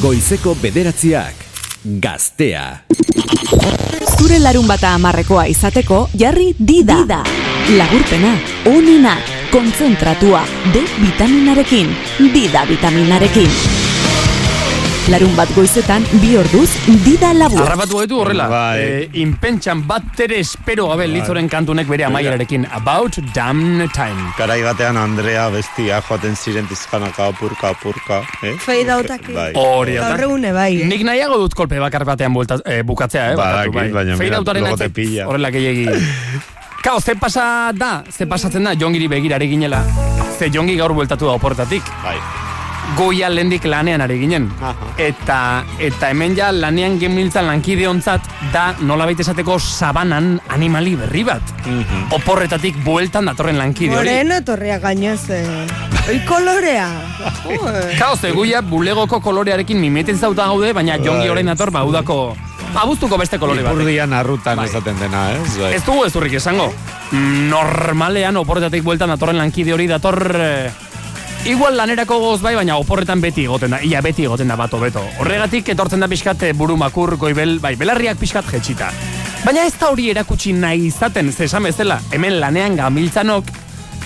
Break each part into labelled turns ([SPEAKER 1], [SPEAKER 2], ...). [SPEAKER 1] Goizeko bederatziak, gaztea.
[SPEAKER 2] Zure larun bata amarrekoa izateko jarri dida. dida. Lagurpena, onena, kontzentratua, D vitaminarekin, dida vitaminarekin. Larun bat goizetan bi orduz dida labur.
[SPEAKER 3] Arrapatu gaitu horrela.
[SPEAKER 4] Bai.
[SPEAKER 3] Eh, inpentsan bat ere espero gabe lizoren kantunek bere amaierarekin. About damn time.
[SPEAKER 4] Garai batean Andrea bestia joaten ziren tizkanaka apurka apurka, eh?
[SPEAKER 5] Fade outak.
[SPEAKER 4] Bai.
[SPEAKER 3] Hori da.
[SPEAKER 5] Gaur egun bai.
[SPEAKER 3] Nik nahiago dut kolpe bakar batean buelta, eh, bukatzea, eh?
[SPEAKER 4] Badakit, Ba, baina
[SPEAKER 3] Fade
[SPEAKER 4] mira,
[SPEAKER 3] outaren
[SPEAKER 4] luego te
[SPEAKER 3] atze-
[SPEAKER 4] pilla.
[SPEAKER 3] Horrela gehiagi. Kao, ze pasa da, ze pasatzen da, jongiri begira ari ginela. Ze jongi gaur bueltatu da oportatik.
[SPEAKER 4] Bai.
[SPEAKER 3] Goia lendik lanean ari ginen. Eta, eta hemen ja lanean gemiltzan lankide ontzat da nolabait esateko sabanan animali berri bat.
[SPEAKER 4] Mhm.
[SPEAKER 3] Oporretatik bueltan datorren lankide hori.
[SPEAKER 5] Morena torrea gainez. eh. Oi kolorea. Jo, eh.
[SPEAKER 3] Kaos, eguia bulegoko kolorearekin mimeten zauta gaude, baina
[SPEAKER 4] Bai.
[SPEAKER 3] jongi orain dator baudako abuztuko beste kolore bat.
[SPEAKER 4] Ipurdian arrutan esaten dena, ez? Bai.
[SPEAKER 3] Ez dugu ezurrik esango. Normalean oporretatik bueltan datorren lankide hori dator... eh, Igual lanerako goz bai, baina oporretan beti egoten da, ia beti egoten da bat hobeto. Horregatik etortzen da pixkat eh, buru makur, goibel, bai, belarriak pixkat jetxita. Baina ez da hori erakutsi nahi izaten, ze esan bezala, hemen lanean gamiltzanok,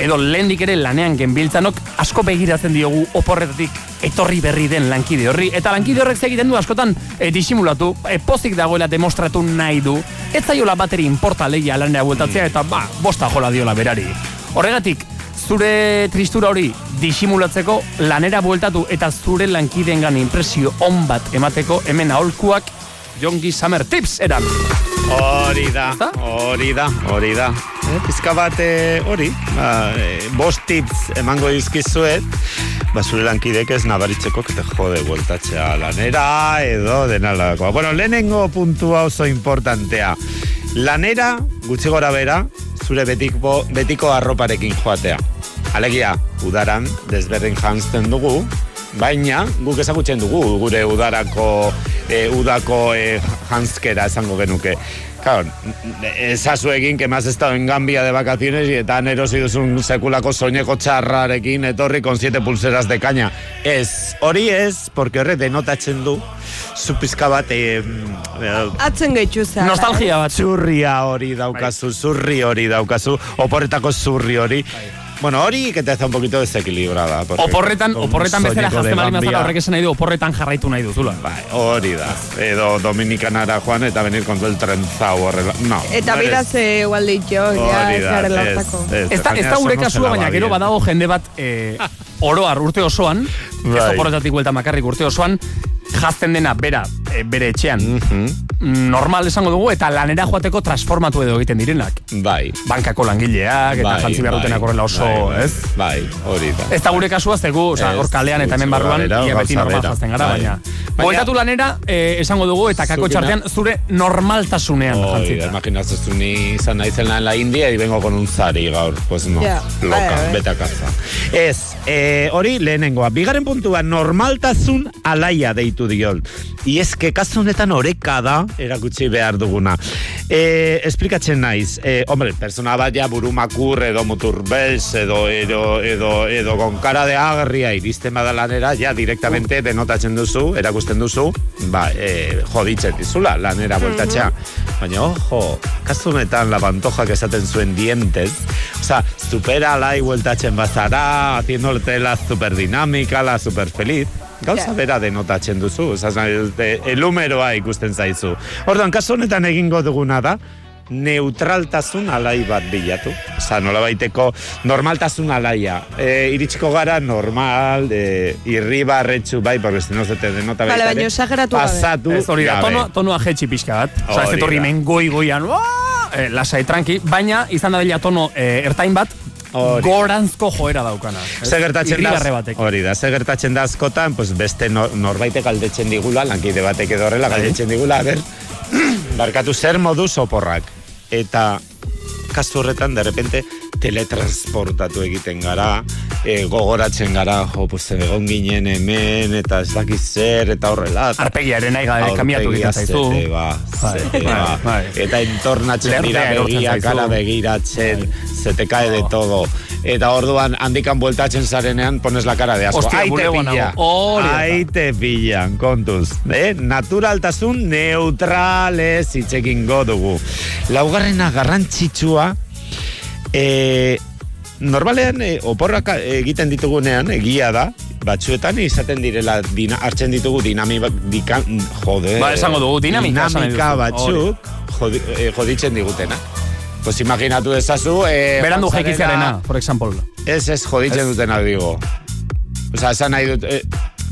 [SPEAKER 3] edo lehendik ere lanean genbiltzanok, asko begiratzen diogu oporretatik etorri berri den lankide horri. Eta lankide horrek ze egiten du askotan eh, disimulatu, eh, pozik dagoela demostratu nahi du. Ez zaiola bateri inporta legia lanera
[SPEAKER 4] Mm.
[SPEAKER 3] bueltatzea, eta ba, bosta jola diola berari. Horregatik, zure tristura hori disimulatzeko lanera bueltatu eta zure lankideengan impresio on bat emateko hemen aholkuak Jongi Summer Tips eran.
[SPEAKER 4] Hori da,
[SPEAKER 3] Ezta?
[SPEAKER 4] hori da, hori da. Eh, pizka bat eh, hori, ba, eh, bost tips emango dizkizuet, ba, zure lankidek ez nabaritzeko kete jode bueltatzea lanera edo denalakoa. Bueno, lehenengo puntua oso importantea. Lanera, gutxi gora bera, zure betiko, betiko arroparekin joatea. Alegia, udaran desberdin jantzen dugu, baina guk ezagutzen dugu gure udarako eh, udako eh, jantzkera esango genuke. Claro, ezazu egin, que más estado en Gambia de vacaciones y eta han erosi duzun sekulako soineko txarrarekin etorri con siete pulseras de caña. Ez, hori ez, porque horre denotatzen du, zu pizka bat eh, eh,
[SPEAKER 5] Atzen gaitu zara.
[SPEAKER 3] Nostalgia bat.
[SPEAKER 4] Zurria hori daukazu, zurri hori daukazu, oporretako zurri hori. Bueno, hori que te hace un poquito desequilibrada. porque
[SPEAKER 3] Oporretan,
[SPEAKER 4] con
[SPEAKER 3] oporretan bezala
[SPEAKER 4] soineko de
[SPEAKER 3] jazten bali mazala
[SPEAKER 4] Gambia-
[SPEAKER 3] horrek esan nahi du oporretan jarraitu nahi duzula.
[SPEAKER 4] Bai, hori da. Eh, Edo Dominikanara joan eta venir con todo el trenzau horrela. No.
[SPEAKER 5] Eta
[SPEAKER 4] no eres-
[SPEAKER 5] beraz eh, gualdi jo, ja,
[SPEAKER 4] Hori
[SPEAKER 5] ez
[SPEAKER 4] da,
[SPEAKER 5] gara
[SPEAKER 4] ez,
[SPEAKER 5] lartako.
[SPEAKER 4] ez.
[SPEAKER 3] Ez da, ez
[SPEAKER 4] Baina
[SPEAKER 3] da gure
[SPEAKER 4] eso no se
[SPEAKER 3] kasua,
[SPEAKER 4] la
[SPEAKER 3] baina
[SPEAKER 4] va
[SPEAKER 3] gero
[SPEAKER 4] bien.
[SPEAKER 3] badago jende bat eh, oroar urte osoan, ez
[SPEAKER 4] Bai.
[SPEAKER 3] oporretatik buelta makarrik urte osoan, jazten dena bera, eh, bere etxean,
[SPEAKER 4] Mhm,
[SPEAKER 3] normal esango dugu, eta lanera joateko transformatu edo egiten direnak.
[SPEAKER 4] Bai.
[SPEAKER 3] Bankako langileak, eta
[SPEAKER 4] bai,
[SPEAKER 3] jantzi behar
[SPEAKER 4] bai,
[SPEAKER 3] dutenak horrela oso,
[SPEAKER 4] bai, bai,
[SPEAKER 3] ez?
[SPEAKER 4] Bai, hori da.
[SPEAKER 3] Ez da gure kasua, zegu, oza,
[SPEAKER 4] Ez,
[SPEAKER 3] hor kalean eta
[SPEAKER 4] gutxi
[SPEAKER 3] hemen barruan,
[SPEAKER 4] gora bera,
[SPEAKER 3] ia beti
[SPEAKER 4] gauza
[SPEAKER 3] normal
[SPEAKER 4] bera.
[SPEAKER 3] jazten gara,
[SPEAKER 4] Bai.
[SPEAKER 3] baina.
[SPEAKER 4] Baina-
[SPEAKER 3] Bueltatu lanera, eh, esango dugu, eta kako
[SPEAKER 4] Zukina-
[SPEAKER 3] txartean, zure normaltasunean
[SPEAKER 4] Hori da,
[SPEAKER 3] jantzita.
[SPEAKER 4] imaginatzen zu ni izan naizela en la India y vengo con un zari gaur, pues no,
[SPEAKER 5] Ja,
[SPEAKER 4] loca,
[SPEAKER 5] bai, bai.
[SPEAKER 4] bete a casa. Ez, eh, hori lehenengoa, bigarren puntua normaltasun alaia deitu diol. I ez que kasu honetan oreka da erakutsi behar duguna. Eh, esplikatzen naiz, eh, hombre, persona bat ja burumakur edo muturbels edo edo edo edo gonkara de agria iristen bada lanera ja direktamente denotatzen duzu, erakusten duzu, ba, eh, joditzen dizula lanera bueltatzea. Baina, ojo, kasu honetan la pantoja que esaten zuen dientes, osea, supera lai bueltatzen bazara, haciéndote la super dinámica, la super feliz. Gauza
[SPEAKER 5] Ja.
[SPEAKER 4] bera denotatzen duzu, osea, nahi dute, elumeroa ikusten zaizu. Orduan, kasu honetan egingo duguna da, neutraltasun alai bat bilatu. Osa, nola baiteko normaltasun alaia. E, iritsiko gara normal, e, irribarretxu bai, porque si no se te denota
[SPEAKER 5] Bale,
[SPEAKER 4] baita ere.
[SPEAKER 5] baino exageratu gabe.
[SPEAKER 4] Pasatu
[SPEAKER 3] Ez hori da,
[SPEAKER 4] gabe.
[SPEAKER 3] tono, tonoa jetxi pixka bat. Osa, ez
[SPEAKER 4] Hori
[SPEAKER 3] etorri
[SPEAKER 4] da.
[SPEAKER 3] hemen goi-goian, "Uaa!" eh, lasai tranki, baina izan da dela tono eh, ertain bat,
[SPEAKER 4] Hori.
[SPEAKER 3] gorantzko joera daukana. Ez?
[SPEAKER 4] Ze gertatzen da,
[SPEAKER 3] Irribarre batek.
[SPEAKER 4] hori da, ze gertatzen da askotan, pues beste nor, norbaitek galdetzen digula, lankide batek edo
[SPEAKER 3] Bai.
[SPEAKER 4] horrela galdetzen digula, ber, barkatu zer moduz oporrak. Eta kasu horretan, de repente, teletransportatu egiten gara, eh, gogoratzen gara, jo, pues egon ginen hemen, eta ez dakiz zer, eta horrela. eta-
[SPEAKER 3] Arpegiaren nahi gabe,
[SPEAKER 4] Aurpegia
[SPEAKER 3] kamiatu egiten zaizu.
[SPEAKER 4] Zete ba,
[SPEAKER 3] Bai,
[SPEAKER 4] zete
[SPEAKER 3] bai,
[SPEAKER 4] ba.
[SPEAKER 3] bai.
[SPEAKER 4] Eta entornatzen
[SPEAKER 3] Lertea
[SPEAKER 4] dira
[SPEAKER 3] erortzen
[SPEAKER 4] begiak,
[SPEAKER 3] zaizu.
[SPEAKER 4] ala begiratzen, zete kae de todo. Eta orduan handikan bueltatzen zarenean pones la cara de asco.
[SPEAKER 3] Ostia,
[SPEAKER 4] Ai, te
[SPEAKER 3] bulegoan
[SPEAKER 4] pilla.
[SPEAKER 3] nago. Hori da.
[SPEAKER 4] Ai, te pillan, kontuz. Eh? Naturaltasun neutralez itxekin dugu. Laugarrena garrantzitsua, eh, normalean eh, oporrak eh, egiten ditugunean, egia da, batzuetan izaten direla dina, hartzen ditugu dinamika jode
[SPEAKER 3] Ba, esango dugu, dinamika esan nahi duzu.
[SPEAKER 4] dinamika batzuk jodi, eh, joditzen digutena pues imaginatu dezazu eh,
[SPEAKER 3] Berandu
[SPEAKER 4] joan
[SPEAKER 3] jaikitzearena, por example.
[SPEAKER 4] zarela- ez ez joditzen dutena digo Osa, esan nahi dut eh,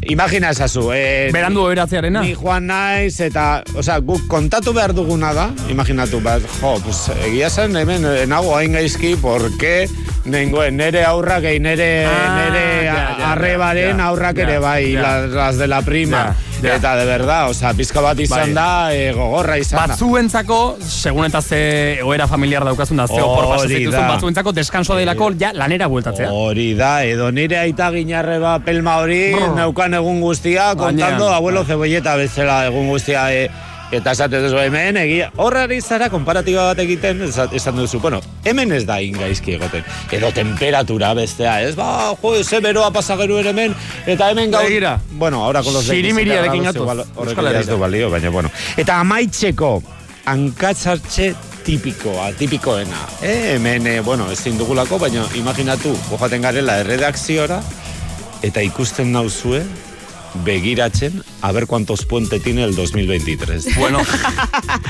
[SPEAKER 4] imagina ezazu eh,
[SPEAKER 3] Berandu eratzearena.
[SPEAKER 4] Ni joan naiz eta, osea, guk kontatu behar duguna da, imaginatu, bat, jo, pues, egia zen hemen eh, nago hain gaizki, porque nengoen nere aurrak egin nere,
[SPEAKER 3] Ah,
[SPEAKER 4] nere
[SPEAKER 3] ja, ja, ja,
[SPEAKER 4] arrebaren
[SPEAKER 3] ja,
[SPEAKER 4] aurrak
[SPEAKER 3] ja,
[SPEAKER 4] ere bai,
[SPEAKER 3] ja.
[SPEAKER 4] las, las de la prima.
[SPEAKER 3] Ja, ja.
[SPEAKER 4] Eta, de verdad, osea, pizka bat izan
[SPEAKER 3] Bai.
[SPEAKER 4] da, eh, gogorra izan da.
[SPEAKER 3] Batzuentzako, segun eta ze egoera familiar daukazun da, ze opor
[SPEAKER 4] Hori
[SPEAKER 3] pasatzen duzun,
[SPEAKER 4] da.
[SPEAKER 3] batzuentzako deskansoa delako, ja, lanera bueltatzea.
[SPEAKER 4] Hori da, edo nire aita ginarreba pelma hori,
[SPEAKER 3] Brr.
[SPEAKER 4] neukan egun guztia, kontando
[SPEAKER 3] Gainean.
[SPEAKER 4] abuelo cebolleta bezala egun guztia, e, eta esatez duzu hemen, egia, horrari zara komparatiba bat egiten, esa- esan duzu, bueno, hemen ez da ingaizki egoten, edo temperatura bestea, ez, ba, jo, ze beroa pasageru ere hemen, eta hemen gau...
[SPEAKER 3] Begira.
[SPEAKER 4] Bueno, ahora con los
[SPEAKER 3] Sirimiriarekin gatoz.
[SPEAKER 4] Horrek
[SPEAKER 3] Euskal
[SPEAKER 4] ere ez du
[SPEAKER 3] Herrira.
[SPEAKER 4] balio, baina, bueno. Eta amaitzeko,
[SPEAKER 6] Ναι,
[SPEAKER 4] hankatzartxe tipikoa, tipikoena. E, hemen, eh, bueno, ezin dugulako, baina imaginatu, joaten garela erredakziora, eta ikusten nauzue, begiratzen, a ver cuántos puente tiene el 2023.
[SPEAKER 3] Bueno,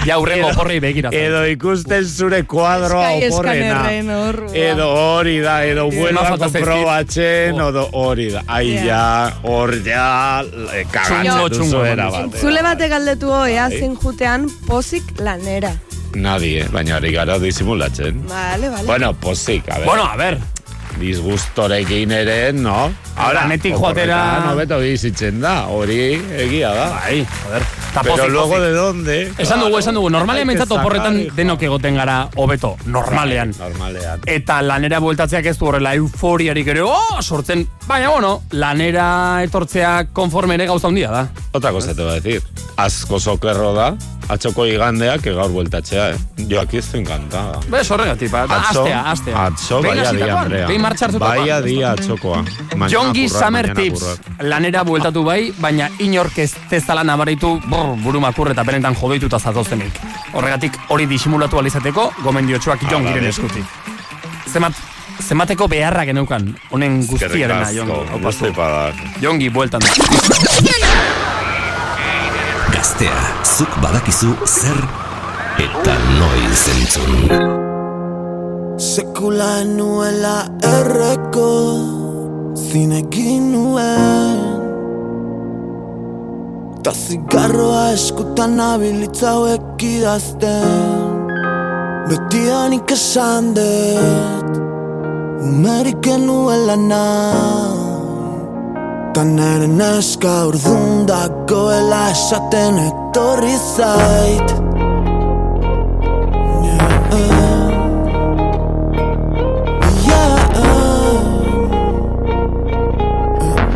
[SPEAKER 3] ja hurrengo
[SPEAKER 4] Edo-
[SPEAKER 3] oporrei begira.
[SPEAKER 4] Edo ikusten zure kuadroa
[SPEAKER 5] Sky
[SPEAKER 4] oporrena.
[SPEAKER 5] Scannerren hor, ba.
[SPEAKER 4] Edo hori da, edo buelua
[SPEAKER 3] Más falta zaizkit.
[SPEAKER 4] komprobatzen,
[SPEAKER 3] Oh.
[SPEAKER 4] edo hori da. Ai,
[SPEAKER 5] Ja.
[SPEAKER 4] ja, hor, ja, eh,
[SPEAKER 3] Txungo,
[SPEAKER 4] kagatzen duzu
[SPEAKER 3] txungo,
[SPEAKER 4] erabat.
[SPEAKER 5] Zule bate galdetu ho, ea zen jutean pozik lanera.
[SPEAKER 4] Nadie, baina hori gara disimulatzen.
[SPEAKER 5] Vale, vale.
[SPEAKER 4] Bueno, pozik, a ver.
[SPEAKER 3] Bueno, a ver,
[SPEAKER 4] disgustorekin ere, no?
[SPEAKER 3] Lanetik joatera-
[SPEAKER 4] oporretan hobeto bizitzen da, hori egia da.
[SPEAKER 3] bai, a ver. Ta
[SPEAKER 4] Pero
[SPEAKER 3] pozik,
[SPEAKER 4] luego
[SPEAKER 3] pozik.
[SPEAKER 4] de dónde...
[SPEAKER 3] Esan dugu,
[SPEAKER 4] Claro.
[SPEAKER 3] esan dugu, normalean
[SPEAKER 4] Hay que
[SPEAKER 3] mentzat oporretan
[SPEAKER 4] sacar,
[SPEAKER 3] denok
[SPEAKER 4] hijo.
[SPEAKER 3] egoten gara hobeto, normalean.
[SPEAKER 4] Normalean.
[SPEAKER 3] Eta lanera bueltatzeak ez du horrela euforiarik ere, oh, sortzen. Baina, bueno, lanera etortzea konforme ere gauza handia da.
[SPEAKER 4] Otra cosa te voy a decir. Asko sokerro da, atxoko igandea, que gaur bueltatzea, eh? Yo aquí estoy encantada.
[SPEAKER 3] Bez, horregatik, ba, da, Ah, astea, astea.
[SPEAKER 4] atzo, baia
[SPEAKER 3] Behin
[SPEAKER 4] dia,
[SPEAKER 3] hasitakoan,
[SPEAKER 4] Andrea.
[SPEAKER 3] Behin martxartutakoan.
[SPEAKER 4] Baia dia atzokoa. ah. Mañana
[SPEAKER 3] Jongi
[SPEAKER 4] currar,
[SPEAKER 3] Summer
[SPEAKER 4] mañana
[SPEAKER 3] Tips.
[SPEAKER 4] currar.
[SPEAKER 3] Lanera bueltatu bai, baina inork ez tezala nabaritu brr, buru makur eta benetan jodoituta zatoztenik. Horregatik hori disimulatu alizateko, gomendiotxoak Jongiren
[SPEAKER 4] Ala,
[SPEAKER 3] eskutik. Zemat, zemateko beharra geneukan, honen guztiarena,
[SPEAKER 4] Eskerrik
[SPEAKER 3] Jongi.
[SPEAKER 4] asko,
[SPEAKER 3] Hau pasu.
[SPEAKER 4] gustu padak.
[SPEAKER 3] Jongi, bueltan da.
[SPEAKER 1] Gaztea, zuk badakizu zer eta noiz entzun.
[SPEAKER 6] Sekula ez nuela erreko Zinekin nuen Ta zigarroa eskutan habilitzauek idazten Betianik esan dut Umerik nuela nahi Ta nere neska urdun dagoela esaten etorri zait Yeah. Yeah, uh,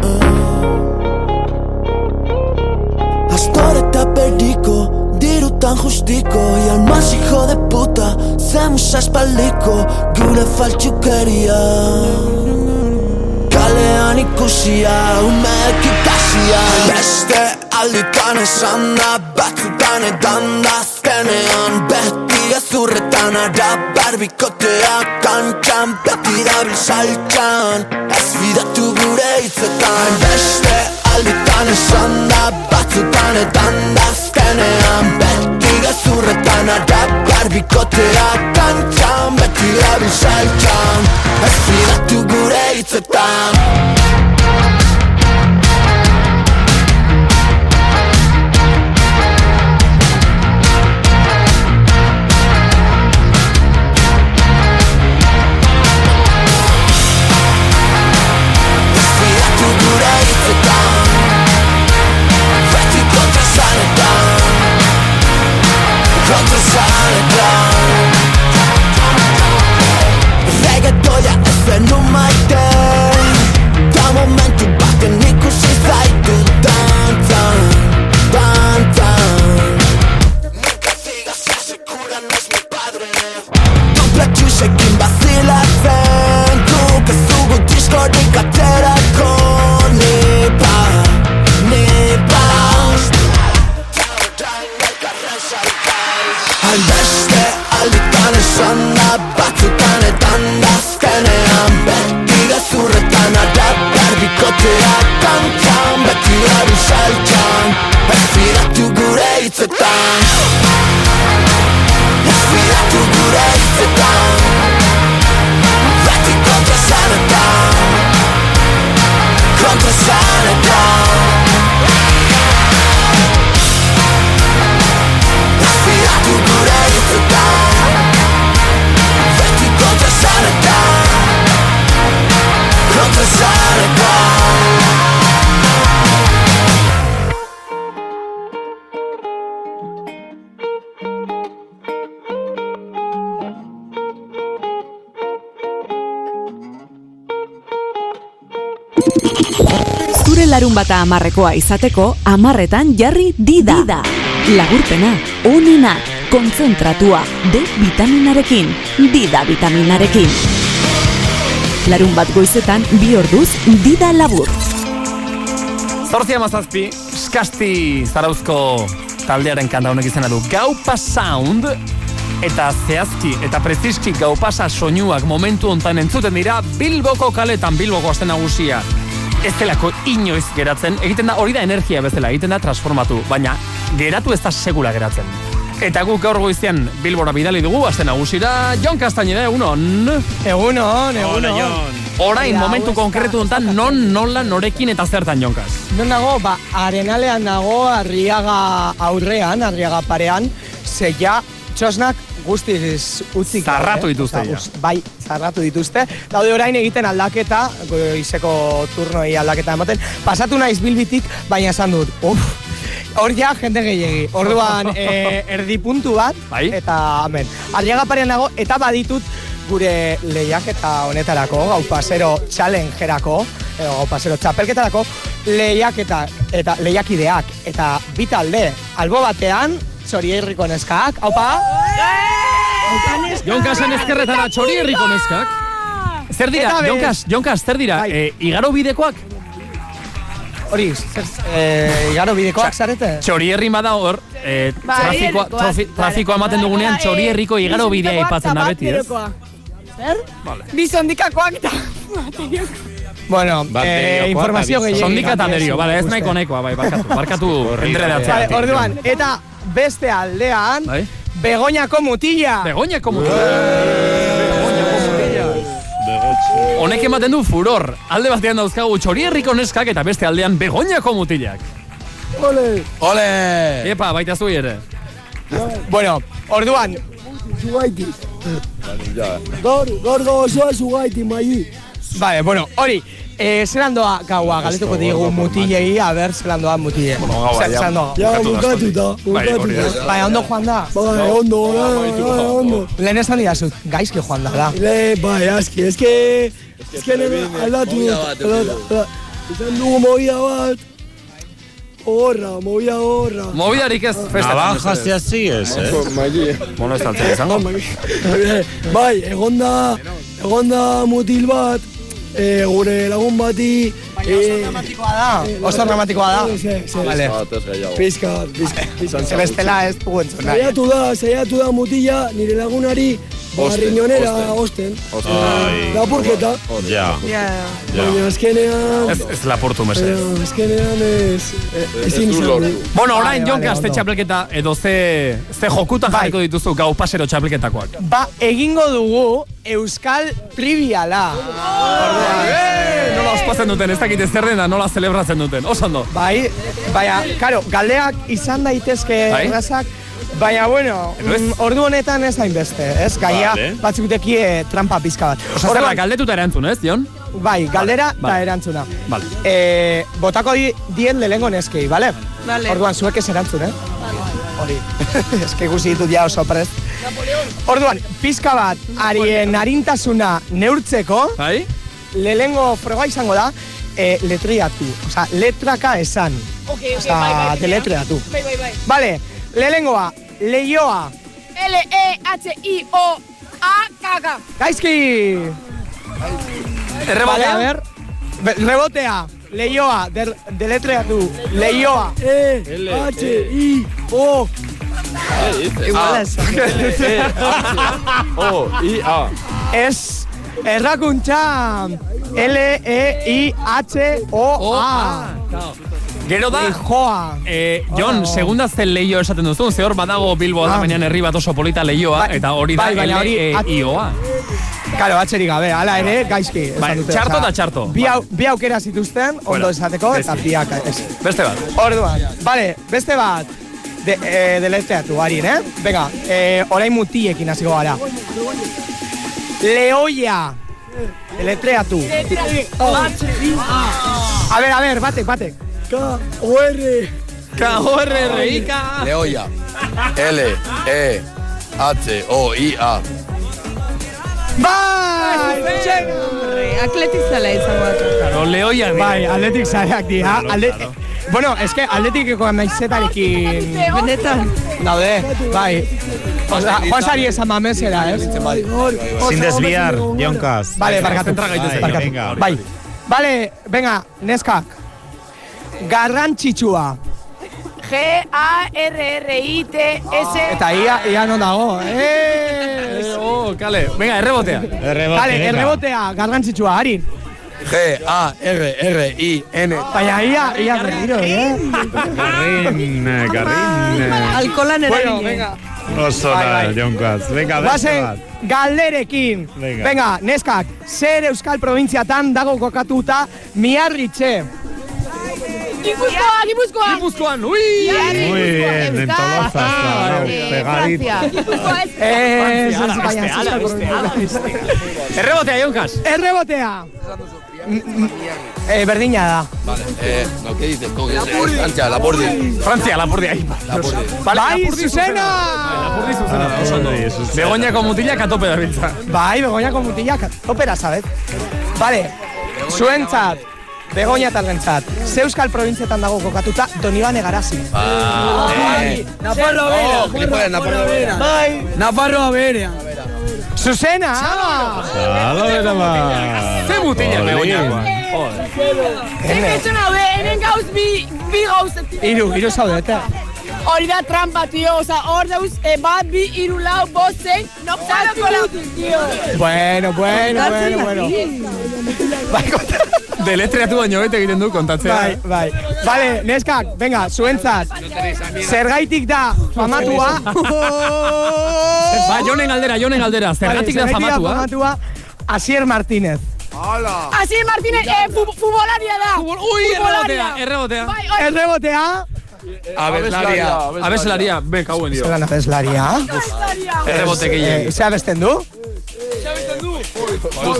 [SPEAKER 6] uh, uh. Astor eta perdiko Dirutan justiko Ian mas hijo de puta Zemus aspaldiko Gure faltxukeria Kalean ikusia Umeek ikasia Beste alditan esan da Batzutan edan da Azkenean beti gezurretan Ara barbikotea Kantxan beti dabil saltxan Ez bidatu gure hitzetan Beste alditan esan da Batzutan edan da Azkenean beti gezurretan Ara barbikotea Kantxan beti dabil saltxan Ez bidatu gure hitzetan Fidatu gure hitzetan Beti kontra zanetan Kontra zanetan Reggaetoia ez zen maite Esfidatu gure hitzetan Beti kontra zanetan Kontra zanetan Esfidatu gure hitzetan Beti kontra zanetan Kontra zanetan
[SPEAKER 2] Zure larun bata amarrekoa izateko amarretan jarri dida. dida. Lagurpena, onena, kontzentratua, D vitaminarekin, dida vitaminarekin. Larun bat goizetan bi orduz dida labur.
[SPEAKER 3] Zortzia mazazpi, skasti zarauzko taldearen kanta honek izena du Gaupa Sound eta zehazki eta preziski gaupasa soinuak momentu hontan entzuten dira Bilboko kaletan Bilboko aste nagusia. Ez delako inoiz geratzen, egiten da hori da energia bezala, egiten da transformatu, baina geratu ez da segula geratzen. Eta guk gaur goizean Bilbora bidali dugu, aste nagusira, Jon Castañeda, egunon.
[SPEAKER 7] Egunon, egunon.
[SPEAKER 3] Orain
[SPEAKER 7] Hau
[SPEAKER 3] momentu
[SPEAKER 7] ez da-
[SPEAKER 3] konkretu hontan non, nola, norekin eta zertan Jonkaz.
[SPEAKER 7] Non dago, ba, arenalean dago, arriaga aurrean, arriaga parean, ze ja, txosnak guztiz utzik. daude,
[SPEAKER 3] Zarratu
[SPEAKER 7] eh?
[SPEAKER 3] dituzte
[SPEAKER 7] Osa,
[SPEAKER 3] ja.
[SPEAKER 7] guz- Bai, zarratu dituzte. Daude orain egiten aldaketa, goizeko turnoi aldaketa ematen. Pasatu naiz bilbitik, baina esan dut, uf, hor ja jende gehiegi. Orduan, eh, erdi puntu bat,
[SPEAKER 3] Bai.
[SPEAKER 7] eta amen. Arriaga parean dago, eta baditut gure lehiaketa honetarako, gau pasero challengerako, edo gau pasero txapelketarako, lehiaketa, eta lehiakideak, eta bi talde, albo batean, txorierriko neskaak, haupa!
[SPEAKER 3] Jonkasen ezkerretara txori herriko neskak. Zer dira,
[SPEAKER 7] Eta be-
[SPEAKER 3] Jonkas, Jonkas, zer dira,
[SPEAKER 7] Bai.
[SPEAKER 3] e, igaro bidekoak?
[SPEAKER 7] Hori, zer, eh, igaro bidekoak zarete?
[SPEAKER 3] Txori herri bada hor, e,
[SPEAKER 8] Ba,
[SPEAKER 9] Bai,
[SPEAKER 3] trafikoa,
[SPEAKER 9] herrikoak,
[SPEAKER 3] trafi,
[SPEAKER 9] bai.
[SPEAKER 3] trafikoa ematen dugunean
[SPEAKER 8] eh,
[SPEAKER 3] txori herriko igaro bidea ipatzen da beti, ez?
[SPEAKER 9] Bizondikakoak eta...
[SPEAKER 7] Bueno,
[SPEAKER 4] Bat
[SPEAKER 7] eh,
[SPEAKER 4] deriokoa
[SPEAKER 7] informazio
[SPEAKER 4] eta bi-
[SPEAKER 7] gehiago.
[SPEAKER 3] Sondika eta derio, bale, ez nahiko nahikoa, bai, barkatu, barkatu entredatzea.
[SPEAKER 7] Vale, Bai, orduan, eta beste aldean,
[SPEAKER 3] Bai.
[SPEAKER 7] Begoñako mutila.
[SPEAKER 3] Begoñako mutila. Honek ematen du furor. Alde batean dauzkagu txori herriko neskak eta beste aldean begoñako mutilak.
[SPEAKER 6] Ole!
[SPEAKER 3] Epa, baita zui ere.
[SPEAKER 7] Bueno, orduan,
[SPEAKER 10] Zugaiti. Gaur, gaur gozoa zugaiti, maili.
[SPEAKER 7] Vale, bueno, hori, eh, zelan doa gaua, galetuko digu mutilei, a ber, zelan doa mutile.
[SPEAKER 11] 啊
[SPEAKER 7] Zer- zelan doa.
[SPEAKER 10] Ja, bukatuta, bukatuta.
[SPEAKER 7] Bai, ondo joan da.
[SPEAKER 10] Bai, ondo, bai, bai, ondo.
[SPEAKER 7] Lehen esan didazut, gaizki joan da, da.
[SPEAKER 10] Le, bai, aski, eske... Eske nire aldatu dut. aldatu dut. Izan dugu movida bat. Horra, movida horra.
[SPEAKER 3] Mobidarik ez festatzen.
[SPEAKER 4] Navajas y así es, eh?
[SPEAKER 3] Bueno, ez taltzen izango.
[SPEAKER 10] Eh, Bai, egon da, egon da mutil bat, eh, gure lagun bati... eh,
[SPEAKER 7] Dramatikoa da, oso dramatikoa da. Ah,
[SPEAKER 10] Ze, ze,
[SPEAKER 7] Vale,
[SPEAKER 10] Pizka, bat, pizka, pizka.
[SPEAKER 7] ze bestela ez dugu entzun nahi.
[SPEAKER 10] Saiatu da, saiatu da mutila, nire lagunari barriñonera osten.
[SPEAKER 3] Ah.
[SPEAKER 10] Eh, Lapurketa,
[SPEAKER 4] Ya,
[SPEAKER 5] Ja,
[SPEAKER 10] baina azkenean...
[SPEAKER 3] Ez, ez lapurtu
[SPEAKER 7] Eh,
[SPEAKER 3] mesedez.
[SPEAKER 10] baina Azkenean ez... eh, Ezin izan.
[SPEAKER 3] Bueno, orain
[SPEAKER 7] Vale,
[SPEAKER 3] jonka
[SPEAKER 7] vale,
[SPEAKER 3] azte
[SPEAKER 7] ondo.
[SPEAKER 3] txapelketa edo ze, ze jokutan
[SPEAKER 7] Bai.
[SPEAKER 3] jarriko dituzu gau pasero txapelketakoak.
[SPEAKER 7] Ba, egingo dugu Euskal Triviala.
[SPEAKER 3] Eh, nola ospatzen duten, ez dakite zer dena, nola celebratzen duten. Oso ondo.
[SPEAKER 7] Bai, baina, karo, galdeak izan daitezke
[SPEAKER 3] Bai.
[SPEAKER 7] errazak, baina, bueno,
[SPEAKER 3] Edo ez?
[SPEAKER 7] mm, ordu honetan ez hainbeste, ez? Gaia,
[SPEAKER 4] Vale.
[SPEAKER 7] batzuk deki eh, trampa pizka bat.
[SPEAKER 3] Osa zer da,
[SPEAKER 7] Orduan,
[SPEAKER 3] galdetuta erantzun, ez, Jon?
[SPEAKER 7] bai, galdera
[SPEAKER 3] Vale.
[SPEAKER 7] eta erantzuna.
[SPEAKER 3] Vale.
[SPEAKER 7] Eh, botako di, dien lehengo neskei, bale?
[SPEAKER 5] Vale.
[SPEAKER 7] Orduan, zuek ez erantzun, eh? Hori, eske guzi ditut ja oso prest. Orduan, pizka bat, arien arintasuna neurtzeko,
[SPEAKER 3] Bai?
[SPEAKER 7] lehengo froga izango da, eh, letriatu, osea, letraka esan.
[SPEAKER 9] Ok, ok,
[SPEAKER 7] Osea,
[SPEAKER 9] bai, bai.
[SPEAKER 7] deletreatu.
[SPEAKER 9] Bai, bai, bai.
[SPEAKER 7] Vale, lehengoa, leioa, E
[SPEAKER 9] L-E-H-I-O-A-K-K.
[SPEAKER 7] gaizki! Vale, a
[SPEAKER 3] Errebatean?
[SPEAKER 7] ver, Be- rebotea, leioa, del, deletreatu, leioa.
[SPEAKER 10] E, H, I, O,
[SPEAKER 3] Ah.
[SPEAKER 5] igual ez.
[SPEAKER 7] Ah.
[SPEAKER 3] Eh. Oh,
[SPEAKER 7] Ez, E errakuntza, L-E-I-H-O-A.
[SPEAKER 3] Gero da,
[SPEAKER 7] Joa.
[SPEAKER 3] Eh, Jon,
[SPEAKER 7] Hola.
[SPEAKER 3] segunda zen leio esaten duzu, ze hor badago Bilbo da,
[SPEAKER 7] Ah.
[SPEAKER 3] baina herri bat oso polita leioa,
[SPEAKER 7] Bai,
[SPEAKER 3] eta hori da E
[SPEAKER 7] bai, baina hori at-
[SPEAKER 3] L-E-I-O-A.
[SPEAKER 7] Karo, atxerik gabe, hala ere, gaizki. esan
[SPEAKER 3] Bai,
[SPEAKER 7] dute,
[SPEAKER 3] txarto
[SPEAKER 7] osea,
[SPEAKER 3] eta txarto.
[SPEAKER 7] Bi, au, bi aukera zituzten,
[SPEAKER 3] Fuera.
[SPEAKER 7] ondo esateko, eta
[SPEAKER 3] Beste.
[SPEAKER 7] biak ez.
[SPEAKER 3] Beste bat.
[SPEAKER 7] Orduan, vale, beste bat, de, eh, deletreatu, harin, eh? Venga, eh, orain mutiekin hasiko gara. Leoia. Deletreatu. A ver, a ver, batek, batek.
[SPEAKER 10] K-O-R.
[SPEAKER 3] K-O-R-R-I-K.
[SPEAKER 9] Leoia. L, E, H, O, I, A.
[SPEAKER 7] Bai!
[SPEAKER 5] Atletik zela izango da.
[SPEAKER 3] Claro, leoiak dira.
[SPEAKER 7] Bai, atletik zareak dira. Alde, bueno, eske atletikeko emaizetarekin
[SPEAKER 5] Benetan.
[SPEAKER 7] daude, bai. Osa, Juan Sari esan mamesera, ez?
[SPEAKER 4] Sin desviar, Jonkaz.
[SPEAKER 7] Vale, barkatu.
[SPEAKER 3] zentra gaitezen.
[SPEAKER 7] Barkatu.
[SPEAKER 4] Venga.
[SPEAKER 7] Bai. Vale, venga, neskak. Garrantzitsua.
[SPEAKER 12] G-A-R-R-I-T-S.
[SPEAKER 7] Eta ia, ia non dago. Eh!
[SPEAKER 3] Oh, kale. Venga, errebotea.
[SPEAKER 4] Errebote,
[SPEAKER 7] Vale,
[SPEAKER 4] venga.
[SPEAKER 7] errebotea, garrantzitsua, ari.
[SPEAKER 9] G, A, R, R, I,
[SPEAKER 3] E.
[SPEAKER 9] N.
[SPEAKER 7] Baina ia, ia berriro, eh?
[SPEAKER 4] Garrin, eh, garrin. eh.
[SPEAKER 5] Alkolan eragile.
[SPEAKER 7] Bueno, venga.
[SPEAKER 4] Oso
[SPEAKER 7] Bai,
[SPEAKER 4] da,
[SPEAKER 7] bai.
[SPEAKER 4] Jonkaz. Venga, beste
[SPEAKER 7] Bazen,
[SPEAKER 4] bat.
[SPEAKER 7] galderekin.
[SPEAKER 4] Venga.
[SPEAKER 7] Venga, neskak, zer euskal provintziatan dago kokatuta miarritxe.
[SPEAKER 12] Gipuzkoa, Gipuzkoa.
[SPEAKER 3] Gipuzkoan, ui!
[SPEAKER 4] Muy bien, en Tolosa, está,
[SPEAKER 12] Eh,
[SPEAKER 4] ¿no? Pegadito.
[SPEAKER 12] Francia. Gipuzkoa
[SPEAKER 7] Eh,
[SPEAKER 12] ez.
[SPEAKER 7] Ez,
[SPEAKER 3] Ala,
[SPEAKER 7] ez, baina
[SPEAKER 3] beste, ala,
[SPEAKER 7] euskal
[SPEAKER 3] beste, ala,
[SPEAKER 7] provintziatan.
[SPEAKER 3] beste, ala. Errebotea, Jonkaz.
[SPEAKER 7] Errebotea. Eh, berdina da.
[SPEAKER 9] Vale, eh, no, ¿qué dices tú? ¿Qué es? Francia, la Pordi.
[SPEAKER 3] Frantzia, lapurdi ahi.
[SPEAKER 9] La Pordi.
[SPEAKER 3] Vale,
[SPEAKER 7] Bai,
[SPEAKER 3] lapurdi
[SPEAKER 7] zuzena!
[SPEAKER 3] Lapurdi
[SPEAKER 7] Ah,
[SPEAKER 3] zuzena, oso ondo.
[SPEAKER 4] Lapurdi zuzena.
[SPEAKER 3] Begoñako mutilak atope dabiltza.
[SPEAKER 7] Bai, Begoñako mutilak, opera, sabet? Vale, zuentzat, Begoña talrentzat, ze euskal provintzietan dago kokatuta Donibane Garazi.
[SPEAKER 9] Eh,
[SPEAKER 10] Nafarroa bera.
[SPEAKER 9] Oh, gilipollas, Nafarroa bera.
[SPEAKER 7] Bai,
[SPEAKER 10] Nafarroa bera.
[SPEAKER 7] zuzena!
[SPEAKER 4] Ala, bera, ba.
[SPEAKER 3] Ze mutilak
[SPEAKER 4] Jolín.
[SPEAKER 3] begoñakoa. Joder.
[SPEAKER 12] Bi pertsona daude, hemen gauz bi, bi gauzetik.
[SPEAKER 7] Iru, iru zaudete.
[SPEAKER 12] Hori da trampa, tio, oza, hor dauz, eh, bat, bi, iru, lau, bost, zein, zazpi, lau, tio.
[SPEAKER 7] Bueno, bueno, bueno, bueno. Bai, konta-
[SPEAKER 3] Deletreatu baino bete egiten du kontatzea.
[SPEAKER 7] Bai, bai. Vale, neskak, venga, zuentzat. Zergaitik da famatua.
[SPEAKER 3] Ba, jonen aldera, jonen aldera. Zergatik da
[SPEAKER 7] Vale,
[SPEAKER 3] famatua.
[SPEAKER 7] Asier Martínez.
[SPEAKER 12] Asi Martínez, eh, fu- futbolaria da.
[SPEAKER 3] Ui, errebotea,
[SPEAKER 10] eh.
[SPEAKER 3] errebotea.
[SPEAKER 12] Bai, hori-
[SPEAKER 7] Errebotea.
[SPEAKER 9] Abeslaria.
[SPEAKER 3] Abeslaria, beka huen dio.
[SPEAKER 7] Zelan abeslaria.
[SPEAKER 12] Abeslaria.
[SPEAKER 3] Errebote
[SPEAKER 7] Eh,
[SPEAKER 3] gehien.
[SPEAKER 7] Ze abesten du?
[SPEAKER 10] Oh,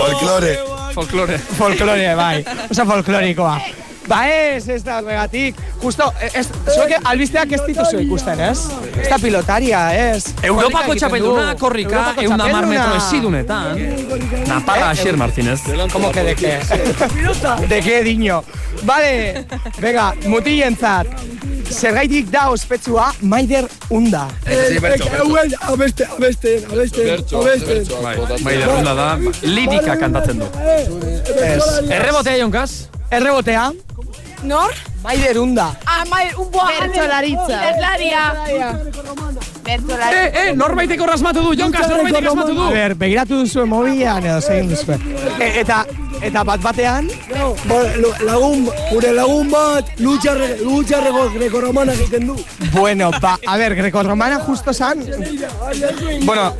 [SPEAKER 9] Folclore.
[SPEAKER 10] Eh,
[SPEAKER 3] Folklore.
[SPEAKER 7] Folklore, bai. Oso folklorikoa. Ba ez, ez da horregatik. Justo, eh, ez, zuek albisteak ez dituzu ikusten, ez? Ez da pilotaria, ez?
[SPEAKER 3] Europako
[SPEAKER 7] Korrika egiten du.
[SPEAKER 3] txapelduna, korrika,
[SPEAKER 7] Europako
[SPEAKER 3] eunda mar
[SPEAKER 7] txapelduna.
[SPEAKER 3] metro esidunetan.
[SPEAKER 9] Eh,
[SPEAKER 3] Naparra Asier Martínez.
[SPEAKER 7] Como que de qué? de qué, diño? Vale, venga, mutilentzat. Zergaitik da ospetsua Maider Unda.
[SPEAKER 9] Sí,
[SPEAKER 10] eh,
[SPEAKER 9] Bercho, Bercho.
[SPEAKER 10] Euen, abeste, abeste, abeste,
[SPEAKER 9] Bercho,
[SPEAKER 10] abeste.
[SPEAKER 9] Bercho,
[SPEAKER 3] Bai,
[SPEAKER 9] botatzen.
[SPEAKER 3] bai, derrunda da. Lirika kantatzen du. Errebotea, Jonkaz.
[SPEAKER 7] Errebotea,
[SPEAKER 12] Nor?
[SPEAKER 7] Maider Unda.
[SPEAKER 12] Amai, un boa.
[SPEAKER 5] Bertsolaritza.
[SPEAKER 12] Bertsolaria. Bertsolaria.
[SPEAKER 3] Eh, eh, norbaitek horrasmatu du, Jonkaz, norbaitek horrasmatu
[SPEAKER 7] A
[SPEAKER 3] du.
[SPEAKER 7] ber, begiratu duzu mobilan edo zein duzu. E, eta, eta bat batean,
[SPEAKER 10] Ba, lo- lagun, gure lagun bat, lucha, re- lucha rego- grecorromana egiten du.
[SPEAKER 7] bueno, ba, a ber, grekorromana justo san, bueno,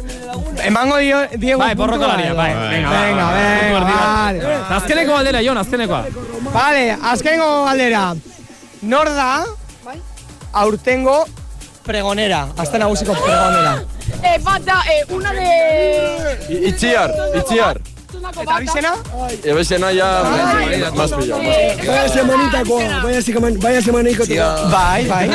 [SPEAKER 7] emango dio, diegu
[SPEAKER 3] Bai,
[SPEAKER 7] puntua
[SPEAKER 3] porrotolaria,
[SPEAKER 7] edo?
[SPEAKER 3] bai. Venga, va,
[SPEAKER 7] venga,
[SPEAKER 3] va,
[SPEAKER 7] venga,
[SPEAKER 3] va, va.
[SPEAKER 7] vale.
[SPEAKER 3] Azkeneko aldera, Jon, azkenekoa.
[SPEAKER 7] Vale, azkengo galdera. Nor da, aurtengo pregonera, azte nagusiko pregonera.
[SPEAKER 12] Eh, bat da, eh, una de...
[SPEAKER 9] Itziar, itziar. Ah,
[SPEAKER 7] Eta bizena?
[SPEAKER 9] Ebesena ja, más pillado.
[SPEAKER 12] Eh,
[SPEAKER 10] Vaya semanitakoa, vaya seman- vaya semanikoa.
[SPEAKER 9] ah.
[SPEAKER 7] Bai, bai.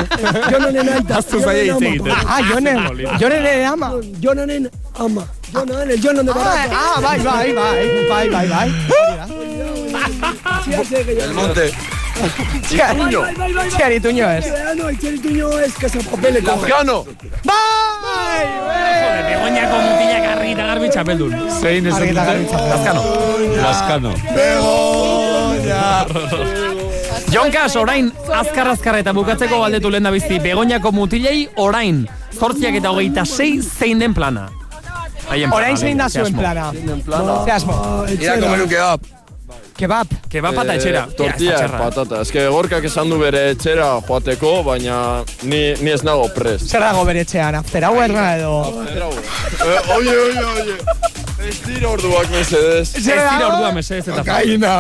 [SPEAKER 10] Jonanen aita.
[SPEAKER 3] Aztu zaila hitz
[SPEAKER 10] Jonanen
[SPEAKER 3] egiten.
[SPEAKER 7] Ah, jonen, jonen ere ama.
[SPEAKER 10] ama. Jonanen ama. Jonan, el Jonan de
[SPEAKER 7] Ah,
[SPEAKER 10] Barata.
[SPEAKER 7] ah, bai, bai, bai, bai, bai, bai.
[SPEAKER 9] El monte.
[SPEAKER 7] Txari tuño ez.
[SPEAKER 10] Beano, itxerituño ez kazapapeleko.
[SPEAKER 9] Lajano.
[SPEAKER 7] Bai! bai.
[SPEAKER 3] Begoñako mutilak argi eta garbi txapeldun.
[SPEAKER 4] Zein ez
[SPEAKER 7] Argi eta garbi txapeldun.
[SPEAKER 4] Lazkano. Lazkano.
[SPEAKER 3] Jonkas, orain, azkar-azkar eta bukatzeko galdetu lehen da bizi. Begoñako mutilei, orain, zortziak eta hogeita sei zein den plana. Haien plana,
[SPEAKER 7] Orain zein da
[SPEAKER 3] ze asmo.
[SPEAKER 7] zuen plana. Ze asmo.
[SPEAKER 9] Ira comer un kebab.
[SPEAKER 7] Kebab.
[SPEAKER 3] Kebab eta etxera.
[SPEAKER 9] Eh,
[SPEAKER 3] Ja,
[SPEAKER 9] tortilla
[SPEAKER 3] ez da
[SPEAKER 9] yeah,
[SPEAKER 3] txarra.
[SPEAKER 9] patata. Ez que gorkak esan du bere etxera joateko, baina ni, ni ez nago pres.
[SPEAKER 7] Zer dago bere etxean, after hourra edo...
[SPEAKER 9] Eh, oie, oie, oie. Ez dira orduak mesedez.
[SPEAKER 3] Ez dira ordua mesedez eta
[SPEAKER 9] Kokaina.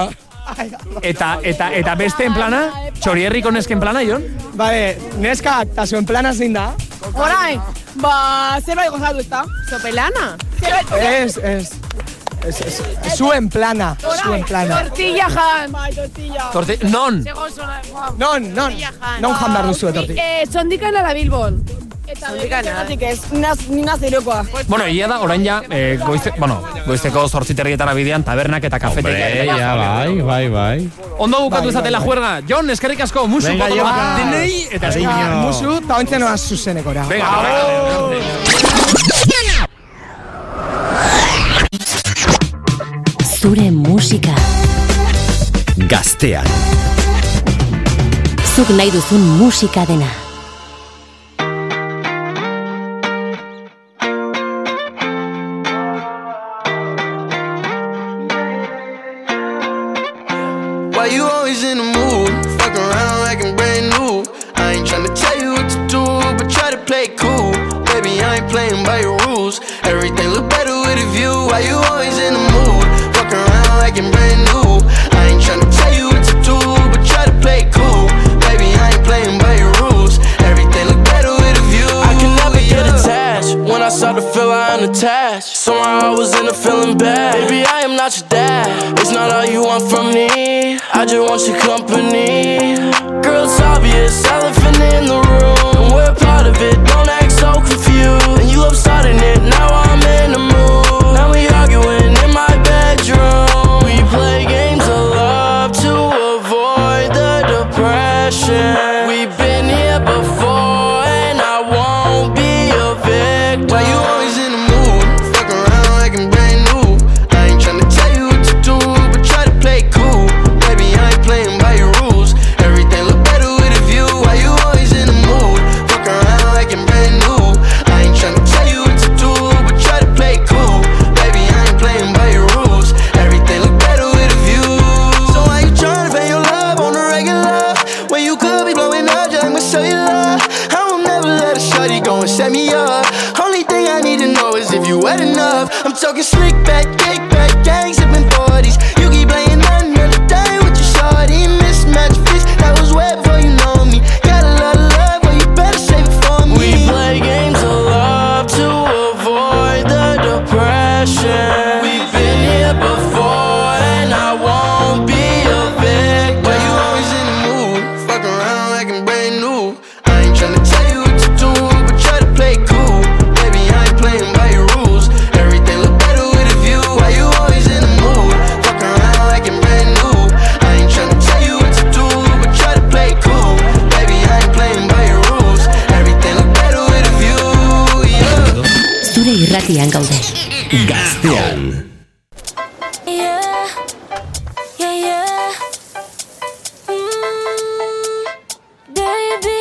[SPEAKER 3] Eta, eta, eta beste en plana, txorierriko nesken plana, Jon?
[SPEAKER 7] Bale, neskak, eta zuen eh, plana zein da?
[SPEAKER 12] Orain, ba, zerbait gozatu ez da? Sopelana.
[SPEAKER 7] Ez, ez. Ez, ez. Zuen plana, zuen plana.
[SPEAKER 12] Tortilla jan. Bai, tortilla.
[SPEAKER 7] Torti- non?
[SPEAKER 12] Segon zona, Juan.
[SPEAKER 7] Non, non.
[SPEAKER 12] Tortilla jan.
[SPEAKER 7] Non jan behar duzue tortilla.
[SPEAKER 12] Eh, txondikana da Bilbon. Eta Txondikatik ez, naz, ninaz erokoa.
[SPEAKER 3] Bueno, egia da, orain ja, eh, goize, bueno, goizteko zortziterrietara bidean, tabernak eta kafetek.
[SPEAKER 13] Hombre, ja, bai, bai, bai.
[SPEAKER 3] Ondo bukatu
[SPEAKER 7] Bai,
[SPEAKER 3] izatela
[SPEAKER 7] bai,
[SPEAKER 3] juerga. Jon, eskerrik asko, musu,
[SPEAKER 13] Venga,
[SPEAKER 3] boto
[SPEAKER 13] Jon.
[SPEAKER 3] bat denei, eta
[SPEAKER 7] Venga, Musu, eta ointzen noaz zuzenekora.
[SPEAKER 3] Venga,
[SPEAKER 2] Zure musika.
[SPEAKER 1] Gaztean.
[SPEAKER 2] Zuk nahi duzun musika dena.
[SPEAKER 14] Why you always in the mood? Fuck around like I'm brand new. I ain't tryna tell you what to do, but try to play it cool. Baby, I ain't playing by your rules. Everything look better with a view. Why you always in the mood? Fuck around like I'm brand new. I ain't tryna tell you what to do, but try to play it cool. Baby, I ain't playing by your rules. Everything look better with a view.
[SPEAKER 15] I can never get attached. When I start to feel I am attached, somehow I was in a feeling bad. Baby, I am not your dad. It's not all you want from me. I just want your company. Girl, it's obvious, elephant in the room. We're part of it. Don't act so confused. And you love starting it. Now I'm in the mood. Now we arguing in my bedroom. We play games of love to avoid the depression. We've been here before, and I won't be a victim.
[SPEAKER 14] Why you always in the mood? Fuck around like I'm brand new. I ain't tryna tell you what to do, but try to play it cool. Baby, I ain't playing by your rules. Everything look better with a view. Why you always in the mood? Fuck around like I'm brand new. I ain't tryna tell you what to do, but try to play it cool. Baby, I ain't playing by your rules. Everything look better with a view. So why you tryna pay your love on the regular? When you could be blowing up, just I'ma show you love. I won't never let a shorty go and set me up. Only thing I need to know is if you wet enough. I'm talking slick back, kick back, gang sipping 40s. You keep playing another day with your shorty. Mismatched fish that was wet before you know me. Got a lot of love, but you better save it for me.
[SPEAKER 15] We play games of love to avoid the depression. We've been here before, and I won't be a victim.
[SPEAKER 14] Why you always in the mood? Fuck around like I'm brand new. I ain't tryna tell you what to do, but try to play it cool. Baby, I ain't playing by your rules. Everything look better with a view. Why you always in the mood? Fuck around like I'm brand new. I ain't tryna tell you what to do, but try to play it cool. Baby, I ain't playing by your rules. Everything look better with a view. Yeah.
[SPEAKER 2] Zure irratian gaude.
[SPEAKER 1] Gaztean.
[SPEAKER 16] Yeah, yeah, yeah. Mm, baby,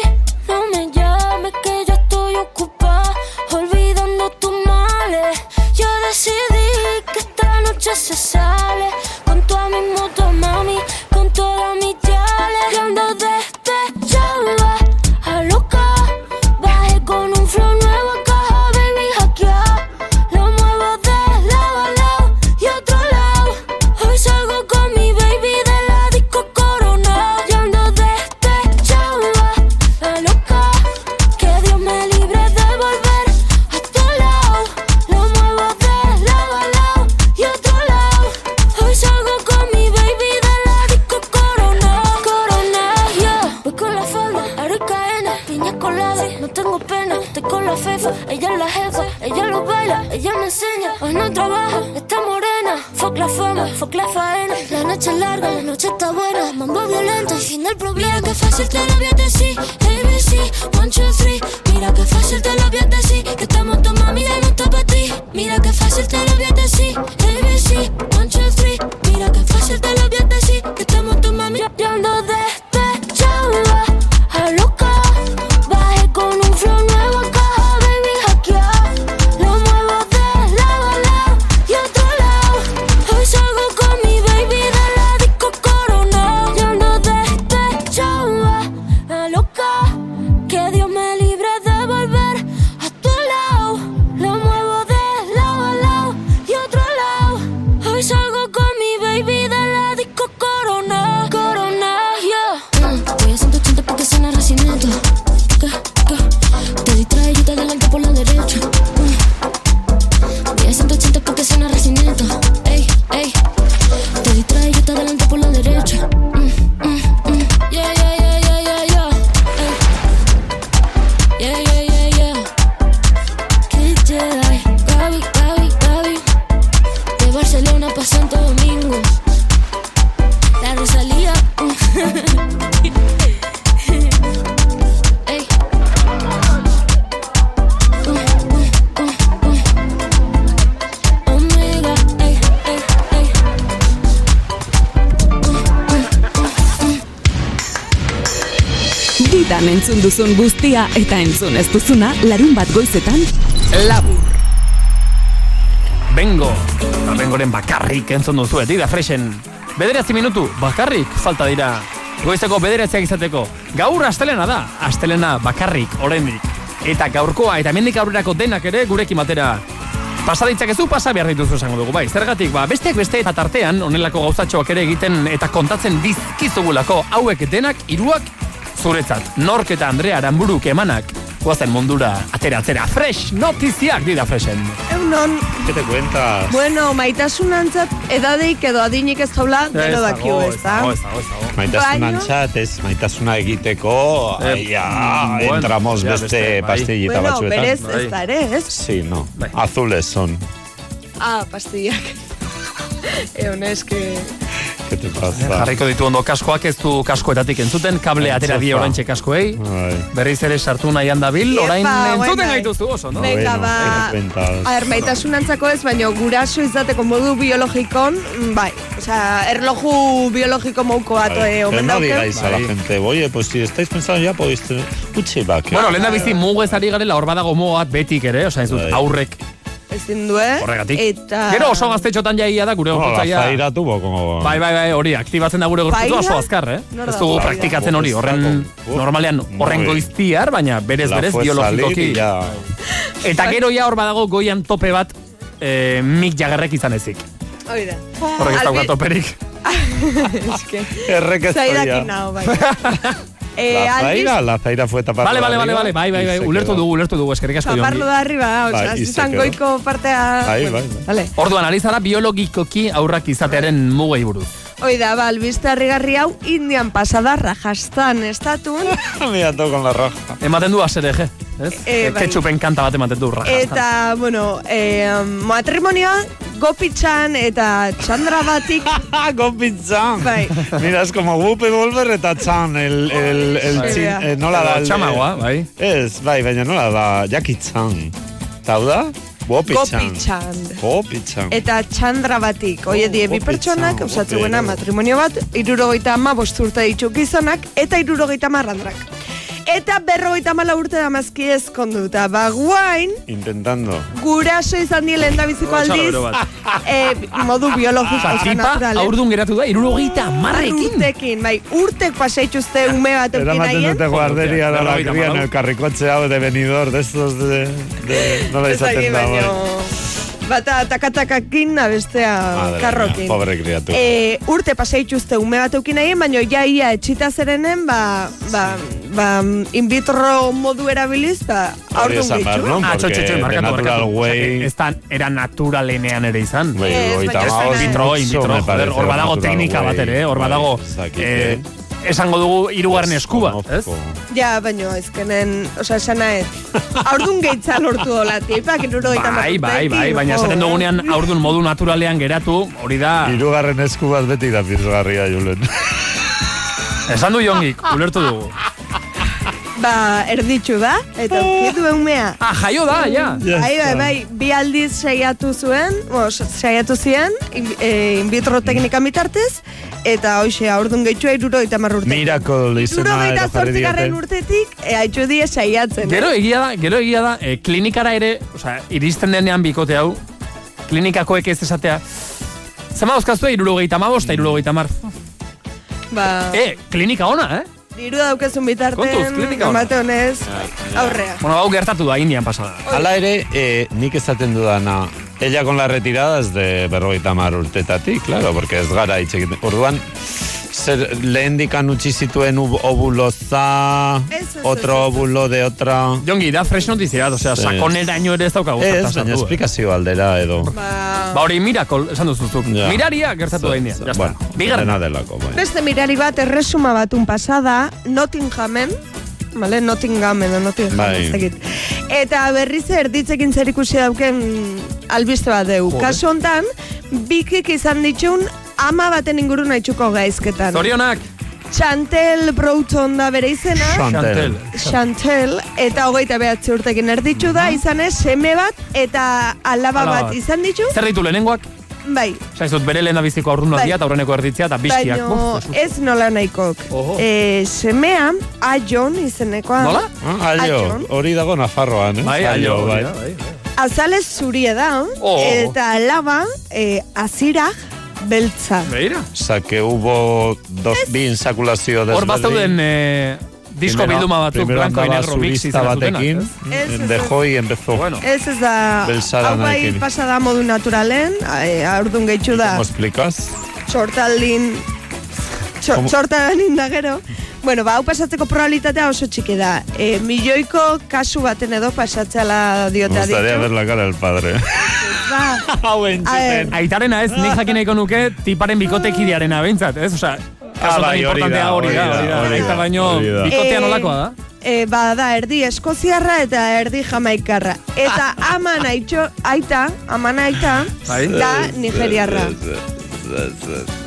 [SPEAKER 16] no me llames que yo estoy ocupada olvidando tus males. Yo decidí que esta noche se sale con toda mi moto, mami, con toda mi chale. Que ando despechada, a loca. Bajé con un flow nuevo a caja, baby, hackea. Lo muevo de lado a lado y otro lado. Hoy salgo con mi baby de la disco corona. Y ando este despechada, la loca. Que Dios me libre de volver a tu lado. Lo muevo de lado a lado y otro lado. Hoy salgo con mi baby de la disco corona. Corona, yo voy con la falda, aro y caena, piña colada. No tengo pena, estoy con la fefa. Ella es la jefa, ella lo baila, ella me enseña. Hoy no trabaja, está morena. Fuck la fama, fuck la faena. La noche es larga, la noche está buena. Mambo violento, el fin del problema. Mira que fácil te lo voy a decir. ABC, one, two, three. Mira que fácil te lo voy a decir. Que estamos tu mami ya no está para ti. Mira que fácil te lo voy a decir. ABC, one, two, three. Mira que fácil te lo voy a decir. Que estamos tu mami ya ando despechada. A loca. Bajé con un flow nuevo a caja, baby, hackea. Lo muevo de lado a lado y otro lado. Hoy salgo con mi baby de la disco este Mm. Mm, Eh.
[SPEAKER 17] Igan entzun duzun guztia eta entzun ez duzuna larun bat goizetan labur.
[SPEAKER 3] Bengo, eta bengoren bakarrik entzun duzu, eti da fresen. Bederatzi minutu, bakarrik, falta dira. Goizeko bederatziak izateko. Gaur astelena da, astelena bakarrik, oraindik. Eta gaurkoa, eta mendik aurrerako denak ere gurekin batera. Pasa ditzakezu, pasa behar dituzu esango dugu, bai, zergatik, ba, besteak beste eta tartean, honelako gauzatxoak ere egiten eta kontatzen dizkizugulako, hauek denak, hiruak zuretzat. Nork eta Andrea Aranburuk emanak, guazen mundura, atera, atera, fresh, notiziak dira freshen.
[SPEAKER 5] Eunon,
[SPEAKER 4] ¿Qué te cuentas?
[SPEAKER 5] bueno, maitasun antzat, edadeik edo adinik ez jaula, gero dakiu, ez da?
[SPEAKER 4] Maitasuna
[SPEAKER 5] Baino-
[SPEAKER 4] antxat, ez, maitasuna egiteko,
[SPEAKER 7] Eh,
[SPEAKER 4] aia,
[SPEAKER 7] mm,
[SPEAKER 3] bueno,
[SPEAKER 4] entramos
[SPEAKER 3] ja
[SPEAKER 4] beste
[SPEAKER 3] beste, bai.
[SPEAKER 4] pastillita
[SPEAKER 5] Bueno,
[SPEAKER 4] batzuetan. Bai.
[SPEAKER 5] berez ez da ere, ez?
[SPEAKER 4] Sí, no, azules son.
[SPEAKER 5] Ah, pastillak. Egon eske...
[SPEAKER 4] ¿Qué te pasa?
[SPEAKER 3] Eh, Jarriko ditu ondo kaskoak ez du kaskoetatik entzuten, kable atera die
[SPEAKER 4] Entzufa.
[SPEAKER 3] oraintxe kaskoei.
[SPEAKER 4] Bai.
[SPEAKER 3] Berriz ere sartu nahian dabil, orain
[SPEAKER 4] Ah,
[SPEAKER 3] entzuten gaituztu oso, no? Bueno,
[SPEAKER 5] Venga,
[SPEAKER 3] eh.
[SPEAKER 5] ba...
[SPEAKER 3] ¿qué te cuentas?
[SPEAKER 5] A ver, maitasun antzako ez, baino guraso izateko modu biologikon, mm, bai, osea, erloju biologiko mouko bat, eh,
[SPEAKER 4] Pero
[SPEAKER 5] omen Bai.
[SPEAKER 4] no
[SPEAKER 5] dauke.
[SPEAKER 4] digáis a la gente, oye, pues si estáis pensando ya podéis tener... Utsi bak.
[SPEAKER 3] Bueno, lehen da bizi mugez ari garela hor badago muga bat betik ere, osa ez dut
[SPEAKER 4] Bai.
[SPEAKER 3] aurrek
[SPEAKER 5] Ezin du, eh?
[SPEAKER 3] horregatik.
[SPEAKER 5] Eta...
[SPEAKER 3] Gero oso gaztetxotan jaia da gure
[SPEAKER 4] Bueno, la
[SPEAKER 3] gorputzaia.
[SPEAKER 4] Zaira tuvo como...
[SPEAKER 3] Bai, bai, bai, hori, aktibatzen da gure gorputza
[SPEAKER 5] Bai,
[SPEAKER 4] Zaira?
[SPEAKER 3] oso azkar, eh?
[SPEAKER 4] Nor da
[SPEAKER 3] Ez dugu
[SPEAKER 4] Zaira?
[SPEAKER 3] praktikatzen hori, horren normalean horren
[SPEAKER 4] Muy.
[SPEAKER 3] goiztiar, baina berez
[SPEAKER 4] La
[SPEAKER 3] berez
[SPEAKER 4] fue salir
[SPEAKER 3] biologikoki.
[SPEAKER 4] y ya.
[SPEAKER 5] Bai.
[SPEAKER 3] Eta gero ja hor badago goian tope bat eh, Mick Jaggerrek izan ezik.
[SPEAKER 5] Hori da.
[SPEAKER 3] Horrek ez
[SPEAKER 5] Albi-
[SPEAKER 3] dauka toperik.
[SPEAKER 5] Eske...
[SPEAKER 4] Errek ez
[SPEAKER 5] Zairaki
[SPEAKER 4] daia.
[SPEAKER 5] nao, bai.
[SPEAKER 3] Ba,
[SPEAKER 5] Eh,
[SPEAKER 4] La
[SPEAKER 5] aldiz,
[SPEAKER 4] Zaira, la Zaira fue tapada.
[SPEAKER 3] Vale, vale, vale, vale, bai, bai, bai, ulertu dugu, ulertu dugu, eskerrik asko
[SPEAKER 5] Zaparlo
[SPEAKER 3] jongi.
[SPEAKER 5] da arriba, osea,
[SPEAKER 3] Bai, y se
[SPEAKER 5] zizan
[SPEAKER 3] quedó.
[SPEAKER 5] goiko partea...
[SPEAKER 3] Bai,
[SPEAKER 5] bueno,
[SPEAKER 3] bai, bai.
[SPEAKER 5] Vale.
[SPEAKER 3] Orduan, analizara biologikoki aurrak izatearen mugei buruz.
[SPEAKER 5] Hoi da, ba, albiste harrigarri hau Indian pasada Rajasthan estatun
[SPEAKER 4] Mira, todo con la raja.
[SPEAKER 3] Ematen du ASRG, ez?
[SPEAKER 5] Eh,
[SPEAKER 3] Eh,
[SPEAKER 5] bai.
[SPEAKER 3] Ketchupen kanta bat ematen du raja.
[SPEAKER 5] eta, bueno, eh, matrimonioa gopitxan eta txandra batik
[SPEAKER 4] Gopitxan!
[SPEAKER 5] Bai,
[SPEAKER 4] Mira, es como Whoopi Wolver eta Chan, el, el, el
[SPEAKER 5] Bai.
[SPEAKER 4] txin, eh, nola da...
[SPEAKER 3] Edo txamagoa, bai.
[SPEAKER 4] Ez, bai, baina nola da, Jackie Chan. Eta hau da? Whoopi Chan. Eh.
[SPEAKER 5] gopitxan
[SPEAKER 4] Whoopi Chan.
[SPEAKER 5] eta txandra batik oie die bi pertsonak, osatzen guena matrimonio bat irurogeita ama bosturte ditu gizonak eta irurogeita marrandrak eta berrogeita mala urte damazki ezkonduta, ba guain
[SPEAKER 4] Intentando.
[SPEAKER 5] guraso izan die lehen biziko
[SPEAKER 4] Txalo
[SPEAKER 5] aldiz
[SPEAKER 4] bero bat.
[SPEAKER 5] eh, modu biologiko
[SPEAKER 3] Osa,
[SPEAKER 5] eta
[SPEAKER 3] tipa,
[SPEAKER 5] naturalen.
[SPEAKER 3] aurdun geratu da, irurogeita hamarrekin.
[SPEAKER 5] Urtekin, bai, urtek paseituzte ume bat eukin
[SPEAKER 4] Eramaten
[SPEAKER 5] haien.
[SPEAKER 4] dute guarderia da la cría en el carrikotxe hau de venidor, de estos de... de nola
[SPEAKER 5] Ez dakit,
[SPEAKER 4] izaten da,
[SPEAKER 5] baino,
[SPEAKER 4] bai.
[SPEAKER 5] Bata takatakakin abestea
[SPEAKER 3] Ah,
[SPEAKER 4] Madre
[SPEAKER 5] karrokin.
[SPEAKER 4] mía, pobre criatura.
[SPEAKER 5] Eh, urte paseituzte ume bat eukin haien, baino ja ia etxita zerenen, ba, ba, ba, in vitro modu erabiliz, ba,
[SPEAKER 4] Hori
[SPEAKER 5] aurdun
[SPEAKER 4] esan behar, no?
[SPEAKER 5] gehitxu.
[SPEAKER 3] Ah, txo, txo, txo,
[SPEAKER 4] Porque de
[SPEAKER 3] markatu,
[SPEAKER 4] natural
[SPEAKER 3] markatu.
[SPEAKER 4] way-
[SPEAKER 3] Ez da, era naturalenean ere izan.
[SPEAKER 4] Bai, Ez, hogeita baina hamabost,
[SPEAKER 3] In vitro, in
[SPEAKER 4] oso
[SPEAKER 3] vitro,
[SPEAKER 4] me
[SPEAKER 3] joder,
[SPEAKER 4] parece
[SPEAKER 3] hor badago
[SPEAKER 4] natural
[SPEAKER 3] teknika
[SPEAKER 4] way.
[SPEAKER 3] bat ere, eh, hor badago,
[SPEAKER 4] dakit,
[SPEAKER 3] eh, esango dugu irugarren eskuba, ez?
[SPEAKER 5] Ja, baino, ezkenen, oza, esana ez. Aurdun gehitza lortu dola, tipak, iruro gaita
[SPEAKER 3] Bai, bai, bai, baina esaten dugunean aurdun modu naturalean geratu, hori da...
[SPEAKER 4] Hirugarren esku bat beti da pizgarria, Julen.
[SPEAKER 3] Esan du jongik, ulertu dugu.
[SPEAKER 5] Ba, erditxu da, eta ukitu eumea.
[SPEAKER 3] Ah, jaio da, ja. Ya
[SPEAKER 5] Bai, bai,
[SPEAKER 3] está.
[SPEAKER 5] bai, bi aldiz saiatu zuen, o, saiatu ziren, in, eh, in vitro teknikan bitartez, eta hoxe, aurdun gehitxua iruro gaita marrurte.
[SPEAKER 4] Miracle
[SPEAKER 5] Iruro
[SPEAKER 4] izena
[SPEAKER 5] gaita
[SPEAKER 4] edo jarri
[SPEAKER 5] zortzigarren
[SPEAKER 4] dieten.
[SPEAKER 5] urtetik, eh, haitxu die saiatzen.
[SPEAKER 3] Gero egia da, gero egia da, eh, klinikara ere, osea, iristen denean bikote hau, klinikakoek ez esatea, zema dauzkaztua, irurogeita mabos eta irurogeita mar.
[SPEAKER 5] Ba,
[SPEAKER 3] E, klinika ona, eh?
[SPEAKER 5] diru daukezun
[SPEAKER 3] Kontuz,
[SPEAKER 5] bitarten,
[SPEAKER 3] klinika ona.
[SPEAKER 5] amate honez, aurrea.
[SPEAKER 3] Bueno, hau gertatu da, Indian pasada.
[SPEAKER 4] Hala ere, eh, nik esaten dudana, ella con las retiradas de berrogeita mar urtetatik, claro, porque ez gara hitz egiten. Orduan, zer lehen dikan utzi zituen ub- obuloza, otro obulo de otra...
[SPEAKER 3] Jongi, da fresh notizia bat, osea,
[SPEAKER 4] Sí.
[SPEAKER 3] sakoneraino ere ez daukagu. eh.
[SPEAKER 4] Ez, baina esplikazio aldera edo.
[SPEAKER 3] Ba hori mirakol, esan duzuzuk.
[SPEAKER 4] Ja.
[SPEAKER 3] Miraria gertatu da
[SPEAKER 4] Zer,
[SPEAKER 3] Indian,
[SPEAKER 4] zer,
[SPEAKER 3] jazta.
[SPEAKER 4] Bueno,
[SPEAKER 3] Bigarren.
[SPEAKER 4] dena delako, bai.
[SPEAKER 5] Beste mirari bat erresuma batun pasada, Nottinghamen, vale? Nottingham edo Nottingham,
[SPEAKER 4] Bai.
[SPEAKER 5] ez dakit. Eta berriz erditzekin zer ikusi dauken albiste bat deu.
[SPEAKER 3] Joder.
[SPEAKER 5] Kasu hontan, bikik izan ditun ama baten ingurun haitxuko gaizketan.
[SPEAKER 3] Zorionak.
[SPEAKER 5] Chantel Broughton da bere izena.
[SPEAKER 3] Chantel.
[SPEAKER 5] Chantel, eta hogeita behatzi urtekin erditxu da, izan ez, seme bat eta alaba
[SPEAKER 3] Alaba
[SPEAKER 5] bat
[SPEAKER 3] bat.
[SPEAKER 5] izan ditu.
[SPEAKER 3] Zer ditu lehenengoak?
[SPEAKER 5] bai.
[SPEAKER 3] Osa, ez dut bere lehen biziko aurrunaldia eta aurreneko erditzea eta bizkiak.
[SPEAKER 5] Baino, ez nola nahikok. Eh, semea, aion izenekoa.
[SPEAKER 4] Nola? Ah, aio, hori dago Nafarroan, eh?
[SPEAKER 3] Bai, aio,
[SPEAKER 4] bai.
[SPEAKER 3] hori da, bai,
[SPEAKER 5] Azalez zuria da,
[SPEAKER 4] Oh.
[SPEAKER 5] eta alaba, eh, azira, beltza.
[SPEAKER 3] Beira.
[SPEAKER 4] Sake hubo dos bi insakulazio desberdin.
[SPEAKER 3] Hor bazeuden eh, disko
[SPEAKER 4] Primera-
[SPEAKER 3] bilduma batzuk,
[SPEAKER 4] primero
[SPEAKER 3] blanco y
[SPEAKER 4] andaba
[SPEAKER 3] negro mix
[SPEAKER 4] zurista
[SPEAKER 3] izan zutenak,
[SPEAKER 4] batekin,
[SPEAKER 3] ¿eh?
[SPEAKER 5] Ez, ez,
[SPEAKER 4] dejó y empezó. Bueno,
[SPEAKER 5] Ez ez da,
[SPEAKER 4] Beltzara
[SPEAKER 5] hau bai
[SPEAKER 4] nahikin.
[SPEAKER 5] pasada modu naturalen, eh, aurdun gehitxu da,
[SPEAKER 4] ¿Cómo explicas?
[SPEAKER 5] txortaldin, txor,
[SPEAKER 4] Como-
[SPEAKER 5] txortaldin da gero. Bueno, ba, hau pasatzeko probabilitatea oso txiki da. Eh, milioiko kasu baten edo pasatzela
[SPEAKER 4] Me
[SPEAKER 5] diote
[SPEAKER 4] gustaría ver
[SPEAKER 5] aditu.
[SPEAKER 4] la cara del padre.
[SPEAKER 5] Ba,
[SPEAKER 3] Aitaren Aitarena ez, nik jakin nahiko nuke tiparen bikotekidearena behintzat, ez? Osa,
[SPEAKER 4] Ah,
[SPEAKER 3] kasotan
[SPEAKER 4] bai, hori da,
[SPEAKER 3] importantea hori da, hori da. Aita baino,
[SPEAKER 4] hori da.
[SPEAKER 3] bikotea
[SPEAKER 5] Eh,
[SPEAKER 3] nolakoa da?
[SPEAKER 5] E, ba, da, erdi eskoziarra eta erdi jamaikarra. Eta aman aitxo, aita, aman aita,
[SPEAKER 3] Bai.
[SPEAKER 5] da nigeriarra.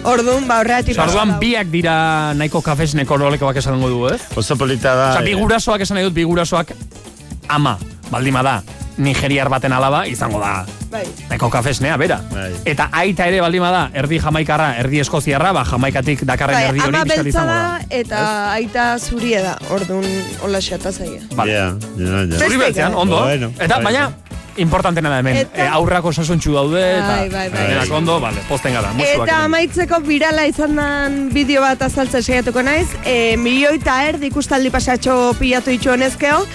[SPEAKER 5] Orduan, ba, horregatik.
[SPEAKER 3] Osa, Orduan biak dira nahiko kafesneko rolekoak esango du, ez?
[SPEAKER 4] Oso polita da.
[SPEAKER 3] Osa,
[SPEAKER 4] eh.
[SPEAKER 3] bi gurasoak esan nahi dut, bi gurasoak ama, baldima da, nigeriar baten alaba, izango da,
[SPEAKER 5] Bai.
[SPEAKER 3] nahiko kafesnea, bera.
[SPEAKER 4] Bai.
[SPEAKER 3] Eta aita ere baldima da, erdi jamaikarra, erdi eskoziarra, ba, jamaikatik dakarren
[SPEAKER 5] Bai,
[SPEAKER 3] erdi hori
[SPEAKER 5] ama
[SPEAKER 3] bizkat
[SPEAKER 5] beltza
[SPEAKER 3] izango
[SPEAKER 5] da
[SPEAKER 3] da.
[SPEAKER 5] eta aita zuria da. Orduan, hola xata zaia.
[SPEAKER 3] Vale.
[SPEAKER 4] Ja, ja.
[SPEAKER 3] Zuri beltzean, ondo.
[SPEAKER 4] Bueno,
[SPEAKER 3] eta,
[SPEAKER 4] bai.
[SPEAKER 3] baina, importantena da hemen,
[SPEAKER 5] Eta-
[SPEAKER 3] e, aurrak osasuntxu daude, eta
[SPEAKER 5] Bai, bai, bai.
[SPEAKER 3] denak ondo, vale, posten gara, musuak.
[SPEAKER 5] Eta amaitzeko birala izan den bideo bat azaltzen saiatuko naiz. E, milioi eta erdi ikustaldi pasatxo pilatu itxu honezkeo.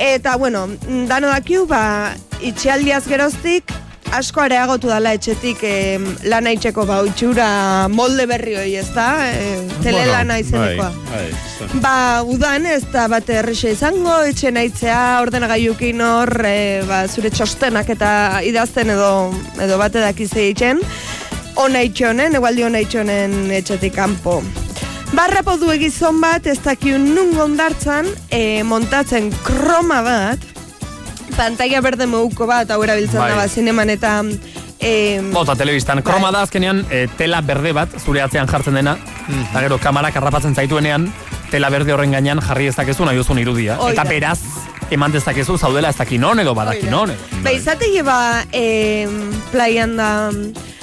[SPEAKER 5] Eta, bueno, dano dakiu, ba, itxialdiaz geroztik, asko areagotu dala etxetik em, lana itxeko ba, itxura molde berri hori, ez da? E, telelana izenekoa. Ba, udan ez da bate errexe izango, etxe naitzea, ordenagailukin hor, e, ba, zure txostenak eta idazten edo, edo bate dakize itxen. Ona itxonen, egualdi ona itxonen etxetik kanpo. Barrapo du egizon bat, ez dakiun nun ondartzan, e, montatzen kroma bat, pantalla berde moguko bat, hau erabiltzen
[SPEAKER 3] Bai.
[SPEAKER 5] da, ba, zineman eta... E,
[SPEAKER 3] Bota telebistan, kroma da azkenean e, tela berde bat zure atzean jartzen dena,
[SPEAKER 5] Mhm.
[SPEAKER 3] eta gero kamarak harrapatzen zaituenean, tela berde horren gainean jarri ez dakezu nahi duzun irudia.
[SPEAKER 5] Hoi
[SPEAKER 3] Eta
[SPEAKER 5] da.
[SPEAKER 3] beraz, eman dezakezu zaudela ez dakin non edo badakin non. edo.
[SPEAKER 4] Bai.
[SPEAKER 5] Ba, izategi ba, eh, playan da,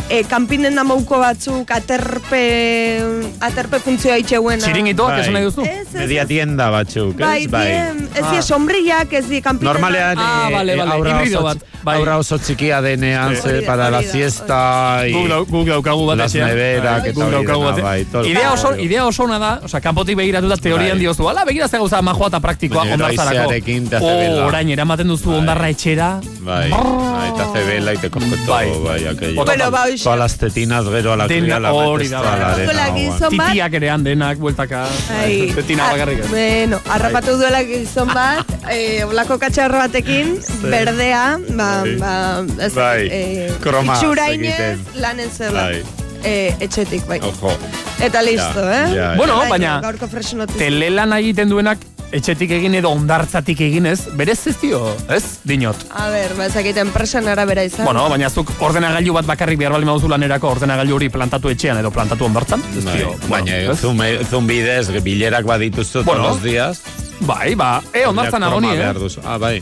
[SPEAKER 5] eh, kanpinen da mauko batzuk, aterpe, aterpe funtzioa itxeuena.
[SPEAKER 4] Bai. Media tienda batzuk, ¿eh?
[SPEAKER 5] Bai,
[SPEAKER 4] ez? Bai.
[SPEAKER 5] bien, ez
[SPEAKER 3] Ah.
[SPEAKER 5] die sombrillak, ez die kanpinen.
[SPEAKER 4] Normalean
[SPEAKER 5] Ah,
[SPEAKER 4] eh, aurra, oso, aurra oso txikia denean ze para la siesta y
[SPEAKER 3] Guk dau- guk daukagu bat
[SPEAKER 4] las
[SPEAKER 3] etxean.
[SPEAKER 4] neverak
[SPEAKER 3] Bai,
[SPEAKER 4] eta
[SPEAKER 3] guk
[SPEAKER 4] hori
[SPEAKER 3] daukagu
[SPEAKER 4] dena,
[SPEAKER 3] bat-
[SPEAKER 4] bai, todo el
[SPEAKER 3] Idea oso, idea oso ona da, osea, kanpotik begiratuta teorian
[SPEAKER 4] Bai.
[SPEAKER 3] diozu, ala begira ze gauza majoa eta praktikoa
[SPEAKER 4] Baina gero
[SPEAKER 3] ondartzarako.
[SPEAKER 4] haizearekin te hace
[SPEAKER 3] Oh,
[SPEAKER 4] bela.
[SPEAKER 3] orain eramaten duzu ondarra etxera.
[SPEAKER 4] Bai, bai, te hace vela y te coge todo, bai, aquello.
[SPEAKER 5] Bueno, ba, hoxe.
[SPEAKER 4] Todas las tetinas gero a la
[SPEAKER 3] Dena
[SPEAKER 4] cría la
[SPEAKER 3] hori
[SPEAKER 4] metes
[SPEAKER 3] da,
[SPEAKER 4] toda la
[SPEAKER 3] bai.
[SPEAKER 4] arena.
[SPEAKER 5] Eskola
[SPEAKER 4] guan.
[SPEAKER 5] gizon bat-
[SPEAKER 3] Titiak ere han denak, bueltaka.
[SPEAKER 5] Ai,
[SPEAKER 3] Tetina
[SPEAKER 5] ah,
[SPEAKER 3] bakarrik. ez.
[SPEAKER 5] Bueno,
[SPEAKER 4] Bai.
[SPEAKER 5] harrapatu duela gizon bat, eh, olako katxarro batekin, berdea, ba,
[SPEAKER 4] Bai.
[SPEAKER 5] ba, ez,
[SPEAKER 4] Bai,
[SPEAKER 5] eh,
[SPEAKER 4] kromaz
[SPEAKER 5] itxurainez,
[SPEAKER 4] egiten.
[SPEAKER 5] lanen zela,
[SPEAKER 4] Bai.
[SPEAKER 5] eh, etxetik, bai.
[SPEAKER 4] Ojo.
[SPEAKER 5] Eta listo,
[SPEAKER 3] Ja,
[SPEAKER 5] eh?
[SPEAKER 3] ja, ja. Bueno,
[SPEAKER 5] Baina,
[SPEAKER 3] baina-
[SPEAKER 5] Gaurko fresnotik.
[SPEAKER 3] telelan egiten duenak etxetik egin edo ondartzatik egin ez, berez ez dio, ez, dinot.
[SPEAKER 5] A ber, ba, ezakit enpresan arabera izan.
[SPEAKER 3] Bueno, baina zuk ordenagailu bat bakarrik behar balima duzu lanerako ordenagailu hori plantatu etxean edo plantatu ondartzan, ez
[SPEAKER 4] Bai,
[SPEAKER 3] dio.
[SPEAKER 4] Baina, zoom, zoom bidez, bilerak badituzu
[SPEAKER 3] Bueno.
[SPEAKER 4] todos los días.
[SPEAKER 3] Bai, ba, e, ondartzan
[SPEAKER 4] Baina
[SPEAKER 3] agoni,
[SPEAKER 4] kroma
[SPEAKER 3] eh?
[SPEAKER 4] behar duzu. Ah, bai.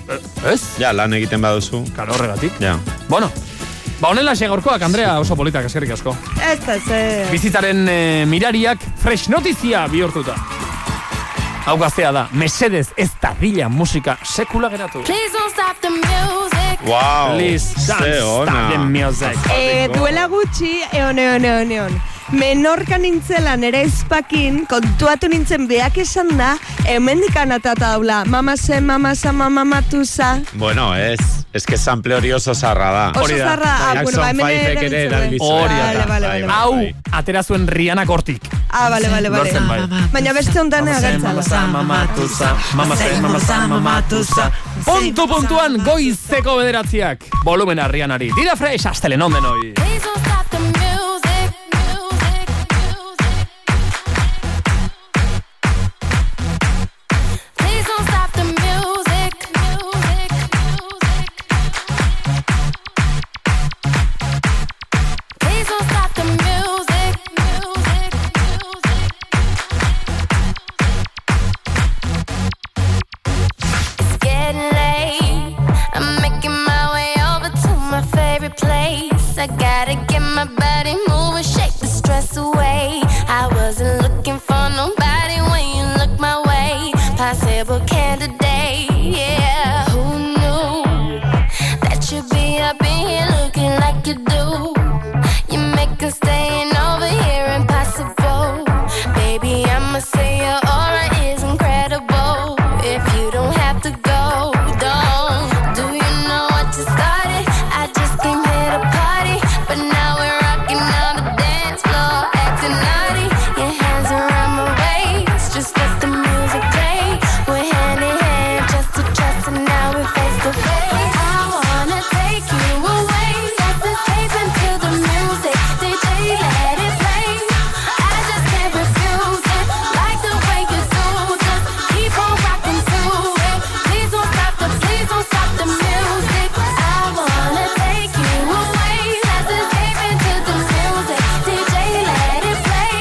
[SPEAKER 3] Ez?
[SPEAKER 4] Ja, lan egiten baduzu.
[SPEAKER 3] Karo horregatik.
[SPEAKER 4] Ja.
[SPEAKER 3] Bai. Bueno, ba honela gaurkoak, Andrea, oso politak, eskerrik asko.
[SPEAKER 5] Ez da, ze...
[SPEAKER 3] Bizitzaren eh, mirariak fresh notizia bihurtuta. Hau gaztea da, mesedez ez dadila musika sekula geratu.
[SPEAKER 16] Please don't stop the music.
[SPEAKER 4] Wow,
[SPEAKER 3] Please, dance,
[SPEAKER 4] ze ona.
[SPEAKER 3] stop the music.
[SPEAKER 5] Eh, duela gutxi, eon, eon, eon, eon. Menorka nintzela nere izpakin, kontuatu nintzen beak esan da, hemendik anatata daula, mama se, mama sa, mama matusa.
[SPEAKER 4] Bueno, ez, ez que sample hori oso zarra da.
[SPEAKER 5] Oso Hori da. zarra, ah,
[SPEAKER 4] Jackson
[SPEAKER 5] bueno, ba, hemen
[SPEAKER 4] Five-ek
[SPEAKER 5] erabiltzen
[SPEAKER 4] ere
[SPEAKER 5] duen.
[SPEAKER 4] erabiltzen.
[SPEAKER 3] Hori da.
[SPEAKER 4] Bai,
[SPEAKER 5] Vale,
[SPEAKER 4] bai, bai.
[SPEAKER 5] vale,
[SPEAKER 3] Hau, atera zuen Rihanna kortik.
[SPEAKER 5] Ah, bale, bale, bale.
[SPEAKER 3] Lortzen bai.
[SPEAKER 5] Baina beste ondan agertza da.
[SPEAKER 3] Mamasa, mamatuza, mamasa, mamasa, mamatuza. Puntu puntuan goizeko bederatziak. Volumen arrianari. Dira fresh, astelen onden hoi.
[SPEAKER 16] Please don't stop the music. Music, music. Please don't stop the music. Music, music. Please don't stop the music. Music, music. It's getting late. I'm making my way over to my favorite place. I gotta get my
[SPEAKER 18] possible candidate. Yeah, who knew that you'd be up in here looking like you do? You make us staying over here impossible. Baby, I'ma say your aura is incredible. If you don't have to go, don't. Do you know what you started? I just came here to party, but now we're rocking on the dance floor, acting naughty. Your hands around my waist, just let the music play. We're hand in hand, just to trust, and now we're face to face. I wanna take you away, let the tape into the music. DJ, let it play. I just can't refuse it, like the way you do. Just keep on rocking to it. Please don't stop the, please don't stop the music. I wanna take you away, let the tape into the music. DJ, let it play.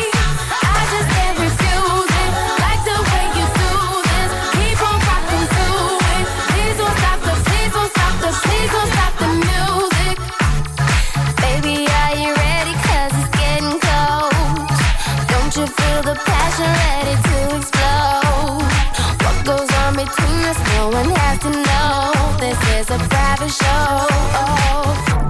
[SPEAKER 18] I just can't refuse it, like the way you do this. Keep on rocking to it. Please don't stop the, please don't stop the, please don't stop the music. Baby, are you ready? 'Cause it's getting cold. Don't you feel the passion ready to explode? What goes on between us, no one has to know. This is a private show.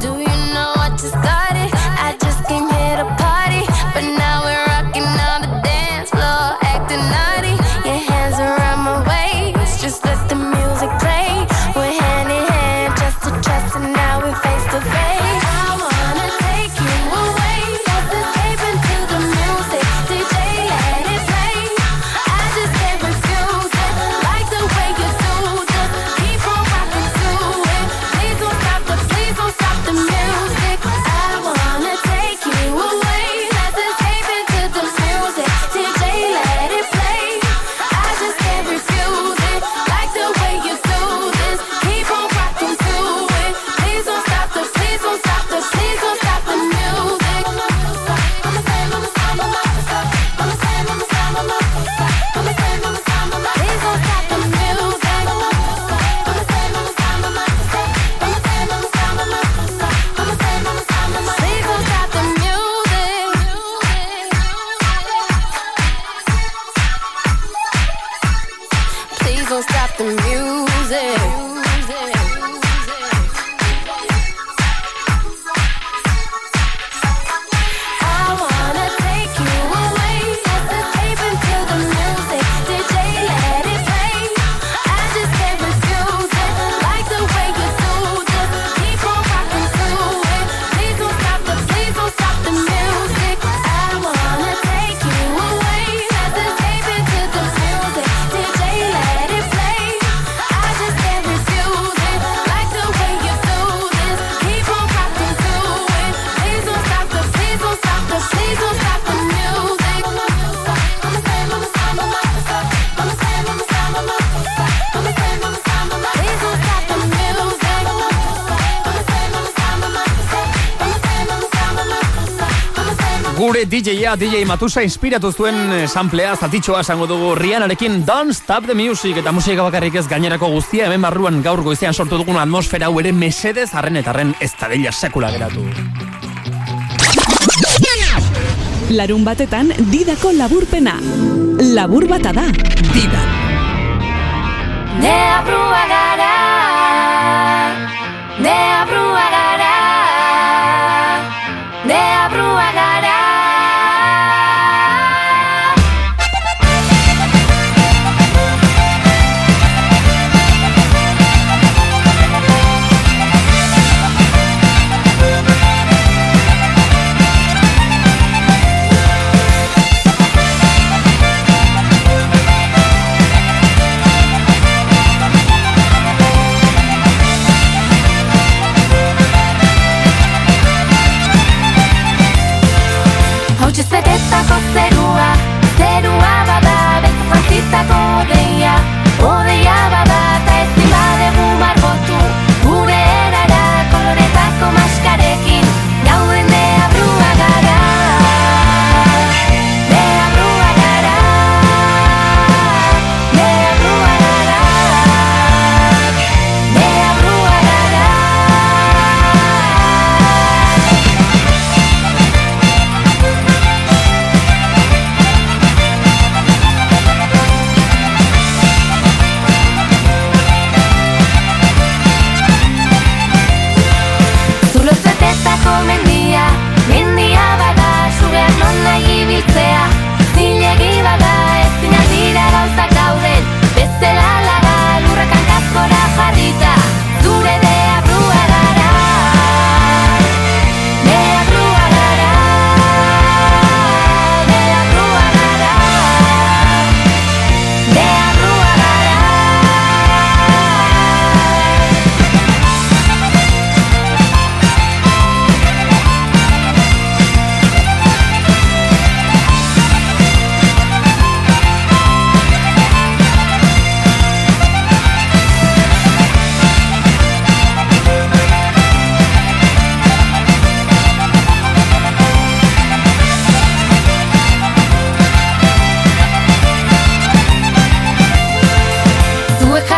[SPEAKER 18] Do you know what you started? I just came here to party, but now we're rocking on the dance floor, acting naughty. Your hands around my waist, just let the music play. We're hand in hand, just to trust, and now we're face to face. I wanna take you away, let the tape into the music. DJ, let it play. I just can't refuse it, like the way you do. Just keep on rocking to it. Please don't stop the, please don't stop the music. I wanna take you away, let the tape into the music. DJ, let it play. I just can't refuse it, like the way you do this. Keep on rocking to it. Please don't stop the, please don't stop the, please don't stop the music. Please don't stop the music. Please don't stop the music. Please don't stop the music. I wanna take you away. Set the tape into the music. DJ, let it play. I just can't refuse it. Like the way you do this. Keep on rocking to it. Please don't stop the, please don't stop the music. I wanna take you away. Set the tape into the music. DJ, let it play. I just can't refuse it. Like the way you do this. Keep on rocking to it. Please don't stop the, please don't stop the, please don't stop the music. Please don't stop the
[SPEAKER 3] Gure DJa, DJ Matusa inspiratu zuen eh, samplea, zatitxoa esango dugu Rianarekin Don't Stop the Music eta musika bakarrik ez gainerako guztia hemen barruan gaur goizean sortu dugun atmosfera hau ere mesedez harren eta harren ez dadila sekula geratu.
[SPEAKER 17] Larun batetan didako laburpena. Labur bata da. Dida.
[SPEAKER 18] Nea brua gara Nea brua gara Nea brua gara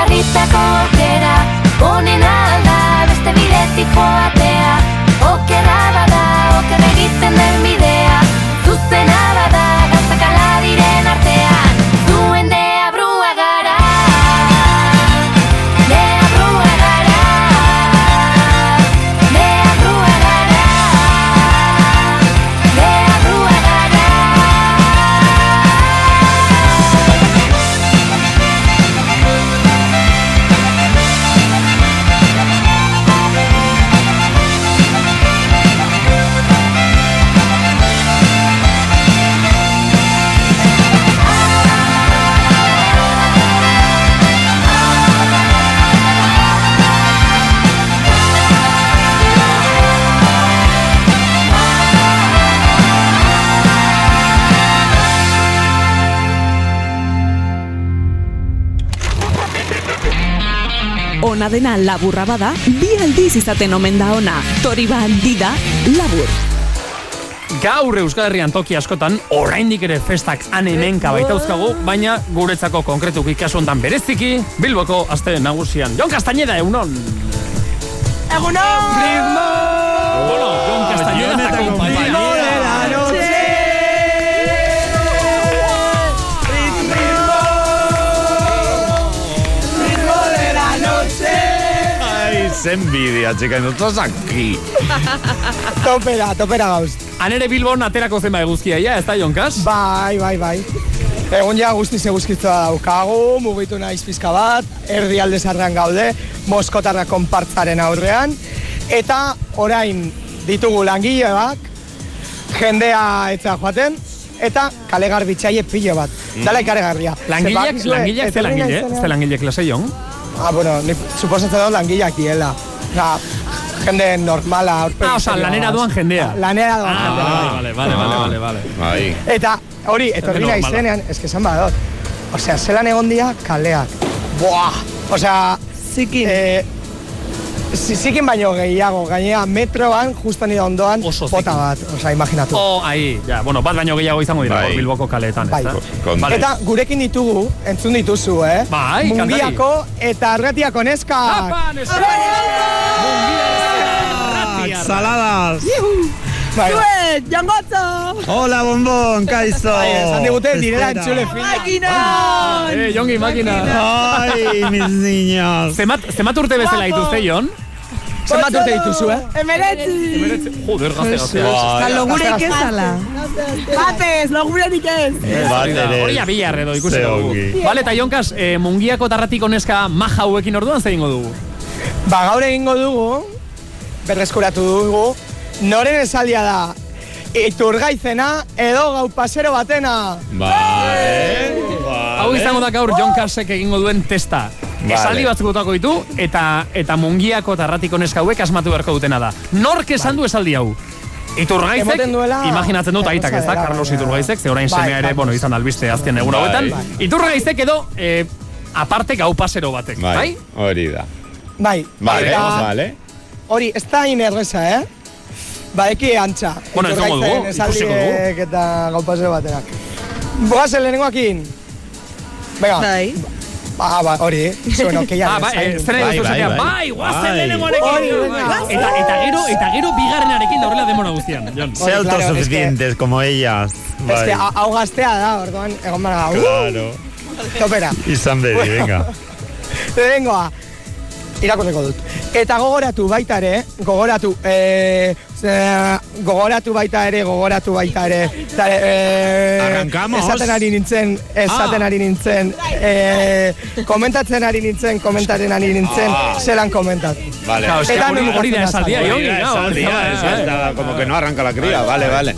[SPEAKER 18] Bizitzako aukera Honen alda beste bidetik joatea Okerra bada, okerra egiten den bidea Zuzena bada, gaztakala diren artean Zuen dea brua gara Dea brua gara Dea brua gara Dea brua gara
[SPEAKER 17] Ona dena laburra bada, bi aldiz izaten omen da ona. Tori bat dida, labur.
[SPEAKER 3] Gaur Euskal Herrian toki askotan, oraindik ere festak han hemenka baitauzkagu, baina guretzako konkretuki kasu hontan bereziki, Bilboko aste nagusian. Jon Castañeda, egunon!
[SPEAKER 12] ¡Egunon!
[SPEAKER 3] Bueno, Jon Castañeda eta compañía.
[SPEAKER 12] ¡Ritmo de la
[SPEAKER 4] Ay, se envidia, chica, y nosotros aquí.
[SPEAKER 7] Topera, topera gauz.
[SPEAKER 3] Han ere Bilbon aterako zenba eguzkia, ja, ez da, Jonkaz?
[SPEAKER 7] Bai, bai, bai. Egun ja guztiz eguzkitza daukagu, mugitu naiz pizka bat, erdi alde zarrean gaude, moskotarra konpartzaren aurrean, eta orain ditugu langileak, jendea etza joaten, eta kale garbitzaile pilo bat.
[SPEAKER 3] Mm.
[SPEAKER 7] Dala ikaragarria. ba-
[SPEAKER 3] Langileak, langileak ze langile, ze langile klase, Jon?
[SPEAKER 7] Ah, bueno, nik suposatzen dut langileak diela. Osa, jende normala. aurpegi
[SPEAKER 3] Ah, osa,
[SPEAKER 7] serioa.
[SPEAKER 3] lanera doan jendea. Ah.
[SPEAKER 7] Lanera doan jendea.
[SPEAKER 3] Vale, vale, vale, vale, vale.
[SPEAKER 4] Bai.
[SPEAKER 7] Eta hori, etorri
[SPEAKER 3] Normala.
[SPEAKER 7] nahi zenean, eske esan badot. Osea, zelan egon dira kaleak. Buah! Osea... Zikin. Eh, zi- zikin baino gehiago, gainera metroan, justan nire ondoan, bota bat. Osea, imaginatu.
[SPEAKER 3] Oh, ahí, ja, bueno, bat baino gehiago izango dira,
[SPEAKER 12] Bai.
[SPEAKER 3] hor Bilboko kaleetan, ez da? Vale.
[SPEAKER 7] Eta gurekin ditugu, entzun dituzu, eh?
[SPEAKER 3] Bai, kantari.
[SPEAKER 7] Mungiako eta argatiako neska.
[SPEAKER 3] Ah,
[SPEAKER 6] Ah,
[SPEAKER 4] Saladas.
[SPEAKER 7] Bai.
[SPEAKER 12] ¡Zuen, Jangotzo!
[SPEAKER 4] Hola, bombón, kaizo.
[SPEAKER 12] Bai, esan digute,
[SPEAKER 3] direla entzule
[SPEAKER 4] fina.
[SPEAKER 12] ¡Máquina!
[SPEAKER 3] Eh, Jongi, makina.
[SPEAKER 4] Ay, mis niños.
[SPEAKER 3] Zemat, zemat urte bezala
[SPEAKER 12] Guapo.
[SPEAKER 3] dituzte, Jon?
[SPEAKER 12] Zenbat urte dituzu, eh? Emeretzi!
[SPEAKER 3] Joder, gazte, gazte.
[SPEAKER 12] Eta logureik ez ala. Batez, logureik ez.
[SPEAKER 3] Hori da,
[SPEAKER 12] ere.
[SPEAKER 3] hori da bihar edo ikusi
[SPEAKER 4] Ze
[SPEAKER 3] dugu.
[SPEAKER 4] ongi.
[SPEAKER 3] Bale, eta Jonkaz, eh, mungiako tarratiko neska maja hauekin orduan zer egingo dugu?
[SPEAKER 7] Ba, gaur egingo dugu, berreskuratu dugu, noren esaldia da, iturgaizena edo gau pasero batena.
[SPEAKER 4] Bai. Vale.
[SPEAKER 3] Hau izango da gaur Jon Kasek egingo duen testa.
[SPEAKER 4] Vale.
[SPEAKER 3] Esaldi batzuk utako ditu eta eta mungiako tarratiko neska hauek asmatu beharko dutena da. Nork esan du esaldi hau? Iturgaizek,
[SPEAKER 7] Emoten duela-
[SPEAKER 3] imaginatzen dut aitak ez da,
[SPEAKER 7] Gauza dela,
[SPEAKER 3] Carlos
[SPEAKER 7] baina-
[SPEAKER 3] Iturgaizek, ze orain
[SPEAKER 7] Bai,
[SPEAKER 3] semea ere,
[SPEAKER 7] bai.
[SPEAKER 3] bueno, izan da albiste azken egun
[SPEAKER 4] Bai.
[SPEAKER 3] hauetan. Iturgaizek edo eh, aparte gau pasero batek, bai?
[SPEAKER 4] Hori da.
[SPEAKER 7] Bai.
[SPEAKER 4] Vale,
[SPEAKER 7] Eta
[SPEAKER 4] vale.
[SPEAKER 7] Hori, ez da inerreza, eh? Baeki antxa.
[SPEAKER 4] Bueno, entzungo dugu,
[SPEAKER 7] Iturgaizen
[SPEAKER 4] ikusiko dugu.
[SPEAKER 7] esaldiek Eta gau pasero batenak. Boazen lehenengoakin. Venga. Bai. Ba, ba, hori, zuen okeian.
[SPEAKER 3] Ah, bai, eh, zera
[SPEAKER 7] bai,
[SPEAKER 3] duzu esatea, bai, guazen lehenengoarekin.
[SPEAKER 7] Hori,
[SPEAKER 3] bai.
[SPEAKER 7] venga.
[SPEAKER 3] Eta, eta gero, eta gero bigarrenarekin da horrela demora guztian, Jon.
[SPEAKER 4] Sé autosuficientes como ellas.
[SPEAKER 7] Ez
[SPEAKER 4] Bai.
[SPEAKER 7] que hau hau gaztea da, orduan, egon bara
[SPEAKER 4] uh.
[SPEAKER 7] gau.
[SPEAKER 4] Claro.
[SPEAKER 7] Topera.
[SPEAKER 4] Izan bedi, venga.
[SPEAKER 7] Lehenengoa, irakurriko dut. Eta gogoratu baita ere, gogoratu, eh, ze- gogoratu baita ere, gogoratu baita ere. Eta, eh,
[SPEAKER 4] Arrancamos. Ah.
[SPEAKER 7] Esaten ari nintzen, esaten ari nintzen, eh, komentatzen ari nintzen, komentaren ari nintzen,
[SPEAKER 4] Ah.
[SPEAKER 7] zelan komentat.
[SPEAKER 4] Vale.
[SPEAKER 7] Claro, es que Eta hori- nongo hori da jartzen esaldia,
[SPEAKER 4] Hori
[SPEAKER 7] Ioni,
[SPEAKER 4] da
[SPEAKER 7] claro, hori da,
[SPEAKER 4] esaldia,
[SPEAKER 7] eh.
[SPEAKER 4] esaldia, Como que no arranca la cría, vale, vale.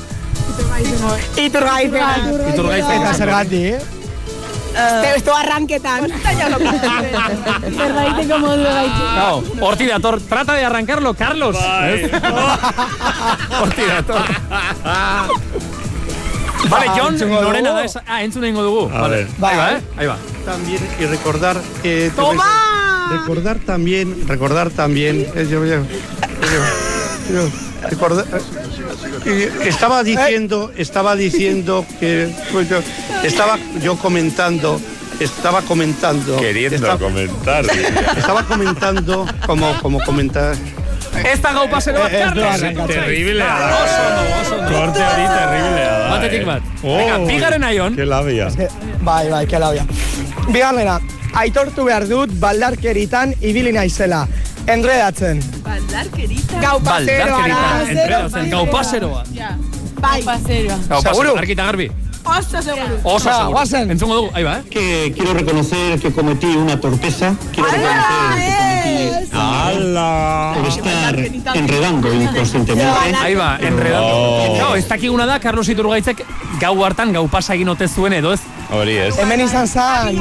[SPEAKER 12] Iturgaizena.
[SPEAKER 4] Iturgaizena.
[SPEAKER 7] Eta zergatik.
[SPEAKER 12] Te estu arranketan. Zergaiteko modu gaitu.
[SPEAKER 3] Claro, horti dator, trata de arrancarlo, Carlos. ¿Eh? Ez? Horti dator. Vale,
[SPEAKER 19] Ah,
[SPEAKER 3] Jon,
[SPEAKER 19] entzungo dugu.
[SPEAKER 3] norena da esa. Ah, entzun egingo dugu.
[SPEAKER 19] A
[SPEAKER 3] Vale.
[SPEAKER 19] ver.
[SPEAKER 3] Ahí va, eh? Ahí va.
[SPEAKER 19] También, y recordar... eh, Recordar también, recordar también... eh, yo- yo- yo- yo- recordar- eh, y estaba diciendo, estaba diciendo que... pues, yo- estaba yo comentando estaba comentando.
[SPEAKER 4] Queriendo comentar.
[SPEAKER 19] Estaba comentando como, como comentar.
[SPEAKER 3] Ez da gau pasero bat,
[SPEAKER 19] Ez doa
[SPEAKER 3] Carlos!
[SPEAKER 19] arrankatzen.
[SPEAKER 4] Terriblea
[SPEAKER 3] Ba, Oso no, oso no.
[SPEAKER 4] Korte hori terriblea da.
[SPEAKER 3] Batetik
[SPEAKER 4] eh.
[SPEAKER 3] bat. Venga, bigarren aion.
[SPEAKER 4] Qué labia.
[SPEAKER 7] Bai, bai, que labia. Bigarrena, aitortu behar dut baldarkeritan ibili naizela. Enredatzen.
[SPEAKER 12] Baldarkerita.
[SPEAKER 7] Gau
[SPEAKER 3] pasero, Baldarkerita, ara, zero, enredatzen,
[SPEAKER 12] Enredatzen,
[SPEAKER 3] gau paseroa.
[SPEAKER 12] Bai. Gau paseroa.
[SPEAKER 3] Gau pasero, argita garbi.
[SPEAKER 12] Oso seguro.
[SPEAKER 6] Ah,
[SPEAKER 3] Oso seguro. Entzungo dugu, ahí va, eh.
[SPEAKER 20] Que quiero reconocer que cometí una torpeza. Quiero reconocer que cometí.
[SPEAKER 4] Ah,
[SPEAKER 3] Ah.
[SPEAKER 20] ¡Hala! Por estar enredando inconscientemente.
[SPEAKER 3] Ahí va, enredando. Gau, ez dakiguna da, Carlos Iturgaitzek gau hartan gau pasa egin ote zuen edo ez? Eh,
[SPEAKER 4] Hori ez.
[SPEAKER 7] Hemen izan zan,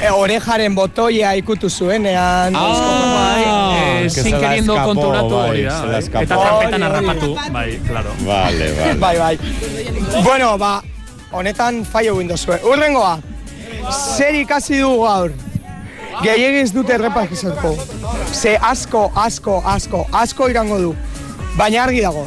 [SPEAKER 7] e, orejaren botoia ikutu zuenean.
[SPEAKER 3] Ah, bai, eh,
[SPEAKER 7] Oh, Que
[SPEAKER 3] sin
[SPEAKER 7] se la
[SPEAKER 3] queriendo
[SPEAKER 7] escapó,
[SPEAKER 3] kontrolatu
[SPEAKER 7] bai,
[SPEAKER 3] hori da.
[SPEAKER 7] se la
[SPEAKER 3] bai.
[SPEAKER 7] escapó.
[SPEAKER 3] Eta trampetan
[SPEAKER 7] Hori, hori.
[SPEAKER 3] harrapatu. Bai, claro.
[SPEAKER 4] Vale, vale.
[SPEAKER 7] Bai, bai. Bueno, ba, honetan faio egin dozue. Urrengoa, zer ikasi dugu gaur? Gehiagiz dute errepakizatko. Ze asko, asko, asko, asko irango du. Baina argi dago.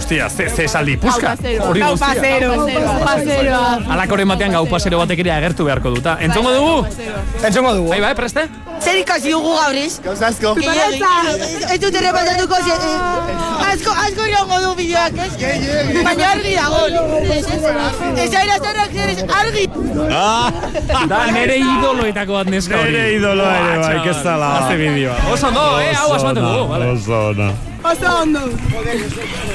[SPEAKER 3] Hostia, ze, ze esaldi puska. Hori
[SPEAKER 12] Gau
[SPEAKER 3] guztia.
[SPEAKER 12] pasero. Gau paseroa.
[SPEAKER 3] Alakoren batean gau pasero batek ere agertu beharko duta. Entzongo dugu?
[SPEAKER 7] Entzongo dugu.
[SPEAKER 3] Ahí va, eh, preste?
[SPEAKER 8] Zer ikasi dugu gaur ez? Gauz asko. Ez dut ere batatuko ze... eh, Asko, asko irango du bideoak ez? Baina argi dago. Ez ez aira zerrak zer ez argi.
[SPEAKER 3] Da, nere idoloetako bat neska hori.
[SPEAKER 4] Nere idoloa ere,
[SPEAKER 3] Buah,
[SPEAKER 4] bai,
[SPEAKER 3] chaval.
[SPEAKER 4] que zala.
[SPEAKER 3] Azte bideoa. Oso ondo, eh, hau asmatu dugu. vale.
[SPEAKER 4] Oso ona.
[SPEAKER 7] Oso ondo.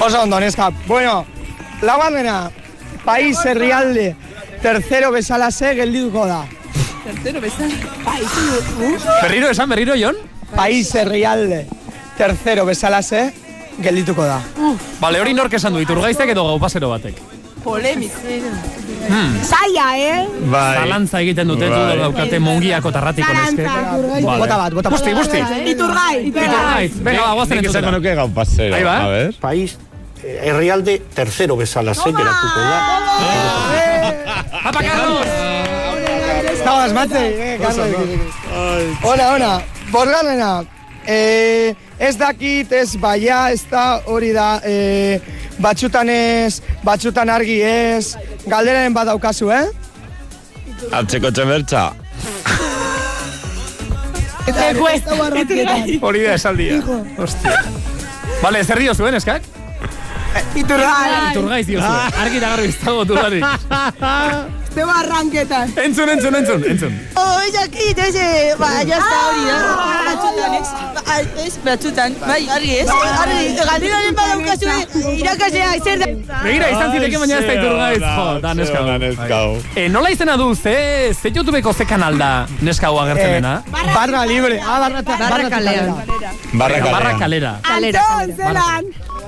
[SPEAKER 7] Oso ondo, neska. Bueno, lagarrena, país herrialde, tercero bezala ze geldituko da.
[SPEAKER 12] Tercero bezala. Bai,
[SPEAKER 3] Berriro esan, berriro, Jon?
[SPEAKER 7] País herrialde, tercero bezala ze geldituko da.
[SPEAKER 3] Bale, hori nork esan du, iturgaiztek edo gau pasero batek.
[SPEAKER 12] Polemiko.
[SPEAKER 3] Hmm.
[SPEAKER 12] Zaila, eh?
[SPEAKER 4] Bai.
[SPEAKER 3] Zalantza egiten dute,
[SPEAKER 4] Bai.
[SPEAKER 3] du daukate mungiako tarratiko neske. Vale.
[SPEAKER 7] Bota bat, bota bat.
[SPEAKER 3] Busti, busti.
[SPEAKER 12] Iturgai.
[SPEAKER 3] Iturgaiz. Venga, ba, guazen
[SPEAKER 4] Nik
[SPEAKER 3] entzutera.
[SPEAKER 4] izango nuke gau pasero.
[SPEAKER 3] Ahí va.
[SPEAKER 4] A ver.
[SPEAKER 20] País, eh, herrialde tercero bezala ze geratuko da.
[SPEAKER 3] Apa, Carlos!
[SPEAKER 7] Estaba asmate, eh, Carlos. Ona, ona, borgarrena. Eh, ez dakit, ez baia, ez da hori da, eh, batxutan ez, batxutan argi ez, galderaren bat daukazu, eh?
[SPEAKER 4] Atzeko txemertxa.
[SPEAKER 3] Hori da esaldia. Hostia. Eh, Vale, zer dio zuen, eskak? Ah,
[SPEAKER 12] Iturgai.
[SPEAKER 3] Iturgaiz dio zuen. Argi eta garbi ez dago dudari.
[SPEAKER 12] Este barranketan.
[SPEAKER 3] Entzun, entzun, entzun, entzun.
[SPEAKER 8] Oh, ez dakit, ez, eh, ba, jazta hori da. Batzutan ez. Ba, Ez, batzutan, bai, argi ez. Argi, galdiraren badaukazu eh, irakaslea, zer
[SPEAKER 21] Ah.
[SPEAKER 8] da.
[SPEAKER 3] Begira, izan ziteke baina ez da iturgaiz. Jo, da neska. hau. Eh, nola izena du, ze, ze YouTubeko ze kanal da neska hau agertzen
[SPEAKER 7] Eh,
[SPEAKER 3] dena?
[SPEAKER 7] Barra libre, ah, barra, barra, barra kalera.
[SPEAKER 4] Barra
[SPEAKER 3] Venga,
[SPEAKER 4] kalera.
[SPEAKER 3] Barra kalera.
[SPEAKER 12] Kalera. Zelan.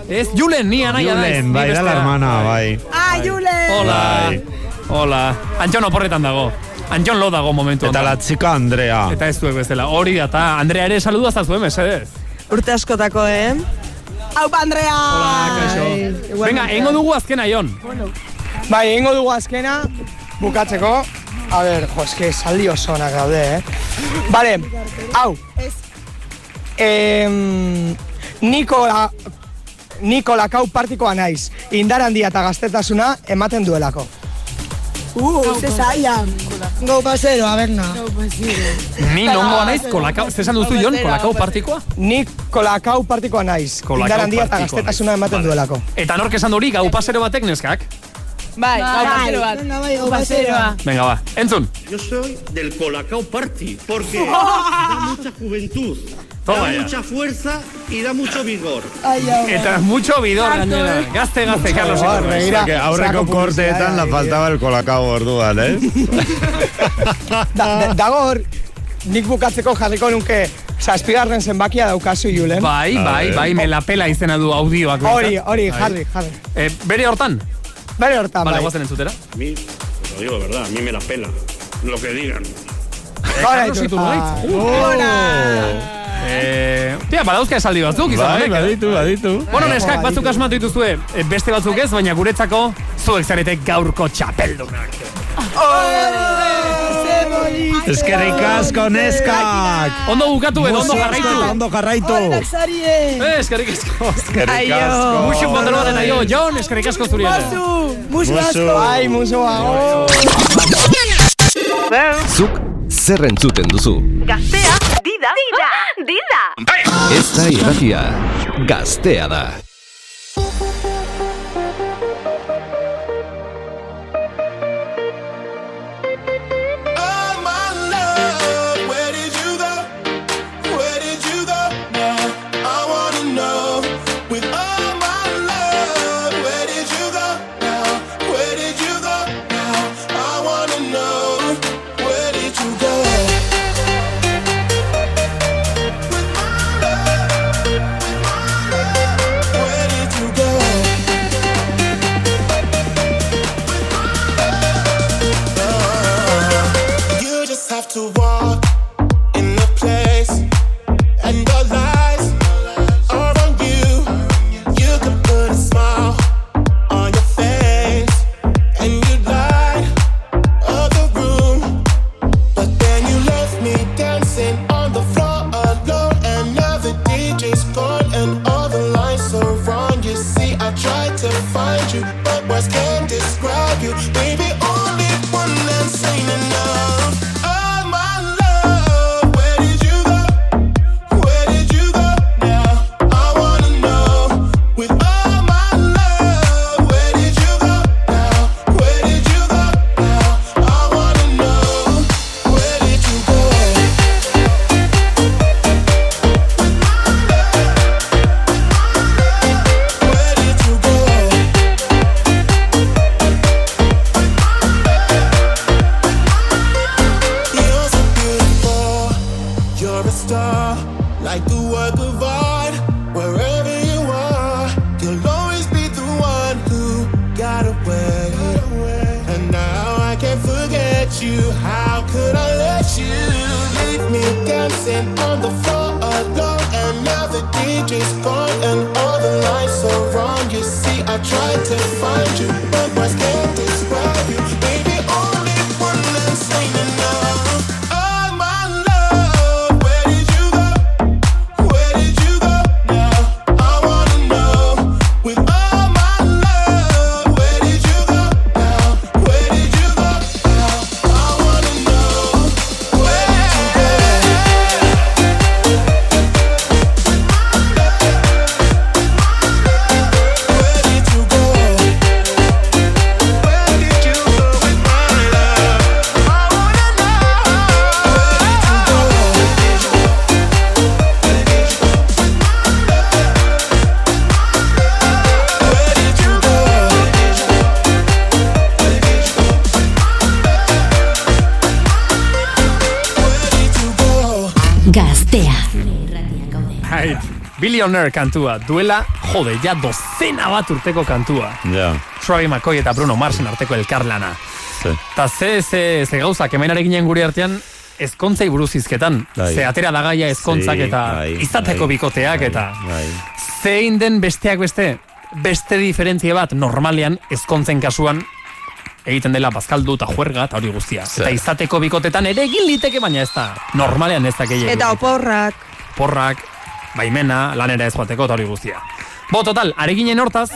[SPEAKER 3] Ez, Julen, ni anaia da.
[SPEAKER 4] Julen,
[SPEAKER 3] ez,
[SPEAKER 4] bai,
[SPEAKER 3] ni
[SPEAKER 4] da la
[SPEAKER 3] bestea.
[SPEAKER 4] hermana, bai.
[SPEAKER 12] Ah, Julen.
[SPEAKER 3] Hola. Hola. Antxon oporretan dago. Antxon lo dago momentu.
[SPEAKER 4] Eta la chica Andrea.
[SPEAKER 3] Eta ez duek bezala. Hori da, eta Andrea ere saludu hasta zuen, mesedez.
[SPEAKER 5] Urte askotako, eh?
[SPEAKER 12] Hau, Andrea.
[SPEAKER 3] Kaixo. Venga, engo dugu azkena, Jon.
[SPEAKER 7] Bai, egingo dugu azkena, bukatzeko. A ber, jo, eske saldi oso onak daude, eh? Bale, hau. Em, Nikola, Nikola Kau partikoa naiz. Indar handia eta gaztetasuna ematen duelako.
[SPEAKER 8] Uh, ze zaila. Gau pasero, aberna.
[SPEAKER 3] Ni nongoa naiz, kolakau, ze esan duzu, Jon, kolakau partikoa?
[SPEAKER 7] Nikola Kau partikoa naiz.
[SPEAKER 3] Kolakau
[SPEAKER 7] Indar handia eta
[SPEAKER 3] partikoa
[SPEAKER 7] gaztetasuna ematen duelako.
[SPEAKER 3] Eta nork esan hori, gau pasero batek neskak?
[SPEAKER 12] Bai, gau pasero bat. Gau paseroa.
[SPEAKER 3] Venga, ba, entzun.
[SPEAKER 20] Yo soy del Colacao Party porque da mucha juventud,
[SPEAKER 3] Toma
[SPEAKER 20] da
[SPEAKER 3] ya.
[SPEAKER 20] mucha fuerza y da mucho vigor.
[SPEAKER 3] Eta mucho bidor
[SPEAKER 20] Tanto,
[SPEAKER 3] gainera.
[SPEAKER 20] eh.
[SPEAKER 3] Gazte, gazte, Carlos.
[SPEAKER 4] Hor,
[SPEAKER 3] Iturgaiz.
[SPEAKER 4] begira, que Aurreko
[SPEAKER 3] Saco
[SPEAKER 4] korteetan la faltaba el kolakao orduan, eh?
[SPEAKER 7] Da, da- dago hor, nik bukatzeko jarriko nuke zazpigarren zenbakia daukazu, Julen.
[SPEAKER 3] Bai, bai, bai, me la pela izena du audioak.
[SPEAKER 7] Hori,
[SPEAKER 3] behintzat.
[SPEAKER 7] hori,
[SPEAKER 3] Bai.
[SPEAKER 7] jarri, jarri.
[SPEAKER 3] Eh, bere hortan?
[SPEAKER 7] Bere hortan,
[SPEAKER 3] Vale,
[SPEAKER 7] bai.
[SPEAKER 3] guazen entzutera.
[SPEAKER 20] A mí, te lo digo de verdad, a mí me la pela lo que digan.
[SPEAKER 3] Eh, Carlos Iturgaiz. Eh, tia, badauzka esaldi batzuk izan.
[SPEAKER 4] Bai,
[SPEAKER 3] honek, eh?
[SPEAKER 4] baditu, baditu.
[SPEAKER 3] Bueno, neskak batzuk asmatu dituzue, eh, beste batzuk ez, baina guretzako zuek zarete gaurko txapeldunak.
[SPEAKER 4] Eskerrik asko, neskak!
[SPEAKER 3] Ondo bukatu edo ondo
[SPEAKER 4] Musu
[SPEAKER 3] jarraitu.
[SPEAKER 4] asko eta Ondo jarraitu!
[SPEAKER 3] Eh, eskerrik asko.
[SPEAKER 4] Eskerrik asko.
[SPEAKER 3] Muxu patero bat eta jo, Jon, eskerrik asko zuri ere.
[SPEAKER 7] Musu asko. Bai, musu asko.
[SPEAKER 1] Zuk zer entzuten duzu?
[SPEAKER 22] Gaztea, dida, dida, dida.
[SPEAKER 1] Ez da irratia, gaztea da.
[SPEAKER 2] Gaztea.
[SPEAKER 3] Right. Billionaire kantua, duela, jode, ja dozena bat urteko kantua.
[SPEAKER 4] Ja.
[SPEAKER 3] Travis McCoy eta Bruno Marsen arteko elkarlana.
[SPEAKER 4] Sí. Eh,
[SPEAKER 3] Ta ze, ze, ze gauzak, hemen ari ginen gure artean, ezkontzei buruz izketan.
[SPEAKER 4] Bai.
[SPEAKER 3] Ze atera da gaia ezkontzak
[SPEAKER 4] Sí,
[SPEAKER 3] eta
[SPEAKER 4] bai,
[SPEAKER 3] izateko
[SPEAKER 4] bai,
[SPEAKER 3] bikoteak
[SPEAKER 4] bai,
[SPEAKER 3] eta...
[SPEAKER 4] Bai.
[SPEAKER 3] Zein den besteak beste, beste diferentzia bat normalean ezkontzen kasuan egiten dela bazkaldu eta juerga eta hori guztia. Eta izateko bikotetan ere egin liteke baina ez da. Normalean ez da gehiago.
[SPEAKER 5] Eta oporrak.
[SPEAKER 3] porrak, baimena, lanera ez joateko eta hori guztia. Bo, total, areginen hortaz,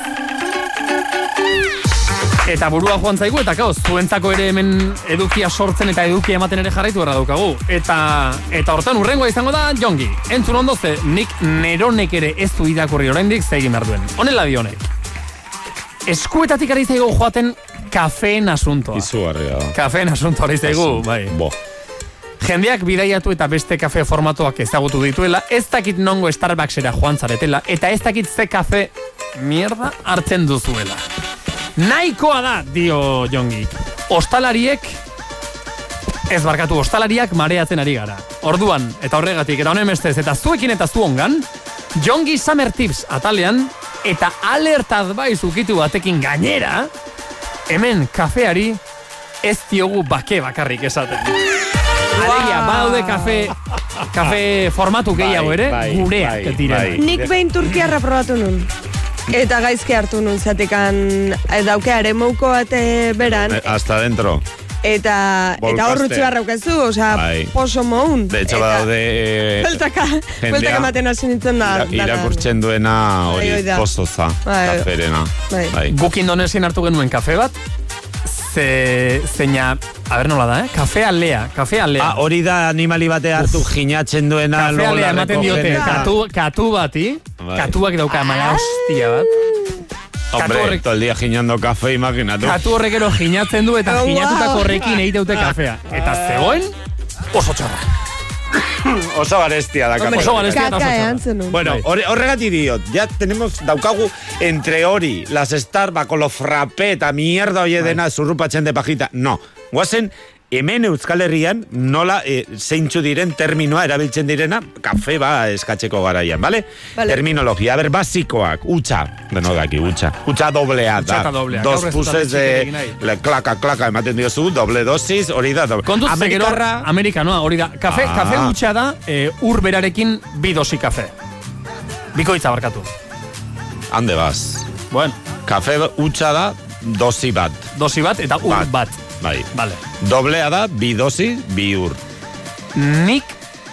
[SPEAKER 3] eta burua joan zaigu, eta kaos, zuentzako ere hemen edukia sortzen eta edukia ematen ere jarraitu behar daukagu. Eta, eta hortan urrengoa izango da, jongi, entzun ondo ze, nik neronek ere ez du irakurri oraindik ze egin behar duen. Honela dionek. Eskuetatik ari zaigu joaten kafeen asuntoa.
[SPEAKER 4] Izugarria.
[SPEAKER 3] Kafeen asuntoa ari zaigu, bai.
[SPEAKER 4] Bo.
[SPEAKER 3] Jendeak bidaiatu eta beste kafe formatuak ezagutu dituela, ez dakit nongo Starbucksera joan zaretela, eta ez dakit ze kafe mierda hartzen duzuela. Nahikoa da, dio Jongi. Ostalariek, ez barkatu, ostalariak mareatzen ari gara. Orduan, eta horregatik, eta honen bestez, eta zuekin eta zuongan, Jongi Summer Tips atalean, eta alert advice ukitu batekin gainera, hemen kafeari ez diogu bake bakarrik esaten. Alegia, badaude kafe, kafe formatu gehiago ere,
[SPEAKER 4] bai,
[SPEAKER 3] gureak
[SPEAKER 4] bai,
[SPEAKER 3] direla.
[SPEAKER 4] bai.
[SPEAKER 5] Nik behin turkiarra probatu nun. Eta gaizki hartu nun, zatekan eh, dauke aremouko bat eh, beran,
[SPEAKER 4] Eh, Hasta dentro.
[SPEAKER 5] eta, eta hor
[SPEAKER 4] Volkaste.
[SPEAKER 5] utzi barraukezu, osea,
[SPEAKER 4] Bai.
[SPEAKER 5] poso moun.
[SPEAKER 4] De hecho, badaude... eh,
[SPEAKER 5] Bueltaka,
[SPEAKER 4] jendea
[SPEAKER 5] bueltaka ematen hasi nintzen da.
[SPEAKER 4] ira-
[SPEAKER 5] dana.
[SPEAKER 4] Irakurtzen duena
[SPEAKER 5] Bai,
[SPEAKER 4] hori
[SPEAKER 5] hori da.
[SPEAKER 4] pozoza,
[SPEAKER 5] Bai.
[SPEAKER 4] kaferena.
[SPEAKER 5] Bai.
[SPEAKER 4] Bai.
[SPEAKER 3] Guk Indonesian hartu genuen kafe bat, Ze, zeina, a ber nola da, eh? Kafea lea, kafea lea.
[SPEAKER 4] Ah, hori da animali bate hartu jinatzen duena.
[SPEAKER 3] Kafea
[SPEAKER 4] luego Ah, la
[SPEAKER 3] lea ematen diote,
[SPEAKER 4] recogeta.
[SPEAKER 3] katu, katu bati,
[SPEAKER 4] Bai.
[SPEAKER 3] katuak dauka mala hostia bat.
[SPEAKER 4] Hombre, todo el día giñando café, imagínate.
[SPEAKER 3] Katu horrek ero jinatzen du eta
[SPEAKER 4] Oh, wow. Ah.
[SPEAKER 3] jinatutako horrekin egite dute kafea. Eta zegoen, oso txarra.
[SPEAKER 4] Oso garestia da
[SPEAKER 3] Hombre,
[SPEAKER 4] kafea.
[SPEAKER 3] oso garestia eta oso
[SPEAKER 5] eh,
[SPEAKER 3] Kaka txarra. eantzen du.
[SPEAKER 4] Bueno,
[SPEAKER 3] Bai.
[SPEAKER 4] hor- horregatik diot, ya tenemos daukagu entre hori, las Starbucks, con los frappé, eta mierda oie dena zurrupatzen de pajita. No, guazen, hemen Euskal Herrian nola eh, zeintzu diren terminoa erabiltzen direna kafe ba eskatzeko garaian, vale?
[SPEAKER 5] Vale.
[SPEAKER 4] Terminologia, a ber, basikoak, utxa, deno daki, utxa, utxa doblea
[SPEAKER 3] Utxa
[SPEAKER 4] da.
[SPEAKER 3] eta doblea,
[SPEAKER 4] Dos
[SPEAKER 3] gaur ez dut
[SPEAKER 4] puses
[SPEAKER 3] atxikitekin
[SPEAKER 4] de
[SPEAKER 3] nahi.
[SPEAKER 4] le, klaka, klaka ematen diozu, doble dosis, hori da doble.
[SPEAKER 3] Kontuz, ze gero amerikanoa, hori da. Kafe,
[SPEAKER 4] Ah.
[SPEAKER 3] kafe hutsa da, e, ur berarekin bi dosi kafe. Bikoitza barkatu.
[SPEAKER 4] Hande baz.
[SPEAKER 3] Bueno.
[SPEAKER 4] Kafe utxa da, dosi bat.
[SPEAKER 3] Dosi bat eta ur bat.
[SPEAKER 4] Bai.
[SPEAKER 3] Vale.
[SPEAKER 4] Doblea da, bi dosi, bi ur.
[SPEAKER 3] Nik,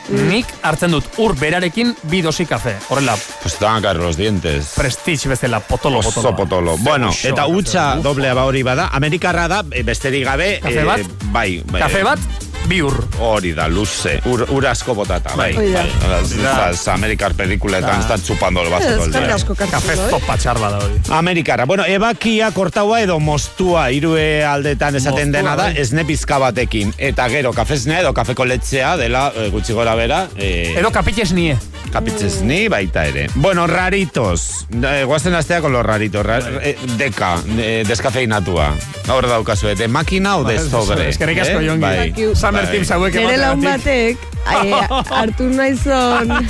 [SPEAKER 4] Mm.
[SPEAKER 3] nik hartzen dut ur berarekin bi dosi kafe. Horrela,
[SPEAKER 4] Pues te van a caer los dientes.
[SPEAKER 3] prestige bezala, potolo,
[SPEAKER 4] Oso
[SPEAKER 3] potolo.
[SPEAKER 4] potolo. Bueno,
[SPEAKER 3] Oso
[SPEAKER 4] eta
[SPEAKER 3] kafe.
[SPEAKER 4] utxa
[SPEAKER 3] Uf.
[SPEAKER 4] doblea ba hori bada. Amerikarra da, eh, besterik gabe.
[SPEAKER 3] Kafe
[SPEAKER 4] eh,
[SPEAKER 3] bat?
[SPEAKER 4] bai, bai.
[SPEAKER 3] Kafe bat, bi ur.
[SPEAKER 4] Hori da, luze. Ur, ur asko botata, bai. bai.
[SPEAKER 3] Hori da.
[SPEAKER 4] Las-
[SPEAKER 3] Da.
[SPEAKER 4] Estas Amerikar pelikuletan
[SPEAKER 3] Da.
[SPEAKER 4] están chupando el eh. vaso todo el día.
[SPEAKER 3] Kafe zopa txarba da hori.
[SPEAKER 4] Amerikara. Bueno, ebakia kortaua edo mostua irue aldetan esaten
[SPEAKER 3] Moztua,
[SPEAKER 4] dena da
[SPEAKER 3] bai.
[SPEAKER 4] esne pizka batekin. Eta gero kafesnea edo kafeko letzea dela eh, gutxi gora bera. eh,
[SPEAKER 3] Edo kapitxez nie.
[SPEAKER 4] Kapitxez ni baita ere. Bueno, raritos. Eh, guazen astea con los raritos. Ra
[SPEAKER 3] Bai.
[SPEAKER 4] eh, deka, eh, deskafeinatua. Hor daukazue, de makina o de
[SPEAKER 3] Ba, ez
[SPEAKER 4] sobre. eh? Bai.
[SPEAKER 3] duzu, eskerrik asko, Jongi. Bakiu. Summer tips hauek
[SPEAKER 5] Nere laun batek, ai, hartu naizon...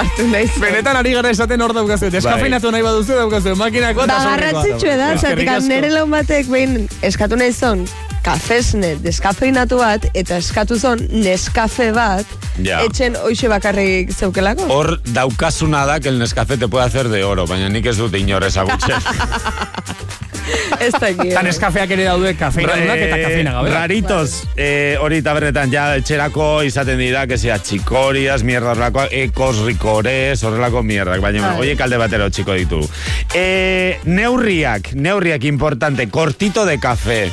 [SPEAKER 5] hartu naizon...
[SPEAKER 3] Benetan ari gara esaten hor daukazu. Deskafeinatu nahi baduzu daukazu. Makinako
[SPEAKER 5] Ba,
[SPEAKER 3] eta sobrikoa.
[SPEAKER 5] garrantzitsua da,
[SPEAKER 3] Eskerrik
[SPEAKER 5] zatik
[SPEAKER 3] asko.
[SPEAKER 5] nere laun batek behin eskatu nahi zon kafesne deskafeinatu bat eta eskatu zon neskafe bat
[SPEAKER 4] Ja.
[SPEAKER 5] etxen hoxe bakarrik zeukelako.
[SPEAKER 4] Hor daukazuna da que el Nescafé te puede hacer de oro, baina nik ez dut inor ezagutzen.
[SPEAKER 5] Ez dakit.
[SPEAKER 3] Tan eskafeak ere daude kafeina dunak eta kafeina gabe.
[SPEAKER 4] Raritos, eh, hori tabernetan ja etxerako izaten dira, que sea txikorias, mierda horrelako, ekos ricores, horrelako mierdak, baina
[SPEAKER 19] Bai.
[SPEAKER 4] oie kalde batero txiko ditu. Eh, neurriak, neurriak importante, kortito de kafe.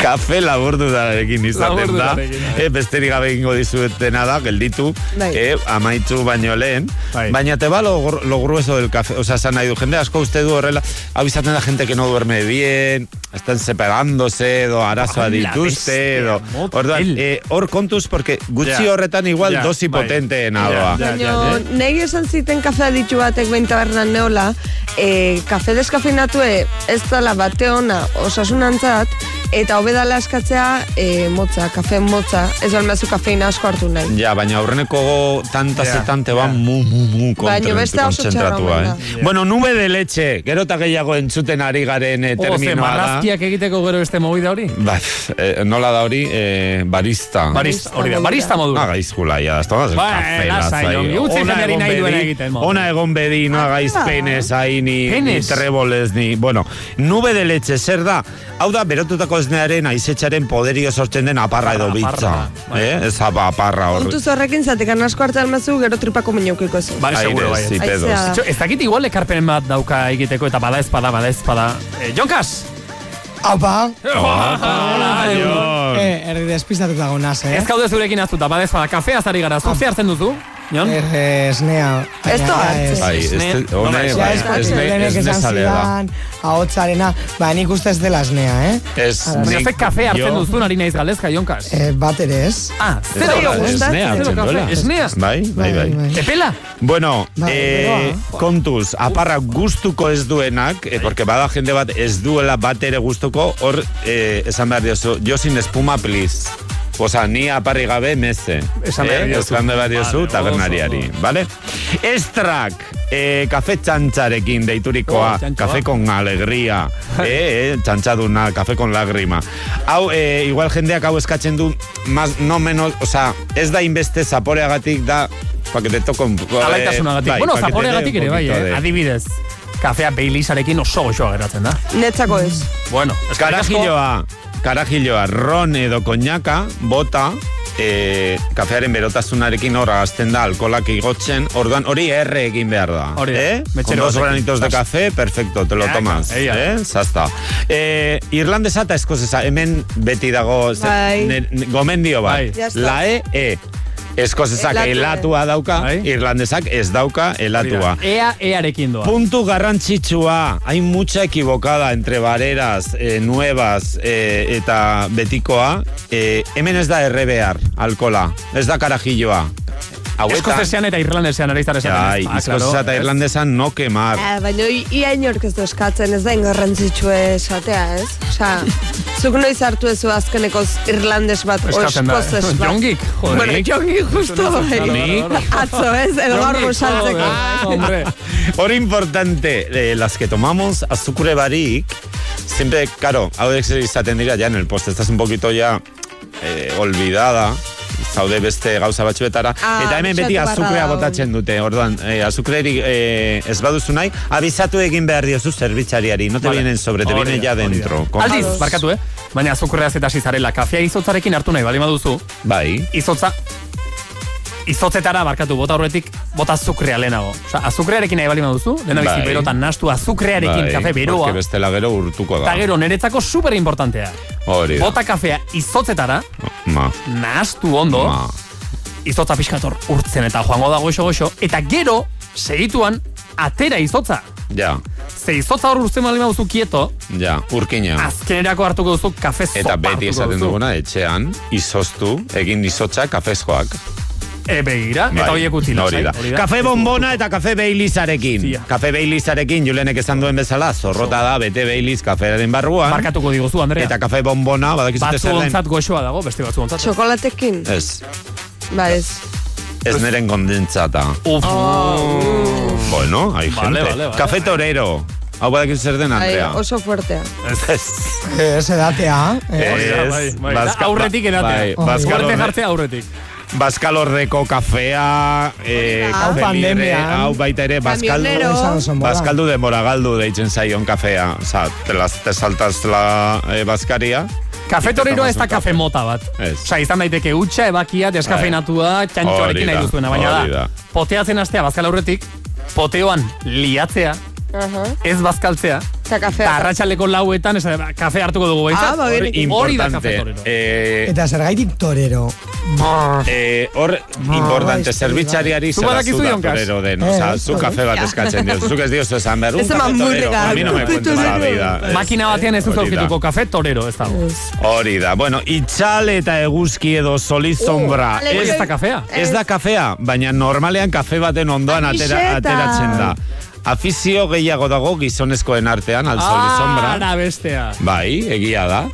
[SPEAKER 4] Kafe laburdu da izaten da.
[SPEAKER 3] Laburdutarekin, bai.
[SPEAKER 4] Eh, besterik gabe egingo dizuetena da, gelditu,
[SPEAKER 3] Bai.
[SPEAKER 4] eh, amaitu baino lehen. Baina te va lo, gru- lo grueso del café. O sea, esan nahi du jende asko uste du horrela. Hau izaten da gente que no duerme bien, están separándose, edo arazoa
[SPEAKER 19] Ala,
[SPEAKER 4] dituzte, edo... Orduan, eh, hor kontuz, porque gutxi
[SPEAKER 19] Ja.
[SPEAKER 4] horretan igual
[SPEAKER 19] Ja,
[SPEAKER 4] dosi
[SPEAKER 19] bai.
[SPEAKER 4] potenteena
[SPEAKER 19] Ja,
[SPEAKER 4] doa.
[SPEAKER 3] Bai,
[SPEAKER 19] ja,
[SPEAKER 5] Baina, nahi Eh, esan ziten kafea ditu batek behin tabernan neola, e, kafe deskafeinatue ez dala bate ona osasunantzat, eta hobedala eskatzea e, motza, kafe motza, ez balmazu kafeina asko hartu nahi.
[SPEAKER 4] Ja, baina aurreneko tanta
[SPEAKER 19] Ja,
[SPEAKER 4] ze tanta ban mu, mu, mu
[SPEAKER 5] Baina beste oso
[SPEAKER 4] konzentratua,
[SPEAKER 5] txarra
[SPEAKER 4] eh? Bueno, nube de leche, gero eta gehiago entzuten ari garen eh,
[SPEAKER 3] Oze,
[SPEAKER 4] terminoa da.
[SPEAKER 3] marrazkiak egiteko gero beste movida hori.
[SPEAKER 4] Bat, eh, nola da hori, eh, barista.
[SPEAKER 3] Barista, hori da, barista modura.
[SPEAKER 4] Haga izkula, ya, ez tomaz el
[SPEAKER 3] Ba,
[SPEAKER 4] kafe,
[SPEAKER 3] eh, lasai,
[SPEAKER 4] lasai.
[SPEAKER 3] ongi,
[SPEAKER 4] Ona
[SPEAKER 3] utzi jendeari
[SPEAKER 4] egon
[SPEAKER 3] nahi duena
[SPEAKER 4] bedi,
[SPEAKER 3] egiten, modu.
[SPEAKER 4] Ona egon bedi,
[SPEAKER 3] Ah,
[SPEAKER 4] no hagaiz penes, ahí, ni, ni
[SPEAKER 3] Penes.
[SPEAKER 4] tréboles, ni... Bueno, nube de leche, zer da? Hau da, berotutako esnearen aizetxaren poderio sortzen den aparra edo
[SPEAKER 5] Aparra,
[SPEAKER 4] bitza. Eh? Ez apa- aparra hor.
[SPEAKER 5] Kontuz horrekin zatekan asko hartzen almazu, gero tripako mineukiko ez.
[SPEAKER 3] Bai,
[SPEAKER 4] Aire,
[SPEAKER 3] seguro, bai.
[SPEAKER 4] sí,
[SPEAKER 5] Haizea pedos. da.
[SPEAKER 3] Txo, Ez dakit igual ekarpenen bat dauka egiteko eta bada espada, bada espada. Eh, Jonkas!
[SPEAKER 7] Apa!
[SPEAKER 3] Hola, Jon.
[SPEAKER 7] Eh, erdi despistatuta gonaz, eh?
[SPEAKER 3] Ez gaude zurekin aztuta, bada espada. Kafea azari
[SPEAKER 4] Ah.
[SPEAKER 3] gara, zu ze hartzen duzu? Jon?
[SPEAKER 7] Eh, esnea.
[SPEAKER 3] Ez doa
[SPEAKER 7] Baina,
[SPEAKER 3] hartzen.
[SPEAKER 4] Bai, ez
[SPEAKER 3] Esne-
[SPEAKER 4] te- hone,
[SPEAKER 3] Nola ez-
[SPEAKER 4] bai,
[SPEAKER 3] ez-
[SPEAKER 7] Batzuk
[SPEAKER 4] esne-
[SPEAKER 7] lehenek
[SPEAKER 4] esne
[SPEAKER 7] esan
[SPEAKER 4] zalea da.
[SPEAKER 7] zidan, ahotsarena, ba, nik uste ez dela esnea, eh?
[SPEAKER 4] Ez,
[SPEAKER 3] Baina
[SPEAKER 4] nik-
[SPEAKER 3] ze kafe hartzen
[SPEAKER 4] jo-
[SPEAKER 3] duzun ari naiz galdezka, Jonkas.
[SPEAKER 7] Eh, bat ere ez.
[SPEAKER 3] Ah,
[SPEAKER 4] Ez
[SPEAKER 3] zero
[SPEAKER 4] da,
[SPEAKER 3] gustatzen,
[SPEAKER 4] esnea
[SPEAKER 3] zero
[SPEAKER 4] hartzen
[SPEAKER 3] kafe.
[SPEAKER 4] duela.
[SPEAKER 3] Esnea.
[SPEAKER 4] Bai, bai, bai.
[SPEAKER 3] Epela?
[SPEAKER 4] Bueno,
[SPEAKER 3] Bai,
[SPEAKER 4] eh, kontuz, aparra gustuko ez duenak,
[SPEAKER 19] Bai.
[SPEAKER 4] eh, porque bada jende bat ez duela bat ere gustuko, hor eh, esan behar diozu, jo sin espuma, please. Osa, ni aparri gabe meze. Eh,
[SPEAKER 19] Esan behar diozu.
[SPEAKER 4] esan behar diozu
[SPEAKER 19] Vale,
[SPEAKER 4] tabernariari, bale? Estrak, eh, kafe txantxarekin deiturikoa,
[SPEAKER 19] Oh, txantxoa.
[SPEAKER 4] kafe con alegría, eh, eh, txantxaduna, kafe con lágrima. Hau, eh, igual jendeak hau eskatzen du, mas, no menos, osa, ez da inbeste zaporeagatik da, pa que te toco un eh, bai, poco.
[SPEAKER 3] Alaitasunagatik. bueno, zaporeagatik ere, bai, eh? adibidez. Kafea Baileys-arekin oso goxoa geratzen da.
[SPEAKER 5] Netzako ez.
[SPEAKER 3] Bueno,
[SPEAKER 4] Karajilloa, karajilloa, ron edo koñaka, bota, e, kafearen berotasunarekin hor azten da alkolak igotzen, orduan hori erre egin behar da.
[SPEAKER 3] Hori da,
[SPEAKER 4] eh? Con
[SPEAKER 3] metxero
[SPEAKER 4] dos
[SPEAKER 3] batekin.
[SPEAKER 4] granitos de
[SPEAKER 3] Tas.
[SPEAKER 4] café, Eh, perfecto, te lo
[SPEAKER 3] Ea,
[SPEAKER 4] tomas.
[SPEAKER 3] ea.
[SPEAKER 4] Eh? Zazta. E, Irlandesa eta eskozesa, hemen beti dago, ze-
[SPEAKER 5] Bai.
[SPEAKER 4] ne- ne- gomendio bai.
[SPEAKER 5] Ya está.
[SPEAKER 4] La E, E. Eskozesak
[SPEAKER 3] Elatu, eh.
[SPEAKER 4] elatua dauka, irlandesak ez dauka elatua.
[SPEAKER 3] Ea, earekin E, doa.
[SPEAKER 4] Punto garrantzitsua, hay mucha equivocada entre bareras, eh, nuevas eh, eta betikoa, eh, hemen ez da errebear, alkola, ez da karajilloa.
[SPEAKER 3] Eskozesean eta irlandesean ari zara esaten.
[SPEAKER 4] Ai,
[SPEAKER 3] Ah, claro, Eh,
[SPEAKER 4] eskozesa eta
[SPEAKER 3] ez?
[SPEAKER 4] Bai, irlandesan no kemar.
[SPEAKER 5] Ah, Baina i- ia inork ez da eskatzen, ez da ingorrantzitsue esatea, ez? Osa, zuk noiz hartu ezu azkeneko irlandes bat, o
[SPEAKER 3] Eskatzen da, eh?
[SPEAKER 5] eskozes bat.
[SPEAKER 3] Jongik, joder.
[SPEAKER 5] Bueno, jongik justo, bai.
[SPEAKER 4] Nik?
[SPEAKER 5] Atzo, ez? Edo gaur
[SPEAKER 3] Jongik,
[SPEAKER 5] gosaltzeko.
[SPEAKER 3] joder, hombre.
[SPEAKER 4] Hora importante, eh, las que tomamos azukure barik, siempre, claro, hauek izaten dira, ja, en el post, estás un poquito ya eh, olvidada, zaude beste gauza batzuetara,
[SPEAKER 19] Ah,
[SPEAKER 4] eta hemen beti
[SPEAKER 19] bisatu barra
[SPEAKER 4] azukrea
[SPEAKER 19] dago.
[SPEAKER 4] botatzen dute, orduan, eh, azukrerik eh, ez baduzu nahi, abizatu egin behar diozu zerbitzariari, no te
[SPEAKER 3] Vale.
[SPEAKER 4] vienen sobre, te
[SPEAKER 3] Hori
[SPEAKER 4] viene
[SPEAKER 3] da,
[SPEAKER 4] ya
[SPEAKER 3] hori da.
[SPEAKER 4] dentro.
[SPEAKER 3] Aldiz, barkatu, eh? Baina azukreaz eta hasi zarela, kafea izotzarekin hartu nahi, balima duzu.
[SPEAKER 4] Bai.
[SPEAKER 3] Izotza, izotzetara barkatu, bota horretik, bota azukrea lehenago. Osa, azukrearekin nahi balima duzu, lehenago
[SPEAKER 4] Bai.
[SPEAKER 3] bizi berotan nastu azukrearekin kafe beroa.
[SPEAKER 4] Porque bestela gero urtuko
[SPEAKER 3] Eta
[SPEAKER 4] da.
[SPEAKER 3] gero, niretzako super importantea.
[SPEAKER 4] Hori da.
[SPEAKER 3] Bota kafea izotzetara,
[SPEAKER 4] Ma.
[SPEAKER 3] nahastu ondo, izotza pixkator urtzen eta joango da goxo-goxo, eta gero, segituan, atera izotza.
[SPEAKER 4] Ja,
[SPEAKER 3] Ze izotza hor urtzen balima duzu kieto,
[SPEAKER 4] ja, urkina.
[SPEAKER 3] azkenerako hartuko duzu kafe zopa
[SPEAKER 4] Eta beti
[SPEAKER 3] hartuko
[SPEAKER 4] esaten
[SPEAKER 3] duzu.
[SPEAKER 4] duguna, etxean, izoztu, egin izotza kafezkoak.
[SPEAKER 3] E, begira, eta
[SPEAKER 4] Bai,
[SPEAKER 3] horiek utila.
[SPEAKER 4] hori da. Kafe bombona eta kafe Baileysarekin. Kafe Baileysarekin, Julenek esan duen bezala, zorrota da, bete Baileys kafearen barruan.
[SPEAKER 3] Barkatuko diguzu, Andrea.
[SPEAKER 4] Eta kafe bombona, badakizute
[SPEAKER 3] Batzu
[SPEAKER 4] zer den.
[SPEAKER 3] ontzat goxoa dago, beste batzu ontzat.
[SPEAKER 5] Txokolatekin?
[SPEAKER 4] Ez,
[SPEAKER 5] Ba, ez.
[SPEAKER 4] ez neren kondentzata.
[SPEAKER 3] Uf.
[SPEAKER 5] Oh.
[SPEAKER 4] Bueno, hay gente.
[SPEAKER 3] Vale, vale, vale.
[SPEAKER 4] Kafe torero. Hau badakizute zer den,
[SPEAKER 5] Ai,
[SPEAKER 4] Andrea.
[SPEAKER 5] oso fuertea.
[SPEAKER 4] Ez.
[SPEAKER 7] Ez edatea.
[SPEAKER 4] Eh,
[SPEAKER 3] Bai,
[SPEAKER 4] Ez, bazka-
[SPEAKER 3] Aurretik
[SPEAKER 4] bai,
[SPEAKER 3] edatea.
[SPEAKER 4] bazkalorde-
[SPEAKER 3] Fuerte jartzea aurretik.
[SPEAKER 4] Bazkalordeko kafea, eh,
[SPEAKER 3] Hau
[SPEAKER 4] kafe libre,
[SPEAKER 3] pandemian.
[SPEAKER 4] hau baita ere, bazkaldu,
[SPEAKER 3] Kamionero. Esan oso modan.
[SPEAKER 4] bazkaldu denbora galdu deitzen zaion kafea. Osa, te, las, te saltas la eh, bazkaria.
[SPEAKER 3] Kafe
[SPEAKER 4] y te
[SPEAKER 3] toreroa
[SPEAKER 4] tomas
[SPEAKER 3] ez da
[SPEAKER 4] un café.
[SPEAKER 3] kafe mota bat.
[SPEAKER 4] Ez. Bai.
[SPEAKER 3] Osa, izan daiteke hutsa, ebakia, deskafeinatua,
[SPEAKER 4] Hori
[SPEAKER 3] txantxoarekin
[SPEAKER 4] da,
[SPEAKER 3] nahi duzuena, baina
[SPEAKER 4] hori
[SPEAKER 3] da,
[SPEAKER 4] da.
[SPEAKER 3] poteatzen astea bazkal aurretik, poteoan liatzea, ez bazkaltzea,
[SPEAKER 5] Eta
[SPEAKER 3] eta
[SPEAKER 5] kafea.
[SPEAKER 3] arratsaleko lauetan, ez, ba, kafe hartuko dugu
[SPEAKER 5] Ah,
[SPEAKER 3] behintzat,
[SPEAKER 5] ba,
[SPEAKER 3] hori-
[SPEAKER 5] bien,
[SPEAKER 3] hori da kafe
[SPEAKER 4] Importante,
[SPEAKER 3] torero.
[SPEAKER 4] eh,
[SPEAKER 7] Eta zergaitik torero.
[SPEAKER 4] Eh, hor, importante,
[SPEAKER 3] Bai,
[SPEAKER 4] zerbitzariari
[SPEAKER 7] Zu
[SPEAKER 4] zara
[SPEAKER 7] badakizu,
[SPEAKER 4] zu da
[SPEAKER 7] Jonkaz?
[SPEAKER 4] torero den.
[SPEAKER 7] Eh,
[SPEAKER 4] Osa,
[SPEAKER 7] ez
[SPEAKER 4] zu
[SPEAKER 7] badakit.
[SPEAKER 4] kafe bat eskatzen diozu. Zuk ez diozu esan behar, un
[SPEAKER 3] Ez eman
[SPEAKER 4] kafe torero.
[SPEAKER 3] burrika,
[SPEAKER 4] A mí no me
[SPEAKER 3] kafe
[SPEAKER 4] cuentes la
[SPEAKER 3] torero.
[SPEAKER 4] vida. Ez,
[SPEAKER 3] Makina batean ez duzu
[SPEAKER 4] hori da.
[SPEAKER 3] aurkituko kafe torero, ez dago.
[SPEAKER 4] Hori da, bueno, itxal eta eguzki edo soliz sombra.
[SPEAKER 3] ale, hori ez da kafea.
[SPEAKER 4] Ez da kafea, baina normalean kafe baten ondoan atera,
[SPEAKER 3] Amiseta.
[SPEAKER 4] ateratzen da. Afizio gehiago dago gizonezkoen artean, al
[SPEAKER 3] Ah.
[SPEAKER 4] soliz sombra.
[SPEAKER 3] Ara bestea.
[SPEAKER 4] Bai, egia da.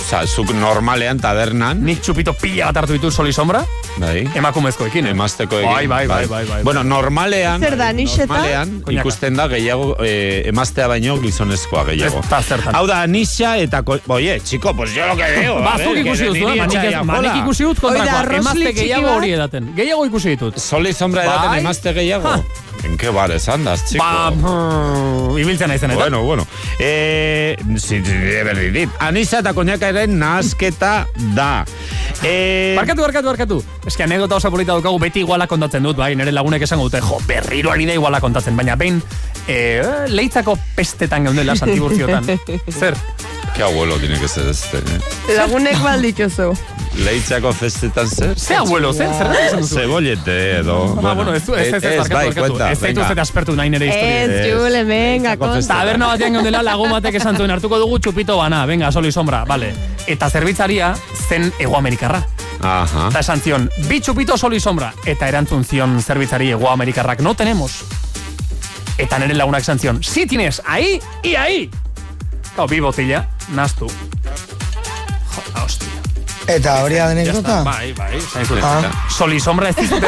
[SPEAKER 4] Osa, zuk normalean tabernan.
[SPEAKER 3] Nik txupito pila bat hartu ditu soli sombra.
[SPEAKER 4] Bai.
[SPEAKER 3] Emakumezkoekin.
[SPEAKER 4] Emaztekoekin.
[SPEAKER 3] Bai, bai, bai, bai, bai.
[SPEAKER 4] Bueno, normalean,
[SPEAKER 5] Zer da, nixeta?
[SPEAKER 4] normalean ikusten da gehiago eh, emaztea baino gizonezkoa gehiago.
[SPEAKER 3] Ez da zertan.
[SPEAKER 4] Hau da, nixa eta... ko- Oye, chico, pues yo lo que veo. a ver,
[SPEAKER 3] Bazuk
[SPEAKER 4] que
[SPEAKER 3] ikusi duzu,
[SPEAKER 4] niri
[SPEAKER 3] eh?
[SPEAKER 4] etxaia
[SPEAKER 3] Manik,
[SPEAKER 4] jola.
[SPEAKER 3] manik ikusi dut kontrakoa.
[SPEAKER 4] Hoi da,
[SPEAKER 3] Emazte
[SPEAKER 4] Rosli
[SPEAKER 3] gehiago
[SPEAKER 4] txiki
[SPEAKER 3] hori
[SPEAKER 4] bat.
[SPEAKER 3] edaten. Gehiago ikusi ditut.
[SPEAKER 4] Soli sombra edaten
[SPEAKER 3] Bai.
[SPEAKER 4] emazte gehiago. En qué bar esan daz, chico?
[SPEAKER 3] Ba, brrr, ibiltzen aizen eta.
[SPEAKER 4] Bueno, bueno. Eh, si, si, berri dit. Anisa eta koñaka ere nahasketa da. Eh,
[SPEAKER 3] Barkatu, barkatu, barkatu. Ez que anekdota oso polita daukagu, beti iguala kontatzen dut, bai, nire lagunek esango dute, jo, berriro ari da iguala kontatzen, baina behin, eh, leitzako pestetan geundela santiburtziotan. Zer?
[SPEAKER 4] Qué abuelo tiene que ser este, eh?
[SPEAKER 5] Lagunek baldituzu.
[SPEAKER 4] Leitzako festetan zer?
[SPEAKER 3] Ze abuelo, zer- zer
[SPEAKER 4] Ah,
[SPEAKER 3] esan duzu?
[SPEAKER 4] Zebollete edo.
[SPEAKER 3] Ah, bueno, ez, ez, ez, ez, barkatu,
[SPEAKER 4] eh, bai,
[SPEAKER 3] barkatu.
[SPEAKER 4] cuenta,
[SPEAKER 3] Ez zaitu
[SPEAKER 4] venga.
[SPEAKER 3] zeta aspertu nahi nire historia.
[SPEAKER 5] Ez, Jule, venga, konta.
[SPEAKER 3] Taberna batean geundela lagun batek esan zuen hartuko dugu txupito bana, venga, sol y sombra, vale. Eta zerbitzaria zen egoamerikarra.
[SPEAKER 4] Ajá.
[SPEAKER 3] Eta esan zion, bi txupito sol y sombra. Eta erantzun zion zerbitzari egoamerikarrak, no tenemos. Eta nire lagunak esan zion, si tienes, ahí y ahí. Kau, bi botila, naztu. Jota, hostia.
[SPEAKER 7] Eta hori da
[SPEAKER 3] Ya está,
[SPEAKER 7] anekdota?
[SPEAKER 3] Bai, bai, zain zuen.
[SPEAKER 7] Ah.
[SPEAKER 3] Sol y sombra ez dizute.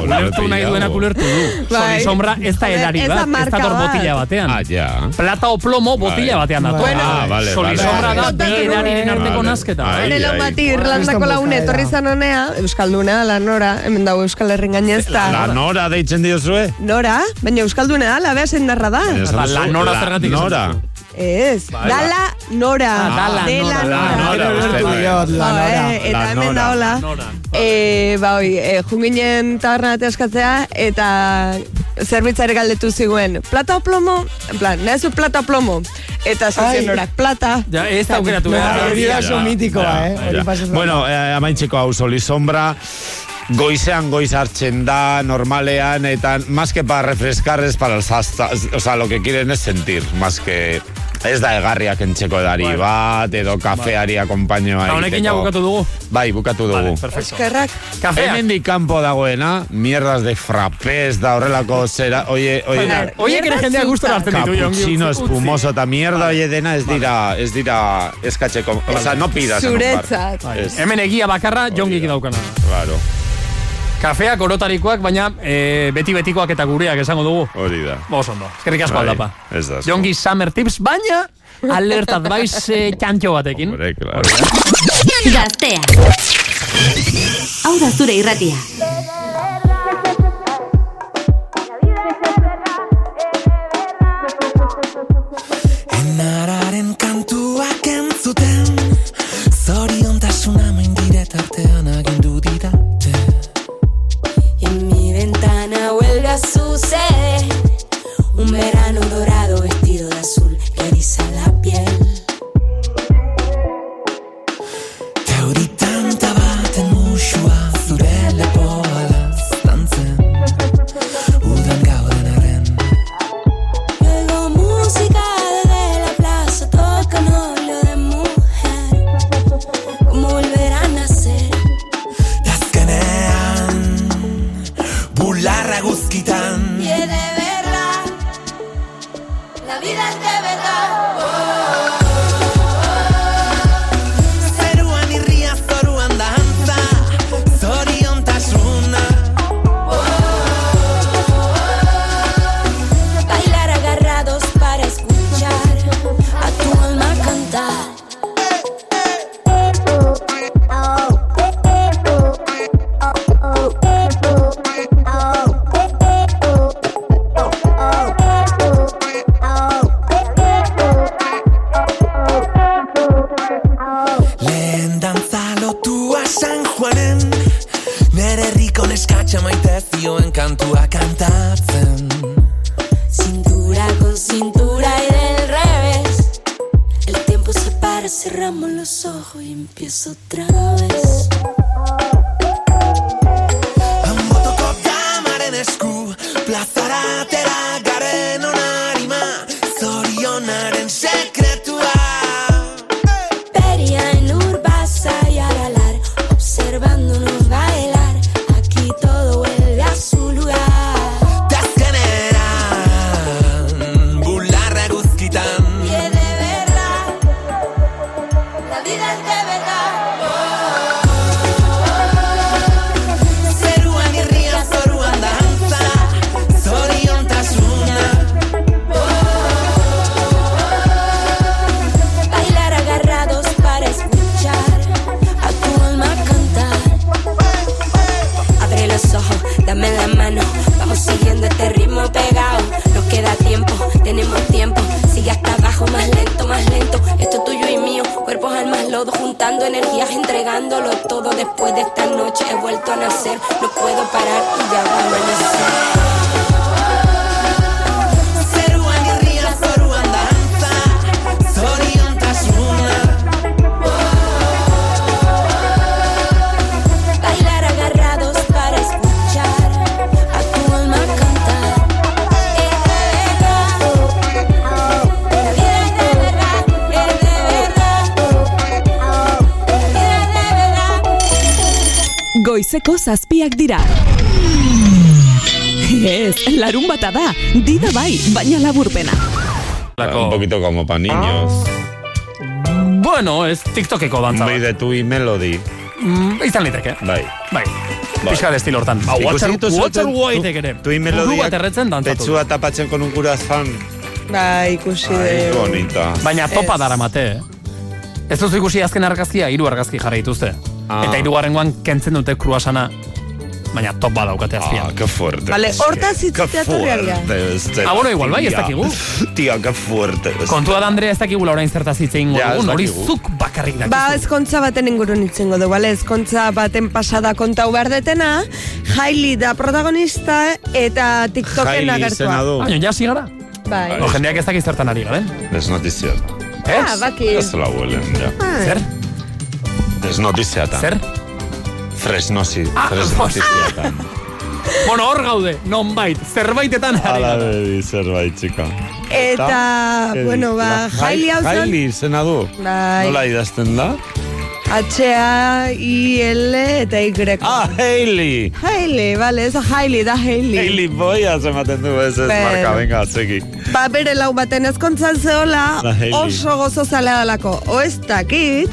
[SPEAKER 3] Ulertu nahi duenak ulertu du. Sol y
[SPEAKER 5] Bai.
[SPEAKER 3] sombra ez da
[SPEAKER 5] Joder,
[SPEAKER 3] edari
[SPEAKER 5] ez da
[SPEAKER 3] bat, ez
[SPEAKER 5] marka
[SPEAKER 3] da
[SPEAKER 5] bat.
[SPEAKER 3] botila batean.
[SPEAKER 4] Ah, ya.
[SPEAKER 3] Plata o plomo botila batean dator.
[SPEAKER 4] Bueno, Ah, vale,
[SPEAKER 3] Sol y
[SPEAKER 4] vale,
[SPEAKER 3] sombra
[SPEAKER 4] vale.
[SPEAKER 3] da, bi edariren arteko
[SPEAKER 4] Vale.
[SPEAKER 3] nazketa.
[SPEAKER 4] Ai,
[SPEAKER 3] bai.
[SPEAKER 4] ai.
[SPEAKER 5] Lo bati Irlandako laune etorri zan honea, Euskalduna, la Nora, hemen dago Euskal Herrin gainezta.
[SPEAKER 4] La Nora deitzen diozue?
[SPEAKER 5] Nora, baina Euskalduna da, labea sendarra da.
[SPEAKER 4] Esan duzu,
[SPEAKER 3] La Nora zergatik esan
[SPEAKER 4] Nora.
[SPEAKER 5] Ez, Ez,
[SPEAKER 4] Bai,
[SPEAKER 5] dala nora.
[SPEAKER 4] Ah, dala
[SPEAKER 5] Dela
[SPEAKER 4] nora.
[SPEAKER 5] nora.
[SPEAKER 4] Dala nora, beste bai.
[SPEAKER 5] Jo, eh,
[SPEAKER 4] La
[SPEAKER 5] Eta hemen
[SPEAKER 4] nora.
[SPEAKER 5] daola. Eh, ba, oi, eh, junginen taberna bat eskatzea, eta zerbitzare galdetu ziguen, plata o plomo? En plan, nahi zu plata o plomo? Eta
[SPEAKER 7] Ai.
[SPEAKER 5] zazien norak, plata.
[SPEAKER 3] Ja, eh. ez da aukeratu behar.
[SPEAKER 7] hori da oso mitikoa, eh? Hori pasa zen.
[SPEAKER 4] Bueno, eh, amaitzeko hau soli sombra, goizean goiz hartzen da, normalean, eta más que para refrescar es para el sasta, o sea, lo que quieren es sentir, más que... Ez da egarriak entzeko dari bat, edo kafeari akompainoa
[SPEAKER 3] Eta honekin ja bukatu dugu.
[SPEAKER 4] Bai, bukatu dugu. Vale,
[SPEAKER 5] Eskerrak.
[SPEAKER 4] Kafea. Hemendik kanpo dagoena, mierdas de frappés da horrelako zera, oie, oie,
[SPEAKER 3] Baina, oiek ere jendea gustora hartzen ditu, Jongi,
[SPEAKER 4] Cappuccino,
[SPEAKER 3] utzi, utzi.
[SPEAKER 4] espumoso eta mierda oie dena ez dira, ez dira eskatzeko, o sea, no pidas. en un bar.
[SPEAKER 5] Zuretzat.
[SPEAKER 3] Bai.
[SPEAKER 4] Ez.
[SPEAKER 3] Hemen egia bakarra jongik daukana.
[SPEAKER 4] Claro.
[SPEAKER 3] Kafeak orotarikoak, baina eh, beti-betikoak eta gureak esango dugu.
[SPEAKER 4] Hori da.
[SPEAKER 3] Oso ondo. Eskerrik asko
[SPEAKER 4] Bai,
[SPEAKER 3] aldapa.
[SPEAKER 4] Ez da. asko.
[SPEAKER 3] Jongi Summer Tips, baina alert advice eh, txantxo batekin.
[SPEAKER 4] Hombre, claro.
[SPEAKER 2] Gaztea. Hau da zure irratia.
[SPEAKER 6] Enararen kantuak entzuten Zorion tasuna maindiret artean agindu dira
[SPEAKER 11] En mi ventana huelga sucede un verano dorado vestido de azul que eriza la piel.
[SPEAKER 6] Tanta baten musua zure lepoala Zantzen Udan gauden arren
[SPEAKER 11] Y oigo música desde la plaza, toca un óleo de mujer. Como volver a nacer.
[SPEAKER 6] Azkenean Bularra guzkitan
[SPEAKER 11] Y he de verla, la vida es de verdad. Oh,
[SPEAKER 6] Zeruan irria zoruan dantza Zorion tasuna
[SPEAKER 11] Bailar agarrados para escuchar a tu alma cantar.
[SPEAKER 6] Lehen dantza lotua San Juanen Nere herriko neskatxa maite zioen kantua kantatzen
[SPEAKER 11] Cintura con cintura y del revés. El tiempo se para, cerramos los ojos y empiezo otra vez.
[SPEAKER 6] Amaren esku Plazara atera garen onarima Zorionaren sekretua
[SPEAKER 11] Feria en Urbasa y Aralar, observándonos bailar. Aquí todo vuelve a su lugar.
[SPEAKER 6] Bularra guzkitan
[SPEAKER 11] Y he de verla, la vida es de verdad.
[SPEAKER 6] Zeruan irria zoruan dantza Zorion tasuna
[SPEAKER 11] Bailar agarrados para escuchar a tu alma cantar. Abre los ojos, dame la mano. Vamos siguiendo este ritmo pegado. Nos queda tiempo, tenemos tiempo. Sigue hasta abajo, más lento, más lento. Esto es tuyo y mío, cuerpos al más lodo, juntando energías, entregándolo todo. Después de esta noche he vuelto a nacer. No puedo parar y ya va a amanecer.
[SPEAKER 6] Zeruan irria zoruan dantza Zorion tasuna
[SPEAKER 11] Bailar agarrados para escuchar a tu alma cantar. Es de verdad, es de verdad, es de verdad, es de verdad.
[SPEAKER 17] Goizeko zazpiak dira. Ez, larun bata da, dida bai, baina laburpena.
[SPEAKER 4] Un poquito como pa niños.
[SPEAKER 3] Bueno, ez TikTokeko dantza.
[SPEAKER 4] Muy de tu y melody.
[SPEAKER 3] Mm, izan liteke.
[SPEAKER 4] Bai.
[SPEAKER 3] Bai. Pixka estilo hortan. Ba,
[SPEAKER 4] Ikusi
[SPEAKER 3] Water,
[SPEAKER 4] dituzu
[SPEAKER 3] water
[SPEAKER 4] tu-
[SPEAKER 3] White ere.
[SPEAKER 4] Tu y
[SPEAKER 3] Buru
[SPEAKER 4] melody.
[SPEAKER 3] bat erretzen dantzatu.
[SPEAKER 4] Tetsua tapatzen con un curazán.
[SPEAKER 5] Ba, ikusi
[SPEAKER 4] Ay,
[SPEAKER 5] dugu.
[SPEAKER 4] bonita.
[SPEAKER 3] Baina topa daramate, eh? Ez
[SPEAKER 4] Ah.
[SPEAKER 3] duzu ikusi azken argazkia, hiru argazki jarri dituzte. Eta hirugarrengoan kentzen dute kruasana. baina top badaukate azpian.
[SPEAKER 4] Ah, que fuerte.
[SPEAKER 5] Vale,
[SPEAKER 4] bestia.
[SPEAKER 5] hortaz hitz
[SPEAKER 4] Que
[SPEAKER 5] teatu behar gara.
[SPEAKER 4] fuerte, este bestia.
[SPEAKER 3] Ah, bueno, igual bai, ez
[SPEAKER 4] Tia.
[SPEAKER 3] dakigu.
[SPEAKER 4] Tia, que fuerte. este bestia.
[SPEAKER 3] Kontua da, Andrea, ez dakigula orain zertaz hitz egingo
[SPEAKER 4] Ja, ez
[SPEAKER 3] dugun, hori
[SPEAKER 4] dakigu.
[SPEAKER 3] zuk bakarrik dakizu.
[SPEAKER 5] Ba, ezkontza baten ingurun itzengo du, bale? Ezkontza baten pasada kontau behar detena, Hailey da protagonista eta TikToken agertua.
[SPEAKER 3] Baina, ja, sigara.
[SPEAKER 5] Bai.
[SPEAKER 3] No, jendeak ez dakiz zertan ari garen.
[SPEAKER 4] Desnotizia.
[SPEAKER 5] Ah, baki.
[SPEAKER 4] Ez la huelen, ja.
[SPEAKER 5] Ah.
[SPEAKER 3] Zer?
[SPEAKER 4] Desnotizia eta.
[SPEAKER 3] Zer?
[SPEAKER 4] Fresnosi.
[SPEAKER 3] Ah,
[SPEAKER 4] Fresnotizia eta.
[SPEAKER 3] Bueno, hor gaude, nonbait, zerbaitetan ari
[SPEAKER 4] Ala
[SPEAKER 3] gara.
[SPEAKER 4] bedi, zerbait, txika.
[SPEAKER 5] Eta,
[SPEAKER 4] Edi,
[SPEAKER 5] bueno, ba,
[SPEAKER 4] la-
[SPEAKER 5] Hailey hau zen,
[SPEAKER 4] Hailey izena du.
[SPEAKER 5] Bai.
[SPEAKER 4] Nola idazten da?
[SPEAKER 5] H-A-I-L eta Y.
[SPEAKER 4] Ah, Hailey!
[SPEAKER 5] Hailey, bale, ez da Hailey, da Hailey.
[SPEAKER 4] Hailey boia zematen du, ez ez
[SPEAKER 5] Pero-
[SPEAKER 4] marka, venga, segi.
[SPEAKER 5] Ba, bere lau baten ezkontzan zehola
[SPEAKER 4] Da, Hailey.
[SPEAKER 5] oso gozo zalea dalako. Oez dakit,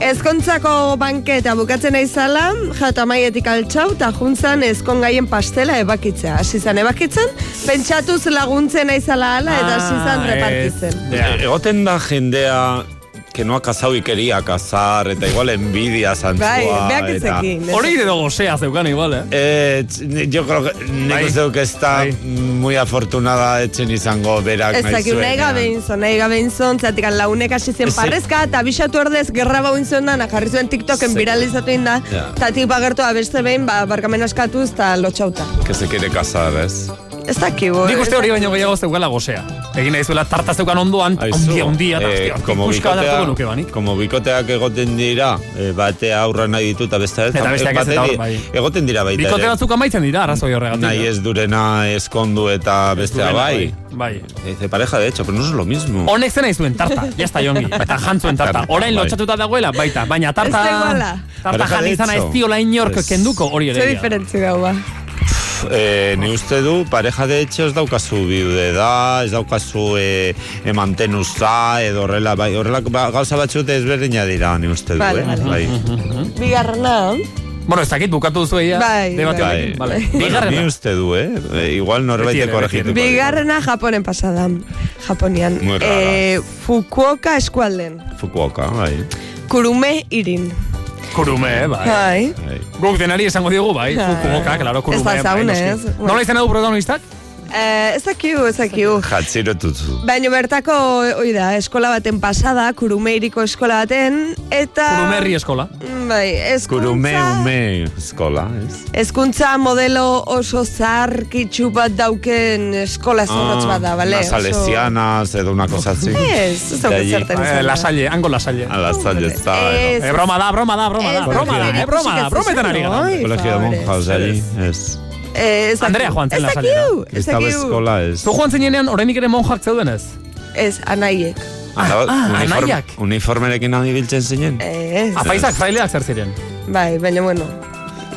[SPEAKER 5] ezkontzako banketa bukatzen aizala, jatamaietik altxau, eta juntzan ezkongaien pastela ebakitzea. Hasi zan ebakitzen, pentsatuz laguntzen aizala ala, eta hasi zan repartitzen.
[SPEAKER 4] Ja. E, Egoten da jendea kenoa kasau ikeria kasar, eta igual envidia zantzua.
[SPEAKER 5] Bai, beak ezekin, ez.
[SPEAKER 3] Hori ide gozea zeukan igual, eh?
[SPEAKER 4] Eh, tx- ni- yo creo que nik uste dut ez da muy afortunada etxen izango berak
[SPEAKER 5] Ez dakit, nahi
[SPEAKER 4] eh,
[SPEAKER 5] gabe inzon, nahi gabe inzon, zatik launek hasi zen
[SPEAKER 4] Ez-
[SPEAKER 5] parrezka, eta bisatu ordez gerra bau inzon dana, jarri zuen TikToken
[SPEAKER 4] Ze-
[SPEAKER 5] viralizatu inda,
[SPEAKER 4] Ja.
[SPEAKER 5] eta tipa gertua beste behin, ba, barkamen askatuz eta lotxauta.
[SPEAKER 4] Que se quiere casar, ez?
[SPEAKER 5] Ez dakit, bo.
[SPEAKER 3] Nik uste hori baino gehiago zeukala gozea. Egin nahi zuela tarta zeukan ondoan, ondia, ondia, eta
[SPEAKER 4] Eh,
[SPEAKER 3] hostia,
[SPEAKER 4] como
[SPEAKER 3] pixka bat hartuko
[SPEAKER 4] bikotea-
[SPEAKER 3] nuke banik.
[SPEAKER 4] como bikoteak egoten dira, eh, batea aurra nahi ditu eta beste ez.
[SPEAKER 3] Eta besteak ez,
[SPEAKER 4] bate
[SPEAKER 3] eta hor,
[SPEAKER 4] di-
[SPEAKER 3] bai.
[SPEAKER 4] Egoten dira baita
[SPEAKER 3] Bikote
[SPEAKER 4] ere.
[SPEAKER 3] batzuk amaitzen dira, arrazoi horregatik. eh.
[SPEAKER 4] Nahi ez durena eskondu eta bestea
[SPEAKER 3] durena,
[SPEAKER 4] bai.
[SPEAKER 3] Bai.
[SPEAKER 4] Dice pareja, de hecho, pero no es lo mismo.
[SPEAKER 3] Honek zen nahi zuen tarta, jazta jongi, eta jantzuen tarta. Orain
[SPEAKER 4] Bai.
[SPEAKER 3] lotxatuta dagoela, baita, baina tarta...
[SPEAKER 5] Ez da iguala.
[SPEAKER 3] Tarta
[SPEAKER 4] Pareja
[SPEAKER 3] jan
[SPEAKER 4] de
[SPEAKER 3] izana ez
[SPEAKER 4] hecho.
[SPEAKER 3] diola inork
[SPEAKER 4] Ez.
[SPEAKER 3] kenduko hori ere.
[SPEAKER 5] Ze
[SPEAKER 3] egia.
[SPEAKER 5] diferentzi dau, ba.
[SPEAKER 4] Eh, ni uste du, pareja de hecho ez daukazu biude da, ez daukazu eh, emantenuza, edo horrela, bai, horrela ba, gauza batzut ezberdina dira, ni uste du,
[SPEAKER 5] Vale,
[SPEAKER 4] eh?
[SPEAKER 5] vale.
[SPEAKER 4] Bai.
[SPEAKER 5] Bigarrena,
[SPEAKER 3] Bueno, ez dakit, bukatu duzu egia.
[SPEAKER 5] Bai,
[SPEAKER 3] debate
[SPEAKER 4] bai.
[SPEAKER 3] honekin. Vale.
[SPEAKER 4] Bueno, ni
[SPEAKER 3] Bigarrena.
[SPEAKER 4] uste du, eh? Eh, Igual norbaitek
[SPEAKER 3] Betiere,
[SPEAKER 4] korregitu.
[SPEAKER 5] bigarrena Japonen pasadan, Japonian.
[SPEAKER 4] Muy rara.
[SPEAKER 5] Eh, Fukuoka eskualden,
[SPEAKER 4] Fukuoka, bai.
[SPEAKER 5] Kurume irin.
[SPEAKER 3] Kurume, bai.
[SPEAKER 5] Bai.
[SPEAKER 3] Guk denari esango diogu, bai. Fukuoka, klaro, kurume.
[SPEAKER 5] Ez da
[SPEAKER 3] bai,
[SPEAKER 5] zaune,
[SPEAKER 3] noski.
[SPEAKER 5] ez? Bueno.
[SPEAKER 3] Nola izena du protagonistak?
[SPEAKER 5] Eh, ez dakigu, ez dakigu.
[SPEAKER 4] Jatziro tutzu.
[SPEAKER 5] Baina bertako, hoi da, eskola baten pasada, Kurumeiriko eskola baten, eta...
[SPEAKER 4] Kurumerri
[SPEAKER 3] eskola.
[SPEAKER 5] Bai,
[SPEAKER 4] Kurume
[SPEAKER 5] ezkuntza,
[SPEAKER 4] ume eskola, ez?
[SPEAKER 5] ezkuntza modelo oso zarkitxu bat dauken
[SPEAKER 4] Ah,
[SPEAKER 5] eskola zorrotz bat da, bale?
[SPEAKER 4] Unas salesianas, edo una cosa así.
[SPEAKER 5] Ez, ez daukat
[SPEAKER 4] De allí.
[SPEAKER 5] zertan izan Eh, da.
[SPEAKER 3] lasalle, hango lasalle.
[SPEAKER 4] A lasalle está.
[SPEAKER 5] Ez,
[SPEAKER 4] edo.
[SPEAKER 3] Eh, broma da, broma da, broma da,
[SPEAKER 5] Ez,
[SPEAKER 3] broma da, eh, broma da, brometan ari gara.
[SPEAKER 5] Ai,
[SPEAKER 4] Colegio de monjas de allí, ez.
[SPEAKER 5] Eh, ez dakigu.
[SPEAKER 3] Andrea joan zen
[SPEAKER 5] Ez
[SPEAKER 3] lasallera.
[SPEAKER 5] dakigu, ez
[SPEAKER 4] Esta vez
[SPEAKER 5] dakigu.
[SPEAKER 4] eskola, ez.
[SPEAKER 3] Zu joan zinenean, oraindik ere monjak zeuden ez?
[SPEAKER 5] Ez, anaiek.
[SPEAKER 4] Andaba,
[SPEAKER 3] ah,
[SPEAKER 4] uniform,
[SPEAKER 3] anaiak.
[SPEAKER 4] uniformerekin handi biltzen zinen?
[SPEAKER 5] Ez.
[SPEAKER 3] Afaizak, fraileak zer ziren.
[SPEAKER 5] Bai, baina bueno.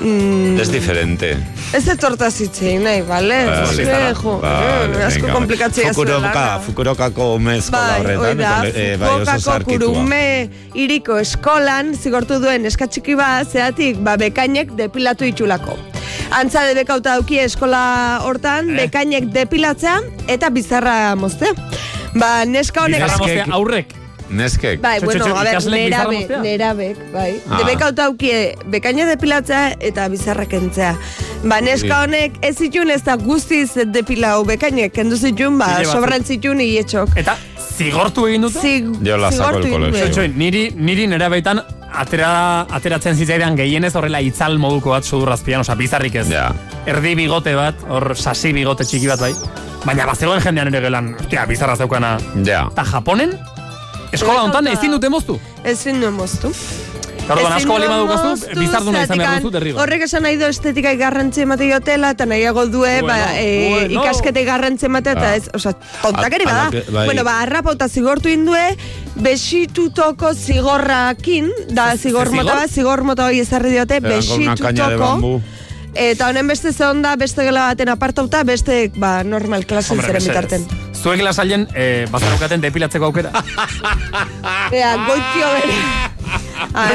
[SPEAKER 5] Mm,
[SPEAKER 4] Es diferente.
[SPEAKER 5] ez etortaz hitzein nahi, bale?
[SPEAKER 4] Vale.
[SPEAKER 5] Eh, jo,
[SPEAKER 4] Bai, Vale,
[SPEAKER 5] eh, asko
[SPEAKER 4] venga.
[SPEAKER 5] komplikatzea
[SPEAKER 4] Fukuroka, Fukurokako ume eskola
[SPEAKER 5] Bai, hoi
[SPEAKER 4] horretan,
[SPEAKER 5] da,
[SPEAKER 4] eta, eh, bai, oso
[SPEAKER 5] Fukuokako
[SPEAKER 4] zarkitua.
[SPEAKER 5] kurume iriko eskolan zigortu duen eskatxiki bat, zeatik, ba, bekainek depilatu itxulako. Antza de bekauta dauki eskola hortan,
[SPEAKER 4] Eh?
[SPEAKER 5] bekainek depilatzea eta bizarra mozte. Ba, neska honek...
[SPEAKER 4] Bizarra moztea,
[SPEAKER 3] aurrek.
[SPEAKER 4] Neskek.
[SPEAKER 5] Bai, bueno, a ver, nerabek, nerabek, bai.
[SPEAKER 4] Ah.
[SPEAKER 5] Ah. Debekauta aukie, bekaina depilatzea eta bizarrak entzea. Ba, neska
[SPEAKER 3] Sí.
[SPEAKER 5] honek ez zitun ez da guztiz depilau bekainek, kendu zitun, ba,
[SPEAKER 3] Bide batzuk.
[SPEAKER 5] sobran zitun hietxok.
[SPEAKER 3] Eta Zigortu egin dute?
[SPEAKER 5] Zig, zigortu egin dute.
[SPEAKER 3] Txotxoin, niri, niri nera baitan atera, ateratzen zitzaidan gehienez horrela itzal moduko bat sudurrazpian, oza, bizarrik ez. Erdi bigote bat, hor sasi bigote txiki bat bai. Baina bazegoen jendean ere gelan, ostia, bizarra zeukana.
[SPEAKER 4] Ja.
[SPEAKER 3] Eta Japonen, eskola hontan ezin dute moztu.
[SPEAKER 5] Ezin duen moztu.
[SPEAKER 3] Orduan,
[SPEAKER 5] Ezin
[SPEAKER 3] asko bali
[SPEAKER 5] duen
[SPEAKER 3] badaukazu,
[SPEAKER 5] moztu,
[SPEAKER 3] bizarduna izan behar
[SPEAKER 5] zatikan,
[SPEAKER 3] duzu derrigor.
[SPEAKER 5] Horrek esan nahi du estetikak garrantzi emate jotela, eta nahiago due,
[SPEAKER 3] Bueno,
[SPEAKER 5] ba, e,
[SPEAKER 3] bueno.
[SPEAKER 5] ikasketei garrantzi ematea, eta
[SPEAKER 4] Ah.
[SPEAKER 5] ez, oza, tontakeri
[SPEAKER 4] A-
[SPEAKER 5] bada.
[SPEAKER 4] alake- bai.
[SPEAKER 5] Bueno, ba, arrapauta zigortu indue, besitutoko zigorrakin, da zigor
[SPEAKER 4] zigor?
[SPEAKER 5] mota bat, zigor mota hori ezarri diote,
[SPEAKER 4] Erango una caña de
[SPEAKER 5] besitutoko.
[SPEAKER 4] bambú.
[SPEAKER 5] Eta honen beste zeon da, beste gela baten apartauta, beste, ba, normal klasen
[SPEAKER 3] Hombre,
[SPEAKER 5] zeren
[SPEAKER 3] mesedez.
[SPEAKER 5] bitarten.
[SPEAKER 3] Zuek lasailen, eh, bazaraukaten depilatzeko aukera.
[SPEAKER 5] Ea, goitio bera.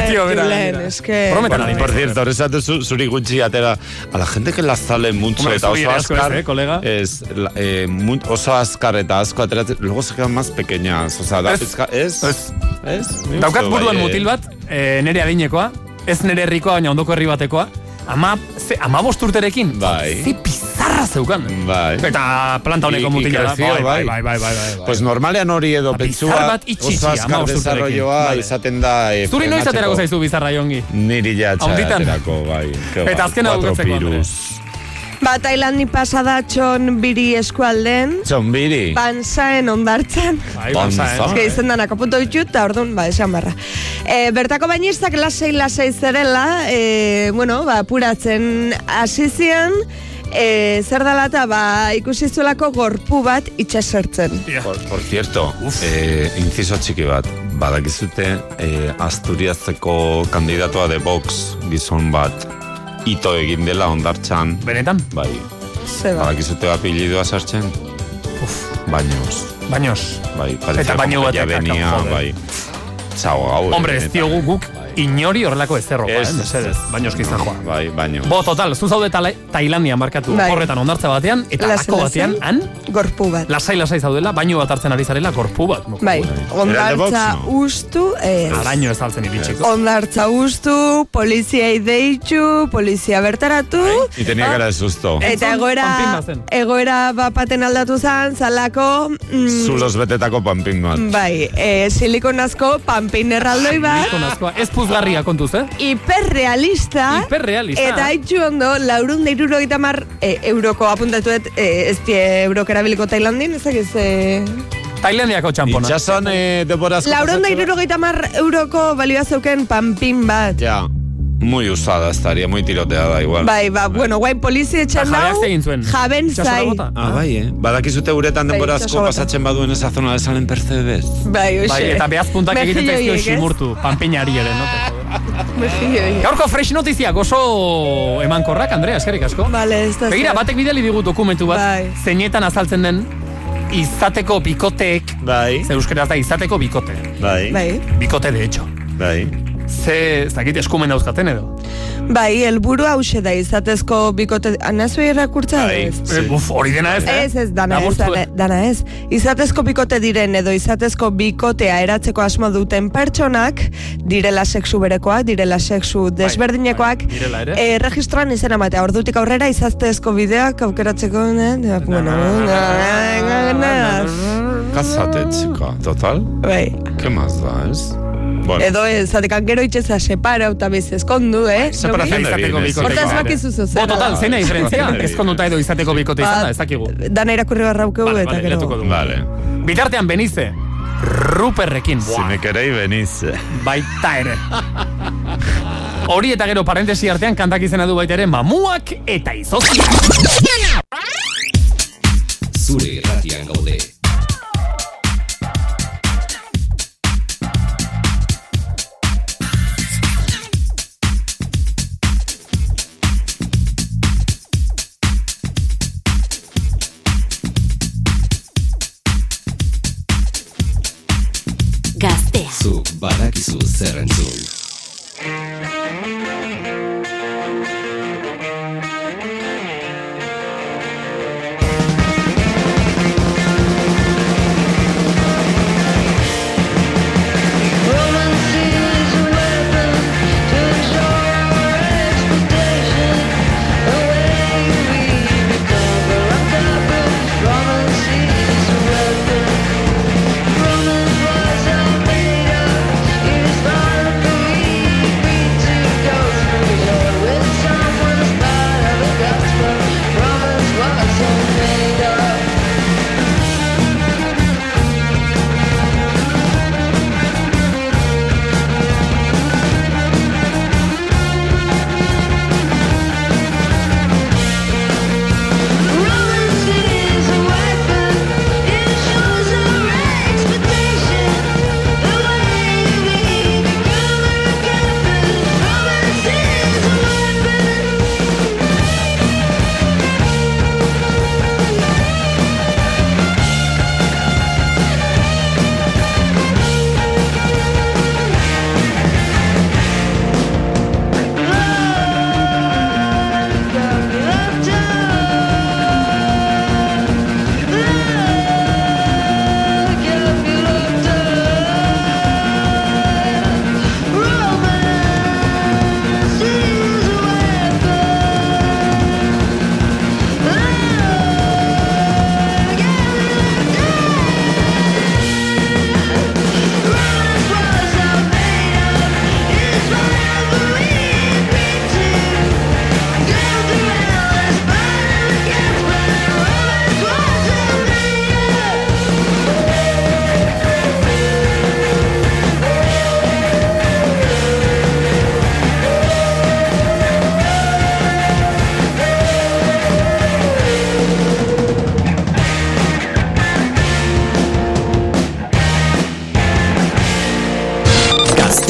[SPEAKER 3] Goiti hobera,
[SPEAKER 5] Julen,
[SPEAKER 3] Ah, gainera.
[SPEAKER 5] eske-
[SPEAKER 3] Prometan ari
[SPEAKER 4] Por, por cierto, horrezatu zu, zuri gutxi atera. A la gente que la sale mucho
[SPEAKER 3] Hombre,
[SPEAKER 4] eta
[SPEAKER 3] zuri
[SPEAKER 4] oso
[SPEAKER 3] ere asko ez,
[SPEAKER 4] azkar...
[SPEAKER 3] eh, kolega?
[SPEAKER 4] Es, la- eh, mu- oso azkar eta asko ateratzen... Luego se quedan más pequeñas. O sea, da,
[SPEAKER 3] Ez.
[SPEAKER 4] pizka- ez, ez, ez. Ni
[SPEAKER 3] Daukat
[SPEAKER 4] uste bai,
[SPEAKER 3] buruan
[SPEAKER 4] eh.
[SPEAKER 3] mutil bat, e, nere adinekoa, ez nere herrikoa, baina ondoko herri batekoa. Ama ze amabost urterekin. Bai. Ze pizarra zeukan. Bai. Eta planta honeko
[SPEAKER 4] I-
[SPEAKER 3] mutila da.
[SPEAKER 4] ikreció,
[SPEAKER 3] bai,
[SPEAKER 4] bai.
[SPEAKER 3] bai, bai, bai, bai.
[SPEAKER 4] Pues normalean hori edo
[SPEAKER 3] bizar
[SPEAKER 4] pentsua
[SPEAKER 3] bat itxi,
[SPEAKER 4] oso
[SPEAKER 3] itxi,
[SPEAKER 4] azkar
[SPEAKER 3] hamabost urterekin.
[SPEAKER 4] desarrolloa
[SPEAKER 3] Vale.
[SPEAKER 4] izaten da... eh,
[SPEAKER 3] Zuri noiz
[SPEAKER 4] frenatzeko.
[SPEAKER 3] aterako zaizu bizarra, Jongi?
[SPEAKER 4] Niri ja
[SPEAKER 3] Haunditan?
[SPEAKER 4] aterako, bai. ke
[SPEAKER 3] Eta
[SPEAKER 4] bai,
[SPEAKER 3] azkena
[SPEAKER 4] cuatro
[SPEAKER 3] bukatzeko, Andre.
[SPEAKER 4] pirus.
[SPEAKER 5] Ba, Tailandi pasada txon biri eskualden.
[SPEAKER 4] Txonbiri.
[SPEAKER 5] Pansaen ondartzen.
[SPEAKER 4] Bai, Pansaen. Pansa,
[SPEAKER 5] Eske
[SPEAKER 4] eh.
[SPEAKER 5] izen danako punto ditut, eta orduan, ba, esan barra. E, bertako bainistak lasei lasei zerela, e, bueno, ba, puratzen hasi zian, e, zer dela eta ba, ikusi zuelako gorpu bat itxasertzen.
[SPEAKER 4] Por, por cierto, eh, inciso txiki bat, badakizute eh, Asturiazeko kandidatoa de Vox gizon bat ito egin dela ondartxan.
[SPEAKER 3] Benetan?
[SPEAKER 4] Bai.
[SPEAKER 5] Zeba.
[SPEAKER 4] Badakizute apelidua sartzen? Baños.
[SPEAKER 3] Baños.
[SPEAKER 4] Bai, parecía
[SPEAKER 3] Eta baño
[SPEAKER 4] como que ya
[SPEAKER 3] batek
[SPEAKER 4] venía,
[SPEAKER 3] akak, joder.
[SPEAKER 4] bai. Txau, gau. eh,
[SPEAKER 3] Hombre, ez diogu guk inori horrelako ezerro. Bai. Ez, ez, ez. Baños gizan joan.
[SPEAKER 4] Bai, baños.
[SPEAKER 3] Bo, total, zu zaude tala- Tailandia markatu
[SPEAKER 5] Bai.
[SPEAKER 3] horretan ondartza batean, eta
[SPEAKER 5] Lasai,
[SPEAKER 3] lako batean,
[SPEAKER 5] lasai.
[SPEAKER 3] han?
[SPEAKER 5] Gorpu bat.
[SPEAKER 3] Lasai-lasai zaudela, baino bat hartzen ari zarela, gorpu bat. No,
[SPEAKER 5] Bai, ondartza ustu, ez.
[SPEAKER 3] Araño ez altzen iritsiko.
[SPEAKER 5] Ondartza ustu, poliziai deitu, polizia bertaratu.
[SPEAKER 4] Bai,
[SPEAKER 5] Ah.
[SPEAKER 4] Y tenía cara de susto.
[SPEAKER 5] Eta egoera, egoera bapaten aldatu zan, zalako... Mm,
[SPEAKER 4] Zulos betetako panpin bat.
[SPEAKER 5] Bai, e, silikonazko panpin erraldoi bat,
[SPEAKER 3] Silikonazkoa. Ez puzgarria kontuz, eh?
[SPEAKER 5] hiperrealista,
[SPEAKER 3] Hiperrealista.
[SPEAKER 5] eta haitxu ondo, laurun da irurogeita mar e, euroko apuntatuet, e, ez die euroko erabiliko Tailandin, ezakiz... E...
[SPEAKER 3] Tailandiako txampona.
[SPEAKER 4] Itxason, eh, deporazko...
[SPEAKER 5] Laurun da irurogeita mar euroko balioa zeuken panpin bat.
[SPEAKER 4] Ya, muy usada estaría, muy tiroteada igual.
[SPEAKER 5] Bai, ba, bueno, guai polizi etxan
[SPEAKER 4] Eta
[SPEAKER 5] nau,
[SPEAKER 4] jabeak zein zuen.
[SPEAKER 5] jaben zai.
[SPEAKER 4] Ah, bai, eh? Badakizute uretan
[SPEAKER 5] Bai,
[SPEAKER 4] denborazko
[SPEAKER 5] itsaso bota.
[SPEAKER 4] pasatzen baduen esa zona de Salen Percebes.
[SPEAKER 5] Bai, hoxe.
[SPEAKER 3] Bai, eta behaz puntak egiten
[SPEAKER 5] Mejillo
[SPEAKER 3] zaizkio
[SPEAKER 5] horiek, ez?
[SPEAKER 3] simurtu, panpinari ere, no?
[SPEAKER 5] Mejillo horiek.
[SPEAKER 3] Gaurko fresh notiziak oso emankorrak, Andrea, eskerrik asko.
[SPEAKER 5] Vale, ez da Bai. zer.
[SPEAKER 3] Begira, batek bidali digu dokumentu bat, zeinetan azaltzen den izateko bikoteek,
[SPEAKER 4] bai.
[SPEAKER 3] ze euskera da izateko bikote.
[SPEAKER 4] Bai.
[SPEAKER 5] Bai.
[SPEAKER 3] Bikote de hecho.
[SPEAKER 4] Bai.
[SPEAKER 3] Ze, ez dakit eskumen dauzkaten edo.
[SPEAKER 5] Bai, helburu hause da izatezko bikote... Ah, Anazu irakurtza
[SPEAKER 4] Bai.
[SPEAKER 5] edo ez?
[SPEAKER 3] Eh, Uf, hori dena ez, eh?
[SPEAKER 5] Ez, ez, dana ez,
[SPEAKER 3] Laburtu,
[SPEAKER 5] dana,
[SPEAKER 3] eh?
[SPEAKER 5] dana ez. Izatezko bikote diren edo izatezko bikotea eratzeko asmo duten pertsonak, direla sexu berekoak, direla sexu desberdinekoak,
[SPEAKER 3] Bai, direla ere.
[SPEAKER 5] eh, registroan izena matea, ordutik aurrera izatezko bideak aukeratzeko, ne? ne, Bueno, ne, ne, ne.
[SPEAKER 4] Kazate, txika, total.
[SPEAKER 5] Bai.
[SPEAKER 4] ¿Qué más da, es? Bueno.
[SPEAKER 5] Edo ez, zatekan gero itxeza separa, eta bez eskondu, eh?
[SPEAKER 3] Bai, Separación
[SPEAKER 5] Nogi?
[SPEAKER 3] izateko
[SPEAKER 4] bienes.
[SPEAKER 3] bikote.
[SPEAKER 5] Hortaz bakizu zuzera.
[SPEAKER 3] Bo, total, zein da diferentzia?
[SPEAKER 4] Bai.
[SPEAKER 3] Ezkonduta edo izateko bikote izan da,
[SPEAKER 5] Ba,
[SPEAKER 3] ez dakigu.
[SPEAKER 5] Dana irakurri barraukeu eta
[SPEAKER 3] Vale,
[SPEAKER 5] gero.
[SPEAKER 3] leratuko dugu.
[SPEAKER 4] Vale.
[SPEAKER 3] Bitartean benize, Ruperrekin,
[SPEAKER 4] Si me queréis, venís.
[SPEAKER 3] baita ere. Hori eta gero parentesi artean kantak izena du baita ere mamuak eta izozkiak.
[SPEAKER 1] Zure irratian gaude.
[SPEAKER 2] Gaztea.
[SPEAKER 1] Zuk badakizu zer entzun.
[SPEAKER 14] Romance was a made up, is violent.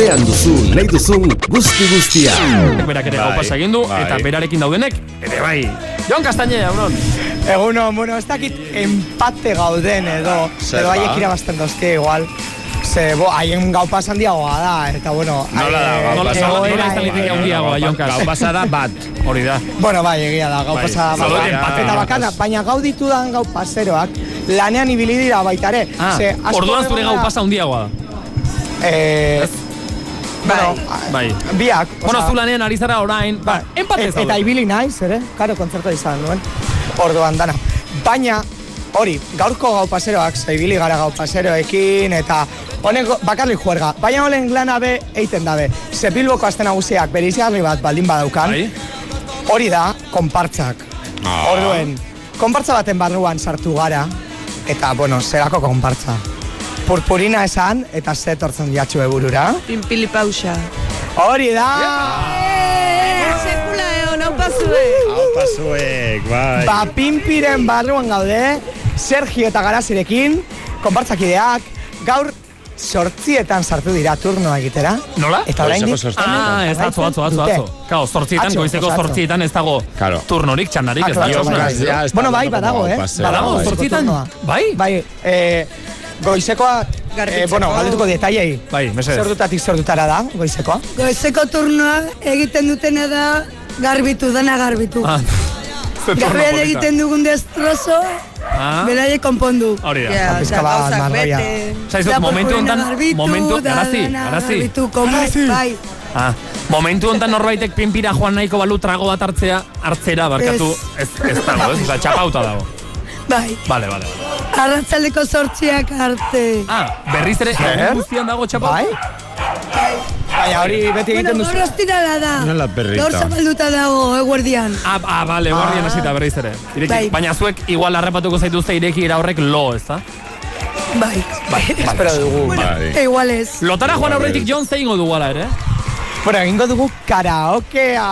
[SPEAKER 1] gurean duzu, nahi duzun guzti guztia.
[SPEAKER 3] Berak ere hau
[SPEAKER 1] Bai,
[SPEAKER 4] Bai,
[SPEAKER 3] pasa egin du, eta berarekin daudenek, ere bai. Jon Castañe, euron.
[SPEAKER 7] Eguno, bueno, ez dakit empate gauden edo,
[SPEAKER 4] Zer
[SPEAKER 7] edo
[SPEAKER 4] da?
[SPEAKER 7] haiek irabazten dozke igual. Ze, bo, haien gau pasan diagoa da, eta bueno...
[SPEAKER 4] Nola da, Bai,
[SPEAKER 7] haien
[SPEAKER 4] gau pasa?
[SPEAKER 7] egoera-
[SPEAKER 4] Gau pasa da bat.
[SPEAKER 3] Hori da.
[SPEAKER 7] Bueno, bai, egia da, gau
[SPEAKER 4] Bai,
[SPEAKER 7] pasada
[SPEAKER 4] zaudete
[SPEAKER 7] bat.
[SPEAKER 4] empate.
[SPEAKER 7] Eta bakana, baina gau ditudan gau paseroak lanean ibili dira baita ere.
[SPEAKER 3] Ah,
[SPEAKER 7] Ze, asko
[SPEAKER 3] orduan zure
[SPEAKER 7] egon
[SPEAKER 3] gau
[SPEAKER 7] da-
[SPEAKER 3] pasa hundiagoa da.
[SPEAKER 7] Eh, bueno,
[SPEAKER 3] Bai.
[SPEAKER 7] biak.
[SPEAKER 3] Bueno, zu lanean ari zara orain, ba, empate
[SPEAKER 7] E- Eta ibili naiz, ere, karo, kontzertu izan nuen. Orduan dana. Baina, hori, gaurko gau paseroak, ze ibili gara gau paseroekin, eta honek go- bakarrik juerga. Baina honen lana be, eiten dabe. Ze Bilboko aste nagusiak berizgarri bat baldin badaukan, hori da, konpartzak.
[SPEAKER 4] Ah.
[SPEAKER 7] Orduen, konpartza baten barruan sartu gara, eta, bueno, zerako konpartza. Purpurina esan, eta ze tortzen jatxu eburura.
[SPEAKER 10] Pimpili pausa.
[SPEAKER 7] Hori da! eh.
[SPEAKER 10] Sekula egon, hau pasue.
[SPEAKER 4] Hau pasuek, bai.
[SPEAKER 7] Ba, pinpiren barruan gaude, Sergio eta Garazirekin, konpartzakideak, gaur sortzietan sartu dira turnoa egitera.
[SPEAKER 3] Nola?
[SPEAKER 7] Eta oraindik
[SPEAKER 3] Ah, ez atzo, atzo, atzo, atzo. Kao, zortzietan,
[SPEAKER 7] Atzo,
[SPEAKER 3] goizeko
[SPEAKER 7] atzo.
[SPEAKER 3] zortzietan ez dago turnorik, txandarik,
[SPEAKER 7] Ah,
[SPEAKER 3] ez
[SPEAKER 7] claro,
[SPEAKER 3] dago.
[SPEAKER 7] bai, bai. Bueno, bai, badago, eh?
[SPEAKER 3] Badago, zortzietan.
[SPEAKER 7] Bai? Bai, eh, goizekoa, eh, bueno, galdetuko detaiei.
[SPEAKER 3] Bai, mesedez.
[SPEAKER 7] Zordutatik zordutara da, goizekoa.
[SPEAKER 21] Goizeko turnoa egiten dutena da garbitu, dana garbitu.
[SPEAKER 3] Ah. Ze turno
[SPEAKER 21] Garbian
[SPEAKER 3] polita.
[SPEAKER 21] egiten dugun destrozo,
[SPEAKER 3] Ah.
[SPEAKER 21] beraie konpondu.
[SPEAKER 3] Hori da.
[SPEAKER 21] Ja,
[SPEAKER 3] Ba, pixka
[SPEAKER 21] da,
[SPEAKER 3] bat
[SPEAKER 21] gauzak
[SPEAKER 3] marroia.
[SPEAKER 21] bete.
[SPEAKER 3] Osea, ez dut,
[SPEAKER 21] Da
[SPEAKER 3] momentu
[SPEAKER 21] purpurina
[SPEAKER 3] honetan-
[SPEAKER 21] garbitu,
[SPEAKER 3] momentu-
[SPEAKER 21] da
[SPEAKER 3] Garazi,
[SPEAKER 21] dana
[SPEAKER 3] Garazi.
[SPEAKER 21] Garbitu, komu, bai.
[SPEAKER 3] Ah, momentu hontan norbaitek pinpira joan nahiko balu trago bat hartzea, hartzera barkatu, ez, ez dago, ez, oza, txapauta dago.
[SPEAKER 21] Bai,
[SPEAKER 3] Vale, vale, vale.
[SPEAKER 21] arratzaldeko sortziak arte.
[SPEAKER 3] Ah, Berriz ere,
[SPEAKER 21] Zer?
[SPEAKER 3] egun guztian dago txapauta? Bai?
[SPEAKER 7] Baina hori beti
[SPEAKER 21] Bueno, gaur ostirala da.
[SPEAKER 3] Nola perrita.
[SPEAKER 21] Gaur zabalduta dago, eh, eguerdian.
[SPEAKER 3] Ah, ah, vale, guardian hasita berriz ere. Ireki.
[SPEAKER 21] Bai.
[SPEAKER 3] Baina zuek igual harrapatuko zaituzte irekiera horrek lo, ez da?
[SPEAKER 21] Bai.
[SPEAKER 3] Bai, espero dugu.
[SPEAKER 4] Bai.
[SPEAKER 21] Eta igual ez.
[SPEAKER 3] Lotara joan aurretik John zein du gala ere.
[SPEAKER 7] Bai. Bueno, egingo dugu karaokea.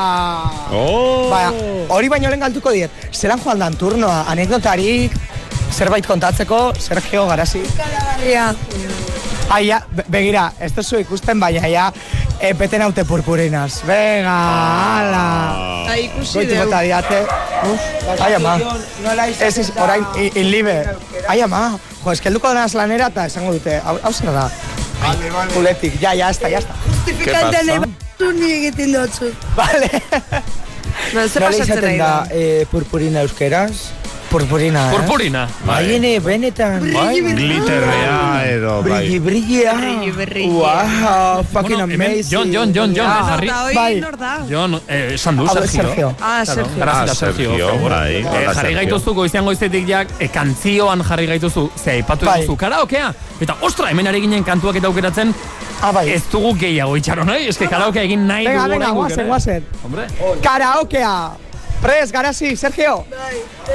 [SPEAKER 4] Oh.
[SPEAKER 7] Ba, hori baino lehen galtuko diet. Zeran joan dan turnoa, anekdotarik, zerbait kontatzeko, Sergio Garasi.
[SPEAKER 21] Ja.
[SPEAKER 7] Aia, be- begira, ez duzu ikusten, baina ja, epeten haute purpurinaz. Venga, ala.
[SPEAKER 10] Ai, ikusi
[SPEAKER 7] Goitik
[SPEAKER 10] deu.
[SPEAKER 7] bota diate. Uf, Ai, ama. Ez, ez, orain, i- inlibe. Ai, ama. Jo, eskelduko denaz lanera eta esango dute, hau hau zer da. Vale, vale. Kuletik, ja, ja, ez da, ja, ez da.
[SPEAKER 21] Pikante nahi batu ni egiten dutzu.
[SPEAKER 7] Vale.
[SPEAKER 21] Nola izaten da?
[SPEAKER 7] eh, purpurina euskeraz? Purpurina, eh?
[SPEAKER 3] Purpurina.
[SPEAKER 7] Bai, ene, benetan. Bai, ah.
[SPEAKER 4] Glitterrea edo, bai.
[SPEAKER 7] Brilli, brilla. Wow, fucking amazing.
[SPEAKER 3] John, John, John, John,
[SPEAKER 7] Ah,
[SPEAKER 3] jarri.
[SPEAKER 7] eta hoi Bai. nor
[SPEAKER 3] John, eh, esan du,
[SPEAKER 7] Hau da,
[SPEAKER 3] Sergio.
[SPEAKER 7] Sergio.
[SPEAKER 3] Ah, Sergio. Gracias,
[SPEAKER 4] Ah,
[SPEAKER 3] Sergio.
[SPEAKER 4] Sergio,
[SPEAKER 3] por favor.
[SPEAKER 4] bai.
[SPEAKER 3] Eh,
[SPEAKER 4] Hola,
[SPEAKER 3] jarri
[SPEAKER 4] Sergio.
[SPEAKER 3] gaituztu goizean goizetik jak, eh, kantzioan jarri gaituzu, ze aipatu
[SPEAKER 7] Bai.
[SPEAKER 3] duzu karaokea. Eta, ostra, hemen ari ginen kantuak eta aukeratzen, ez dugu gehiago itxaro nahi, eske karaokea egin nahi
[SPEAKER 7] Ah, bai. Venga,
[SPEAKER 3] dugu
[SPEAKER 7] venga,
[SPEAKER 3] orain guk
[SPEAKER 7] guazen,
[SPEAKER 3] ere.
[SPEAKER 7] guazen.
[SPEAKER 3] Hombre.
[SPEAKER 7] Karaokea. Prez, garazi, Sergio.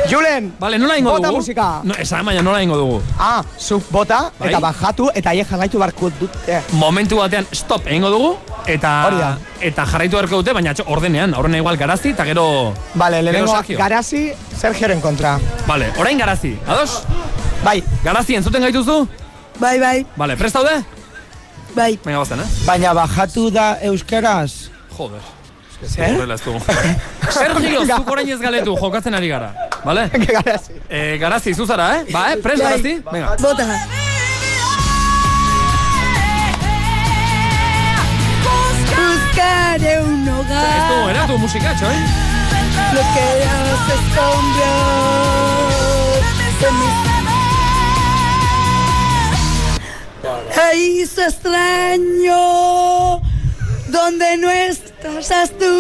[SPEAKER 7] Julen,
[SPEAKER 3] Vale, nola ingo
[SPEAKER 7] bota
[SPEAKER 3] dugu?
[SPEAKER 7] musika.
[SPEAKER 3] No, esan baina nola ingo dugu.
[SPEAKER 7] Ah, zuk bota,
[SPEAKER 3] Bai.
[SPEAKER 7] eta bajatu, eta haiek jarraitu barko dute.
[SPEAKER 3] Momentu batean stop egingo dugu
[SPEAKER 7] Hori
[SPEAKER 3] eta
[SPEAKER 7] da.
[SPEAKER 3] eta jarraitu beharko dute, baina txo, ordenean, aurrena igual garazi eta gero
[SPEAKER 7] Vale, lehenengo
[SPEAKER 3] Sergio.
[SPEAKER 7] garazi, Sergioren kontra.
[SPEAKER 3] Vale, orain garazi, ados?
[SPEAKER 7] Bai.
[SPEAKER 3] Garazi, entzuten gaituzu?
[SPEAKER 21] Bai, bai.
[SPEAKER 3] Vale, prestaude?
[SPEAKER 21] Bai.
[SPEAKER 3] Venga, bazten, eh?
[SPEAKER 7] Baina bajatu da euskeraz.
[SPEAKER 3] Joder.
[SPEAKER 7] Zer?
[SPEAKER 3] Horrela ez dugu. Sergio, zuk orain ez galetu, jokatzen ari gara. Vale?
[SPEAKER 7] Garazi.
[SPEAKER 3] Eh, garazi, zu zara, eh? Ba, eh? Prest,
[SPEAKER 21] Bai.
[SPEAKER 3] garazi? Venga.
[SPEAKER 21] Bota. Buscar un hogar.
[SPEAKER 3] Ez du, eratu musikatxo, eh?
[SPEAKER 21] Lo que ya no se escondió. de mis- Paraíso extraño, donde no estás tú.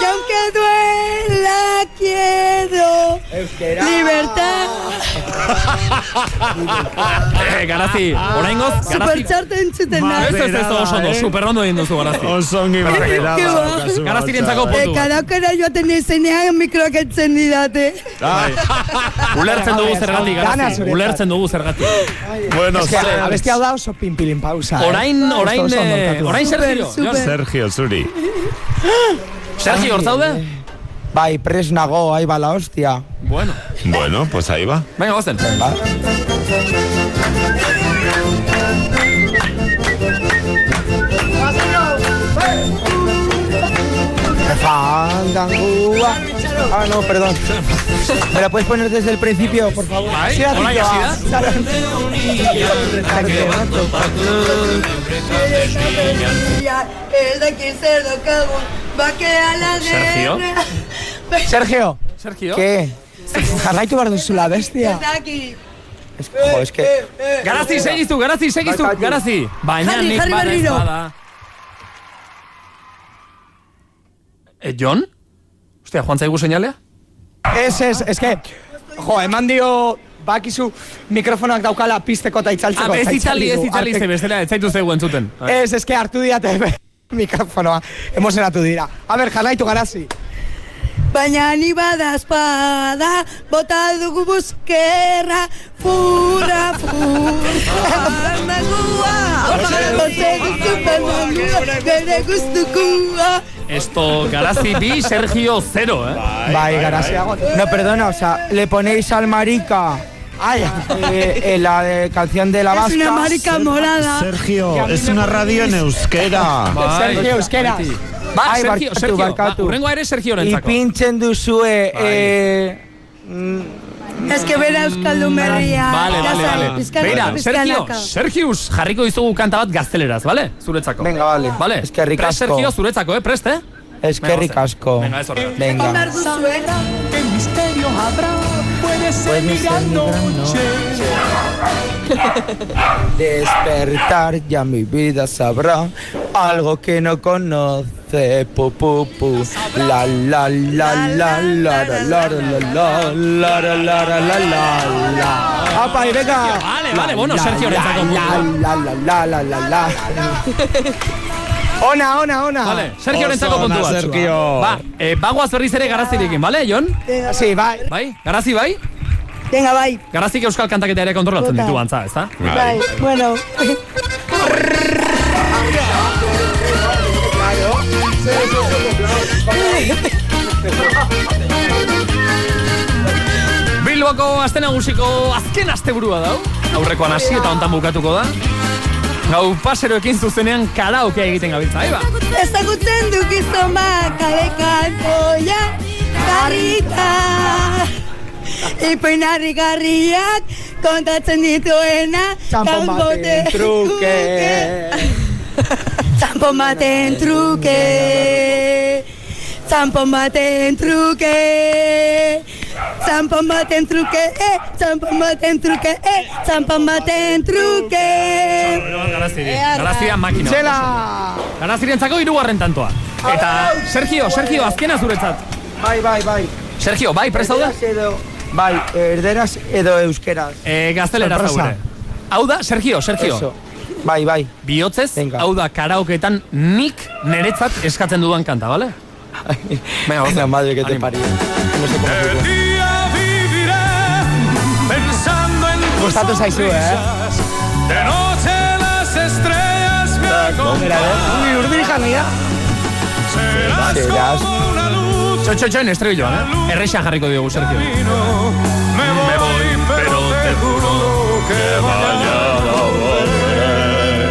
[SPEAKER 21] Y aunque duela, quiero libertad.
[SPEAKER 3] Eh, garazi,
[SPEAKER 7] Ah,
[SPEAKER 21] Ah,
[SPEAKER 3] oraingoz, garazi.
[SPEAKER 21] Supertxarte entzuten da.
[SPEAKER 3] Ez ez ez oso ondo, super ondo egin duzu garazi. Oso ongi
[SPEAKER 21] barrerada
[SPEAKER 3] eh,
[SPEAKER 21] daukazu,
[SPEAKER 3] Garazi rentzako
[SPEAKER 21] Eh,
[SPEAKER 3] puntu. bat.
[SPEAKER 21] karaokera joaten izenean mikroak etzen didate.
[SPEAKER 3] Bai. Ulertzen dugu zergatik,
[SPEAKER 7] Dana
[SPEAKER 3] garazi.
[SPEAKER 7] zuretzat.
[SPEAKER 3] Ulertzen dugu zergatik. Bueno,
[SPEAKER 7] Eske,
[SPEAKER 3] zer-
[SPEAKER 7] abesti hau da oso pinpilin pausa. eh?
[SPEAKER 3] Orain,
[SPEAKER 7] Oso,
[SPEAKER 3] orain,
[SPEAKER 7] oso ondo
[SPEAKER 3] eh,
[SPEAKER 7] kantua.
[SPEAKER 3] orain Sergio. Super, super.
[SPEAKER 4] Sergio, zuri.
[SPEAKER 3] Sergio, hor zaude?
[SPEAKER 7] Bai, pres nago, ahi bala hostia.
[SPEAKER 3] Bueno.
[SPEAKER 4] Bueno, pues ahí va.
[SPEAKER 3] Venga, gozen.
[SPEAKER 7] Ba. gangangua. Ah, no, perdón. ¿Me la puedes poner desde el principio, por favor?
[SPEAKER 3] Bai,
[SPEAKER 7] Hasieratik
[SPEAKER 3] hola,
[SPEAKER 7] doa.
[SPEAKER 3] hasi da.
[SPEAKER 7] Zara-
[SPEAKER 21] Ez dakit zer daukagun, bakea lan
[SPEAKER 7] Sergio?
[SPEAKER 21] erra.
[SPEAKER 7] Sergio.
[SPEAKER 21] Sergio?
[SPEAKER 7] ¿Qué? Jarraitu behar duzula, bestia.
[SPEAKER 21] Ez dakit.
[SPEAKER 7] Jo, es que...
[SPEAKER 3] Garazi, segizu, garazi, segizu,
[SPEAKER 7] Barkatu.
[SPEAKER 3] garazi. Baina
[SPEAKER 21] Jarri,
[SPEAKER 3] nik
[SPEAKER 21] jarri
[SPEAKER 3] bada ez
[SPEAKER 21] berriro.
[SPEAKER 3] bada. Eh, Jon? Hostia, Juan zaigu seinalea?
[SPEAKER 7] Ez, ez, ez que... Jo, eman dio... Bakizu mikrofonoak daukala pisteko eta itzaltzeko.
[SPEAKER 3] Ah, ez
[SPEAKER 7] eta
[SPEAKER 3] itzali, ez
[SPEAKER 7] du,
[SPEAKER 3] itzali,
[SPEAKER 7] arte-
[SPEAKER 3] ze bestela, ez zaitu zeu entzuten.
[SPEAKER 7] Ez, ez que hartu diate mikrofonoa. Emozionatu dira. A ber, jarraitu garazi.
[SPEAKER 21] Baina ni bada espada, bota dugu buzkerra, fura, fura. Arnagua, bota dugu banagua, bere guztukua.
[SPEAKER 3] Esto, Garazi bi, Sergio zero, eh?
[SPEAKER 7] Bai, garaziago. No, perdona, o sea, le ponéis al marica. Ay, eh, eh, la de canción de la vasca.
[SPEAKER 4] Sergio, es una radio en euskera.
[SPEAKER 7] Sergio Euskera.
[SPEAKER 3] Ba, Sergio, Sergio, ba, hurrengoa ere Sergio
[SPEAKER 7] Y pinchen duzue... Eh,
[SPEAKER 21] Ez que bera euskaldun berria.
[SPEAKER 3] Vale, vale,
[SPEAKER 21] Lasai,
[SPEAKER 3] vale.
[SPEAKER 21] pizkanaka,
[SPEAKER 3] Beira, Sergio,
[SPEAKER 21] pizkanaka.
[SPEAKER 3] Sergius, jarriko dizugu kanta bat gazteleraz, vale? Zuretzako. Venga, vale. Vale.
[SPEAKER 7] Eskerrik
[SPEAKER 3] Prest,
[SPEAKER 7] asko.
[SPEAKER 3] Sergio, zuretzako, eh? Prest, eh?
[SPEAKER 7] Eskerrik asko.
[SPEAKER 3] Venga, ez horrela.
[SPEAKER 7] Venga.
[SPEAKER 21] ¿Qué misterio habrá? Puede ser mi gran noche.
[SPEAKER 7] Despertar ya mi vida sabrá algo que no conoce. Pu, pu, pu. La la la la la la la la la la la la la la la la. ¡Apa y venga!
[SPEAKER 3] Vale, vale, bueno, Sergio,
[SPEAKER 7] la,
[SPEAKER 3] Rentzako.
[SPEAKER 7] la, la, la, la, la, la, la. Ona, ona, ona.
[SPEAKER 3] Vale, Sergio Rentzako
[SPEAKER 7] Oso ona,
[SPEAKER 3] kontua.
[SPEAKER 7] Sergio.
[SPEAKER 3] Ba, eh, bagoaz berriz ere garazirekin, vale, Jon?
[SPEAKER 7] Sí, bai.
[SPEAKER 3] Bai? Garazi, bai?
[SPEAKER 21] Venga, bai.
[SPEAKER 3] Garazik euskal kantaketa ere kontrolatzen
[SPEAKER 21] Total.
[SPEAKER 3] ditu antza, ezta?
[SPEAKER 21] Bai, bueno.
[SPEAKER 3] Bilboko aste nagusiko azken asteburua dau. Aurrekoan hasi eta hontan bukatuko da. Gau paseroekin zuzenean karaokea egiten gabiltza, bai, ba? aiba.
[SPEAKER 21] Ezagutzen du gizon bakarekan Oia garrita Ipuin harrigarriak Kontatzen dituena
[SPEAKER 7] Txampon baten
[SPEAKER 21] kanpote-
[SPEAKER 7] truke.
[SPEAKER 21] Txampon baten truke Txampon baten truke Txampon baten truke eh, Txampon baten truke eh, Txampon baten truke
[SPEAKER 3] Garaziri,
[SPEAKER 21] Ea,
[SPEAKER 3] garazia makina.
[SPEAKER 21] Txela!
[SPEAKER 3] Garazirentzako hirugarren tantoa. Eta Sergio, Sergio, azkena zuretzat.
[SPEAKER 7] Bai, bai, bai.
[SPEAKER 3] Sergio, bai, prest daude?
[SPEAKER 7] Erderaz edo- Bai, erderaz edo euskeraz.
[SPEAKER 3] Eh, gazteleraz hau
[SPEAKER 7] Sorpresa.
[SPEAKER 3] ere. Hau da, Sergio, Sergio.
[SPEAKER 7] Eso. Bai, bai.
[SPEAKER 3] Biotzez, hau da karaokeetan nik niretzat eskatzen dudan kanta, bale? Venga,
[SPEAKER 7] La madre que te parió. No sé cómo se puede.
[SPEAKER 9] Pensando en tus
[SPEAKER 7] Gustatu zaizu, eh?
[SPEAKER 9] De noche las estrellas me acompañan.
[SPEAKER 7] Ui, urdin jarria.
[SPEAKER 3] Serás. Txo, txo, txo, en estribilloan, eh? Errexan jarriko diogu, Sergio.
[SPEAKER 9] Me voy, pero te juro que mañana volveré.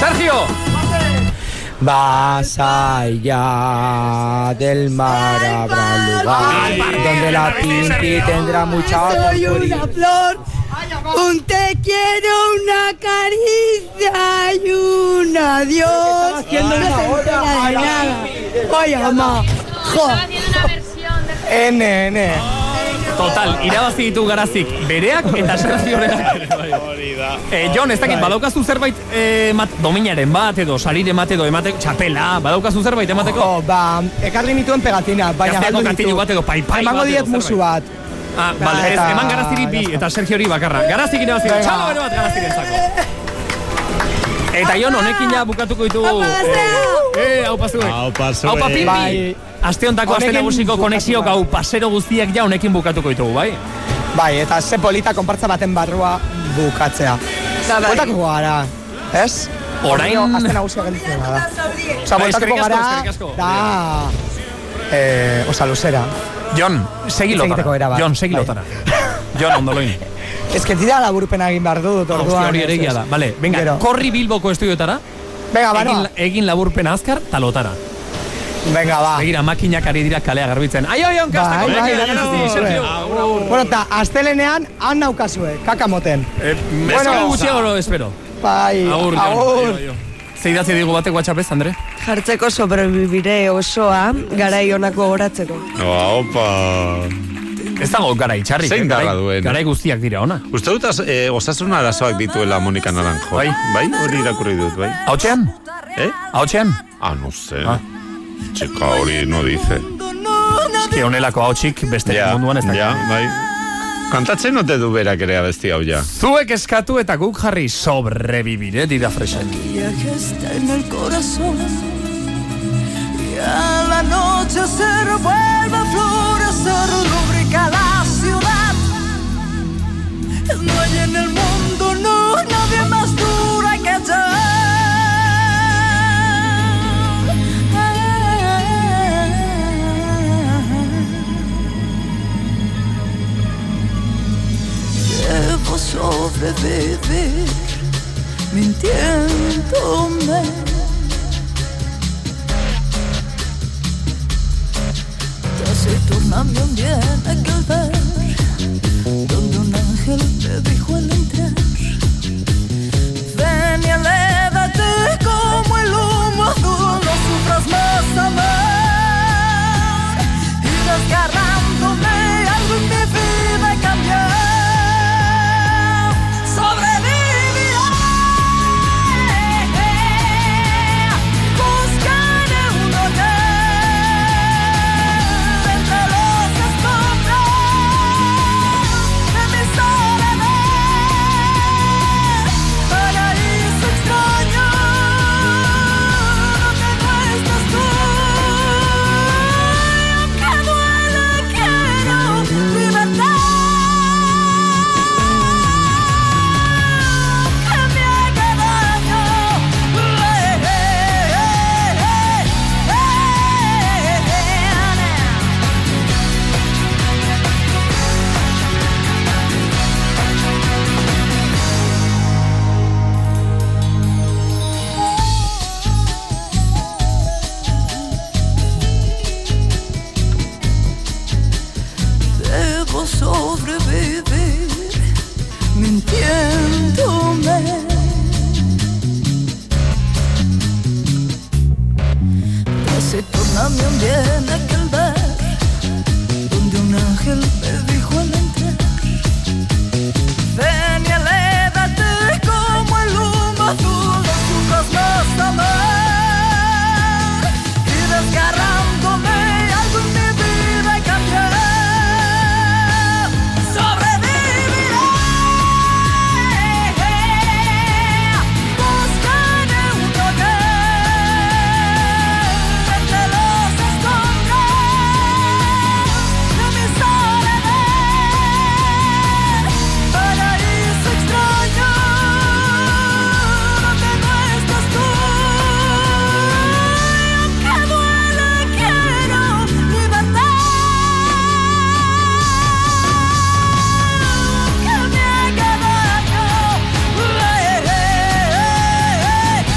[SPEAKER 3] Sergio!
[SPEAKER 7] Vas allá del mar habrá lugar donde la pinti tendrá mucha
[SPEAKER 21] Soy
[SPEAKER 7] agua.
[SPEAKER 21] una flor, un te quiero, una caricia y un adiós.
[SPEAKER 7] haciendo
[SPEAKER 21] no
[SPEAKER 7] una
[SPEAKER 21] se
[SPEAKER 7] hora.
[SPEAKER 21] entera de
[SPEAKER 7] Ay,
[SPEAKER 21] nada.
[SPEAKER 7] ay,
[SPEAKER 21] Oye, mamá. Jo.
[SPEAKER 7] Ene, ene.
[SPEAKER 3] Total, irabazi ditu garazik bereak eta Sergio Eh, Jon, ez
[SPEAKER 7] Bai.
[SPEAKER 3] dakit, badaukazu zerbait eh, mat, dominaren bat edo, sarire bat edo, emateko, txapela, badaukazu zerbait emateko?
[SPEAKER 7] Jo, ba, ekarri nituen pegatina, baina
[SPEAKER 3] Gazteako
[SPEAKER 7] galdu
[SPEAKER 3] katilu
[SPEAKER 7] ditu.
[SPEAKER 3] bat edo pai-pai
[SPEAKER 7] Emango
[SPEAKER 3] bat edo
[SPEAKER 7] diet musu bat.
[SPEAKER 3] Ah, bale, ez,
[SPEAKER 7] Eta-
[SPEAKER 3] eman garaziri bi eta Sergio hori bakarra. Garazik irabazi,
[SPEAKER 7] Venga.
[SPEAKER 3] txalo bero bat garaziren zako. Eta Jon, honekin ja bukatuko
[SPEAKER 7] Uh,
[SPEAKER 3] ditugu. Eh, hau pazuek.
[SPEAKER 4] Hau pasue.
[SPEAKER 3] Hau papipi.
[SPEAKER 4] Bai.
[SPEAKER 3] Aste hontako aste
[SPEAKER 7] Honekin
[SPEAKER 3] nagusiko
[SPEAKER 7] bukatu
[SPEAKER 3] konexio
[SPEAKER 7] bai.
[SPEAKER 3] gau pasero guztiak ja honekin bukatuko ditugu, bai?
[SPEAKER 7] Bai, eta ze polita konpartza baten barrua bukatzea. Bueltako gara, ez?
[SPEAKER 3] Orain-
[SPEAKER 7] Horreo, Azte nagusia gelditzen gara. Osa,
[SPEAKER 3] Bai,
[SPEAKER 7] bueltako
[SPEAKER 3] eskerrik asko,
[SPEAKER 7] gara,
[SPEAKER 3] eskerrik asko.
[SPEAKER 7] da... Eh, osa, luzera.
[SPEAKER 3] Jon, segi
[SPEAKER 7] Hitz egiteko
[SPEAKER 3] lotara.
[SPEAKER 7] erabat.
[SPEAKER 3] Jon, segi
[SPEAKER 7] Bai.
[SPEAKER 3] lotara. Jon, ondoloin.
[SPEAKER 7] Ez que tira laburupen egin behar dut,
[SPEAKER 3] Ah,
[SPEAKER 7] orduan.
[SPEAKER 3] Hostia, hori ere
[SPEAKER 7] ez,
[SPEAKER 3] egia
[SPEAKER 7] ez.
[SPEAKER 3] da. Vale, venga,
[SPEAKER 7] Gero.
[SPEAKER 3] korri Bilboko estudioetara.
[SPEAKER 7] Venga,
[SPEAKER 3] egin,
[SPEAKER 7] baroa.
[SPEAKER 3] egin laburpen azkar, talotara.
[SPEAKER 7] Venga, ba.
[SPEAKER 3] Begira, makinak ari dira kalea garbitzen. Aio, aio,
[SPEAKER 7] Bai,
[SPEAKER 3] kastako.
[SPEAKER 7] bai, bai, bai. Bueno, eta astelenean han eh, naukazue, kakamoten.
[SPEAKER 3] Bueno, gutxiago lo espero.
[SPEAKER 7] Bai,
[SPEAKER 3] Agur, Jon. Aio, aio. Ze idatzi digu batek WhatsAppez, Andre?
[SPEAKER 5] Jartzeko sobrebibire osoa garai honako goratzeko.
[SPEAKER 4] Ah, opa.
[SPEAKER 3] Ez dago gara itxarrik.
[SPEAKER 4] Zein
[SPEAKER 3] eh,
[SPEAKER 4] garra
[SPEAKER 3] garai-
[SPEAKER 4] duen.
[SPEAKER 3] Garai guztiak dira ona.
[SPEAKER 4] Uste dut az- eh, osasun arazoak dituela Monika Naranjo. Bai, bai, hori irakurri dut, bai.
[SPEAKER 3] Hautxean?
[SPEAKER 4] Eh?
[SPEAKER 3] Hautxean?
[SPEAKER 4] Ah, no sé. Chica, hori no dice.
[SPEAKER 3] Eski honelako hautsik beste munduan ez da.
[SPEAKER 4] Ja, bai. Kantatzen ote du berak ere abesti hau ja.
[SPEAKER 3] Zuek eskatu eta guk jarri sobrebibire dira fresen.
[SPEAKER 6] que está en el corazón y al anochecer vuelve a florecer lubrica la ciudad no hay en el mundo no nadie más dura que yo debo sobrevivir mintiéndome. Casi tornando un bien aquel bar donde un ángel te dijo al entrar. Ven y elévate como el humo azul, no sufras más amor. Y desgarrándome algo en mi vida cambiar. Sobreviviré. Buscaré un hogar entre los escombros de mi soledad. Paraíso extraño que no estás tú. Que duele, quiero libertad. Que me haga daño. Eh, eh, eh, eh, eh, eh. Debo sobrevivir mintiéndome. Casi torname un bien aquel bar donde un ángel me dijo al entrar. Ven y elévate como el humo azul de tu amor. Y desgarrándome algo en mi vida cambiará. Sobreviviré. Buscaré un hogar entre los escombros de mi soledad. Paraíso extraño donde no estás tú. Que duele, quiero libertad. Que me haga daño. Eh, eh, eh, eh,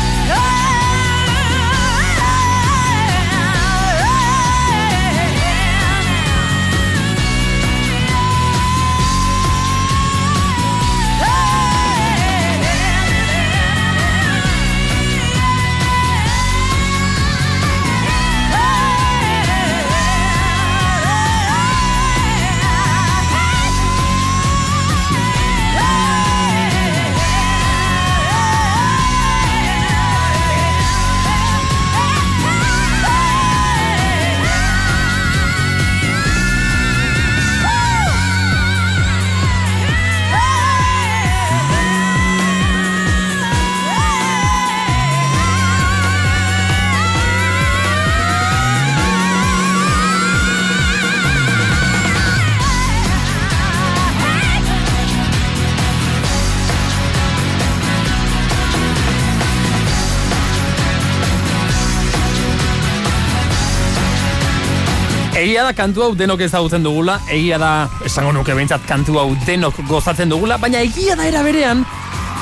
[SPEAKER 3] Egia da kantu hau denok ezagutzen dugula, egia da esango nuke behintzat kantu hau denok gozatzen dugula, baina egia da era berean,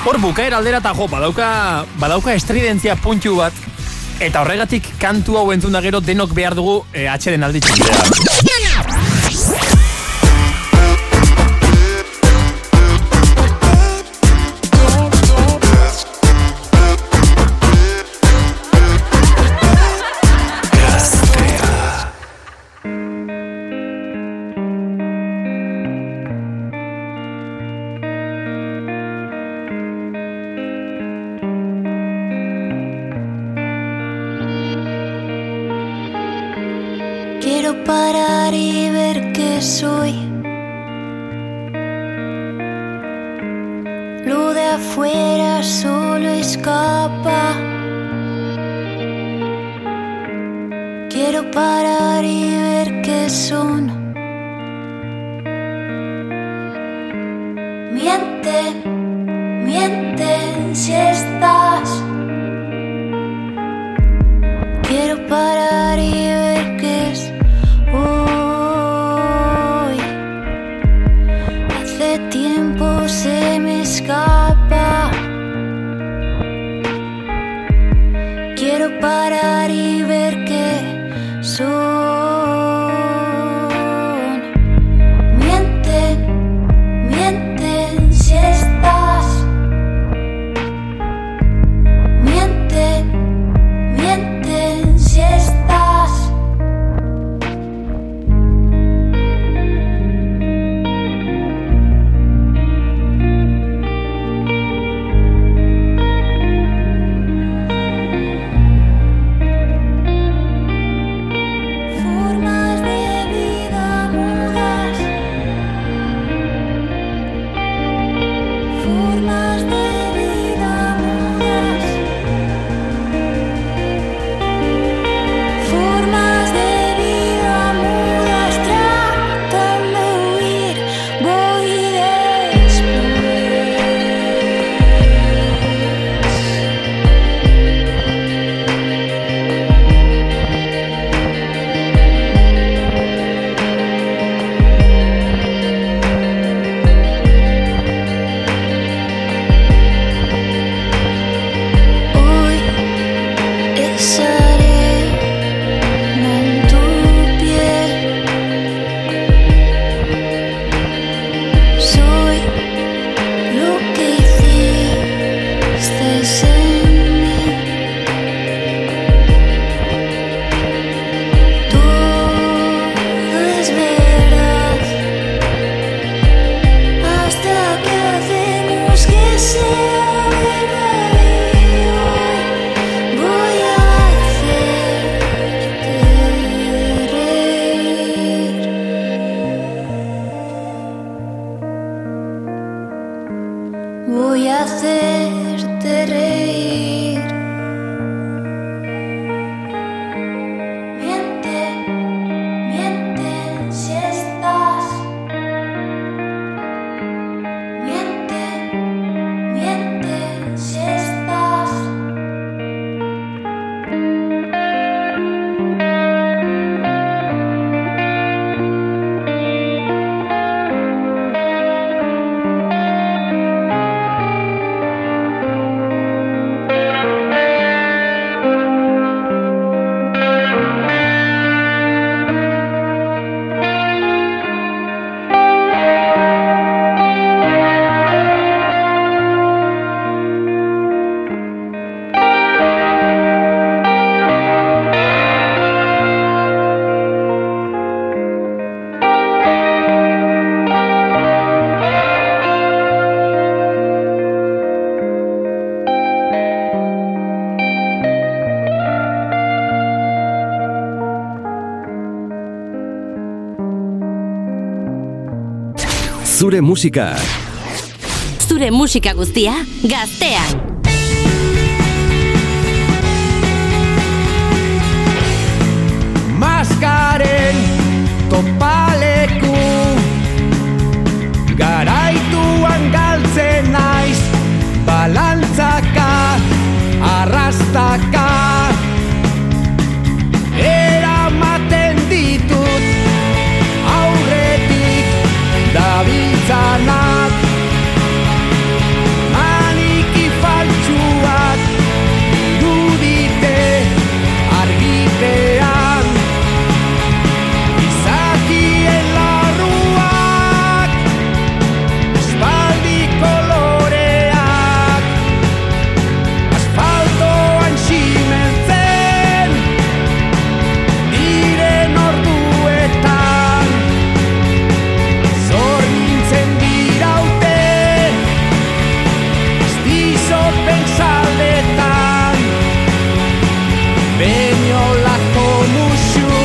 [SPEAKER 3] hor bukaera aldera eta jo, badauka, badauka estridentzia puntu bat, Eta horregatik kantu hau entzuna gero denok behar dugu eh, atxeden aldi
[SPEAKER 16] Quiero parar y ver qué soy. Lo de afuera solo escapa. Quiero parar y ver qué son. Miente, miente si estás. Quiero parar y ver qué es hoy. Hace tiempo se me escapa. Quiero parar y ver qué son. Miente, miente si estás. Miente, mienten si estás. Formas de vida mudas. Formas de vida mudas. Formas de vida mudas tratan de huir, voy después. Hoy es haré en tu piel soy lo que hiciste en mí todo es verdad hasta que hacemos que sea verdad y hoy voy a hacer Querer. Voy a hacerte reír. Miente, miente si estás. Miente, miente si estás.
[SPEAKER 1] Zure musika
[SPEAKER 11] Zure musika guztia gaztean.
[SPEAKER 6] maskaren topaleku Garaituan galtzen naiz Balantzaka, arrastaka Eramaten ditut Aurretik dabiltzanak Maniki faltsuak Irudite Beniolako musu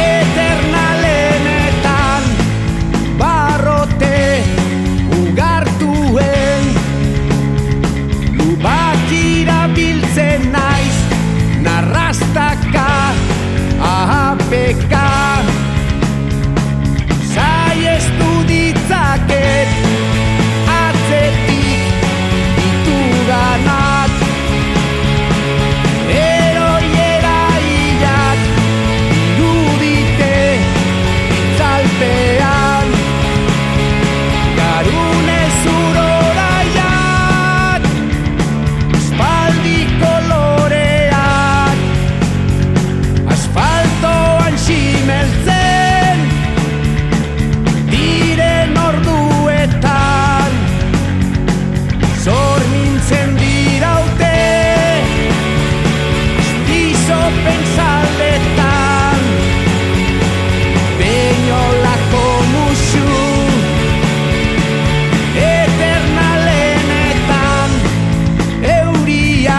[SPEAKER 6] Eternalenetan Barrote ugartuen Lubakira biltzen naiz Narrastaka Ahapeka Zaiestu ditzaket Atzetik ditudanak Eroiera hilak Irudite Itzalpean Garunez uroraiak Espaldi koloreak Asfaltoan simeltzen Diren orduetan Zor nintzen diraute Dizo pensaldetan Beinolako musu Eternalenetan Euria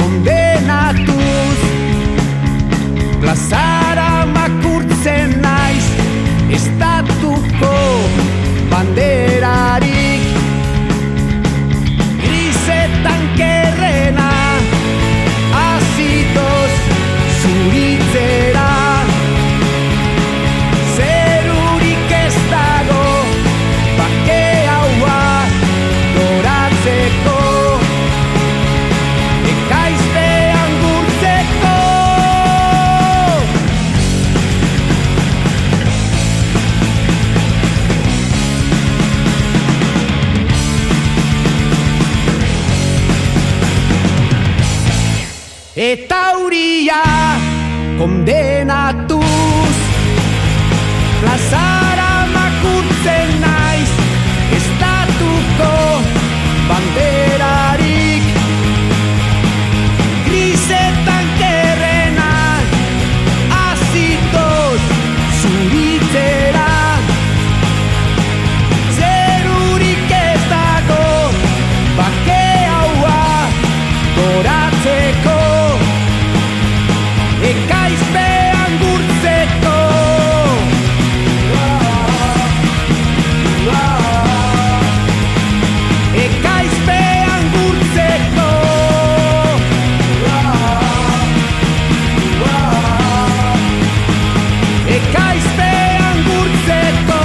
[SPEAKER 6] kondenatuz Plazara makurtzen naiz Estatuko banderarik Grisetan kerrena Azitoz zuritzera Zerurik ez dago Bake haua Doratzeko Ekaiztean gurtzeko Eta huria kondenatuz Plazara makurtzen naiz Estatuko banderarik Grisetan kerrena Azitoz zuritzera Zerurik ez dago Bake haua goratzeko Ekaizpean gurtzeko Ekaizpean gurtzeko Ekaizpean gurtzeko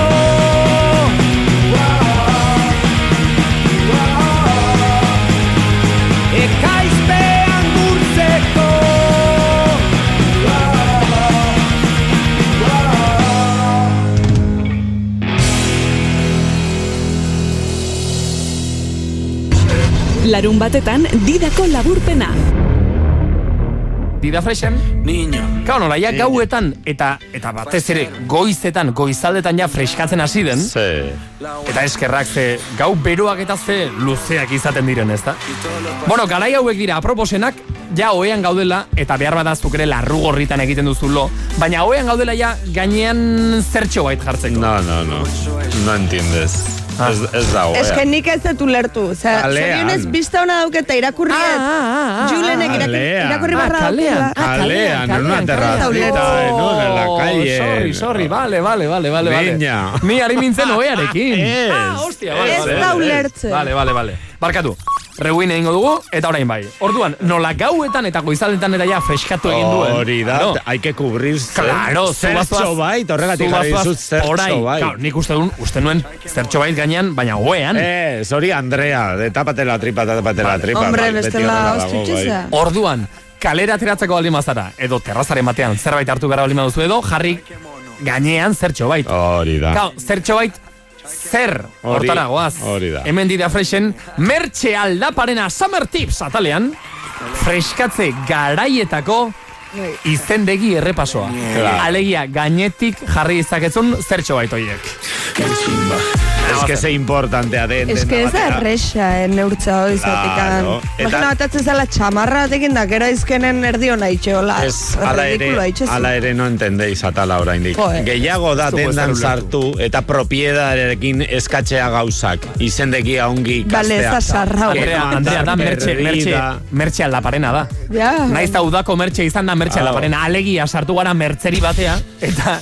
[SPEAKER 6] Ekaizpean gurtzeko
[SPEAKER 17] Larun batetan didako laburpena.
[SPEAKER 3] Dida fresen. Niño. Kao nola, ja gauetan eta eta batez ere goizetan, goizaldetan ja freskatzen hasi den. Eta eskerrak ze gau beroak eta ze luzeak izaten diren, ezta? Bueno, garai hauek dira aproposenak ja ohean gaudela eta behar bada zuk ere larru gorritan egiten duzu lo, baina ohean gaudela ja gainean zertxo bait jartzeko.
[SPEAKER 4] No, no, no. No entiendes. Ez, ez dago.
[SPEAKER 5] Ez que nik ez dut ulertu. Osea,
[SPEAKER 4] Kalean.
[SPEAKER 5] zorionez bista ona dauketa irakurri ez. Julenek irakurri-
[SPEAKER 4] Kalean.
[SPEAKER 5] irakurri barra
[SPEAKER 4] Ah, kalean.
[SPEAKER 5] daukela.
[SPEAKER 4] Ah, Kalean, en una terracita,
[SPEAKER 3] terracita,
[SPEAKER 4] eh, en una, en la calle.
[SPEAKER 3] Sorry, sorry, vale, vale, vale, vale. vale.
[SPEAKER 4] Niña.
[SPEAKER 3] Ni ari mintzen oearekin.
[SPEAKER 4] Ez.
[SPEAKER 3] Ah, hostia, vale,
[SPEAKER 4] Ez
[SPEAKER 3] vale,
[SPEAKER 4] da
[SPEAKER 3] vale.
[SPEAKER 4] ulertzen.
[SPEAKER 3] Vale, vale, vale. Barkatu. Reguin egingo dugu, eta orain bai. Orduan, nola gauetan eta goizaldetan eta ja freskatu egin duen.
[SPEAKER 4] Hori da,
[SPEAKER 3] Claro.
[SPEAKER 4] hay que cubrir
[SPEAKER 3] Claro,
[SPEAKER 4] zertxo bai, horregatik
[SPEAKER 3] zubazoaz
[SPEAKER 4] jarri dizut zertxo
[SPEAKER 3] orain.
[SPEAKER 4] bai.
[SPEAKER 3] Claro, nik uste duen, uste nuen zertxo bait gainean, baina goean.
[SPEAKER 4] Ez, hori Andrea, de tápate la tripa, tápate la tripa. bai, beti horrela dago, bai.
[SPEAKER 3] Orduan, kalera ateratzeko baldin bazara, edo terrazaren batean zerbait hartu gara baldin baduzu edo, jarri gainean zertxo bait.
[SPEAKER 4] Hori da.
[SPEAKER 3] Kau, zertxo bait, zer
[SPEAKER 4] Hori-
[SPEAKER 3] hortara goaz.
[SPEAKER 4] hori da.
[SPEAKER 3] Hemen dira fresen, mertxe aldaparena summer tips atalean, freskatze garaietako izendegi errepasoa.
[SPEAKER 4] Claro.
[SPEAKER 3] Alegia, gainetik jarri izaketzun zertxo bait oiek.
[SPEAKER 4] Es que ze importantea den.
[SPEAKER 5] Ez que ez da
[SPEAKER 4] dena batera.
[SPEAKER 5] erresa, eh, neurtza hoi zatikan.
[SPEAKER 4] Claro. Eta-
[SPEAKER 5] Imagina batatzen zela txamarra batekin da, gero izkenen erdi hona itxeola.
[SPEAKER 4] Ez, ala ere,
[SPEAKER 5] Ridikuloa itxezi.
[SPEAKER 4] ala ere no entendeiz atala oraindik.
[SPEAKER 5] Jo, eh.
[SPEAKER 4] Gehiago da
[SPEAKER 5] Ez dugu
[SPEAKER 4] dendan
[SPEAKER 5] ezer
[SPEAKER 4] sartu eta propiedarekin eskatzea gauzak. Izendegia ongi ikastea.
[SPEAKER 5] Bale, ez da sarra, hori.
[SPEAKER 4] Gero
[SPEAKER 3] Andrea, Andrea da
[SPEAKER 4] andar
[SPEAKER 3] mertxe,
[SPEAKER 4] perdida.
[SPEAKER 3] mertxe, mertxe aldaparena da.
[SPEAKER 5] Ja.
[SPEAKER 3] Naiz da udako mertxe izan da mertxe
[SPEAKER 4] Hau.
[SPEAKER 3] aldaparena. Alegia sartu gara mertzeri batea, eta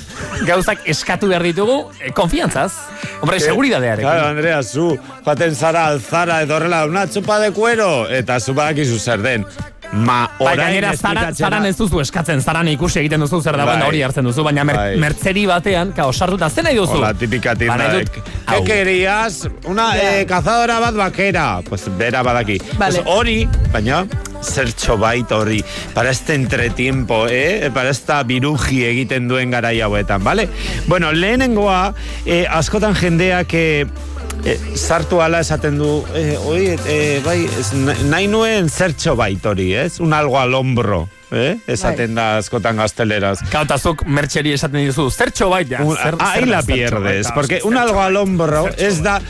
[SPEAKER 3] gauzak eskatu behar ditugu, eh, konfiantzaz. Hombre,
[SPEAKER 4] Ke-
[SPEAKER 3] seguridadearekin.
[SPEAKER 4] Eh, Claro, Andrea, zu, joaten zara alzara edo horrela, una txupa de cuero, eta zu badakizu zer den. Ma,
[SPEAKER 3] Bai,
[SPEAKER 4] orain
[SPEAKER 3] gainera, zaran,
[SPEAKER 4] esplikatzena-
[SPEAKER 3] zaran ez duzu eskatzen, zaran ikusi egiten duzu zer dagoen
[SPEAKER 4] Bai.
[SPEAKER 3] da hori hartzen duzu, baina mer,
[SPEAKER 4] Bai.
[SPEAKER 3] mertzeri batean, kao, sartuta, zen nahi duzu?
[SPEAKER 4] Hola, típica tienda
[SPEAKER 3] Ba, nahi
[SPEAKER 4] de-
[SPEAKER 3] dut,
[SPEAKER 4] ¿Qué
[SPEAKER 3] hau.
[SPEAKER 4] querías? Una eh, cazadora bat vaquera. Pues bera badaki.
[SPEAKER 5] Vale.
[SPEAKER 4] Pues hori, baina zertxo bait hori, para este entretiempo, eh? para esta biruji egiten duen garai hauetan, vale? Bueno, lehenengoa, eh, askotan jendeak eh, eh, sartu ala esaten du, eh, oi, eh, bai, ez, na- nahi nuen zertxo bait hori, ez? Un algo al hombro, eh? esaten da askotan gazteleraz.
[SPEAKER 3] Kauta, zuk mertxeri esaten dizu, zertxo bait, ja.
[SPEAKER 4] Un-
[SPEAKER 3] zer-
[SPEAKER 4] ahí
[SPEAKER 3] zer da
[SPEAKER 4] la
[SPEAKER 3] zertxo
[SPEAKER 4] pierdes,
[SPEAKER 3] baita,
[SPEAKER 4] porque un algo al hombro ez da...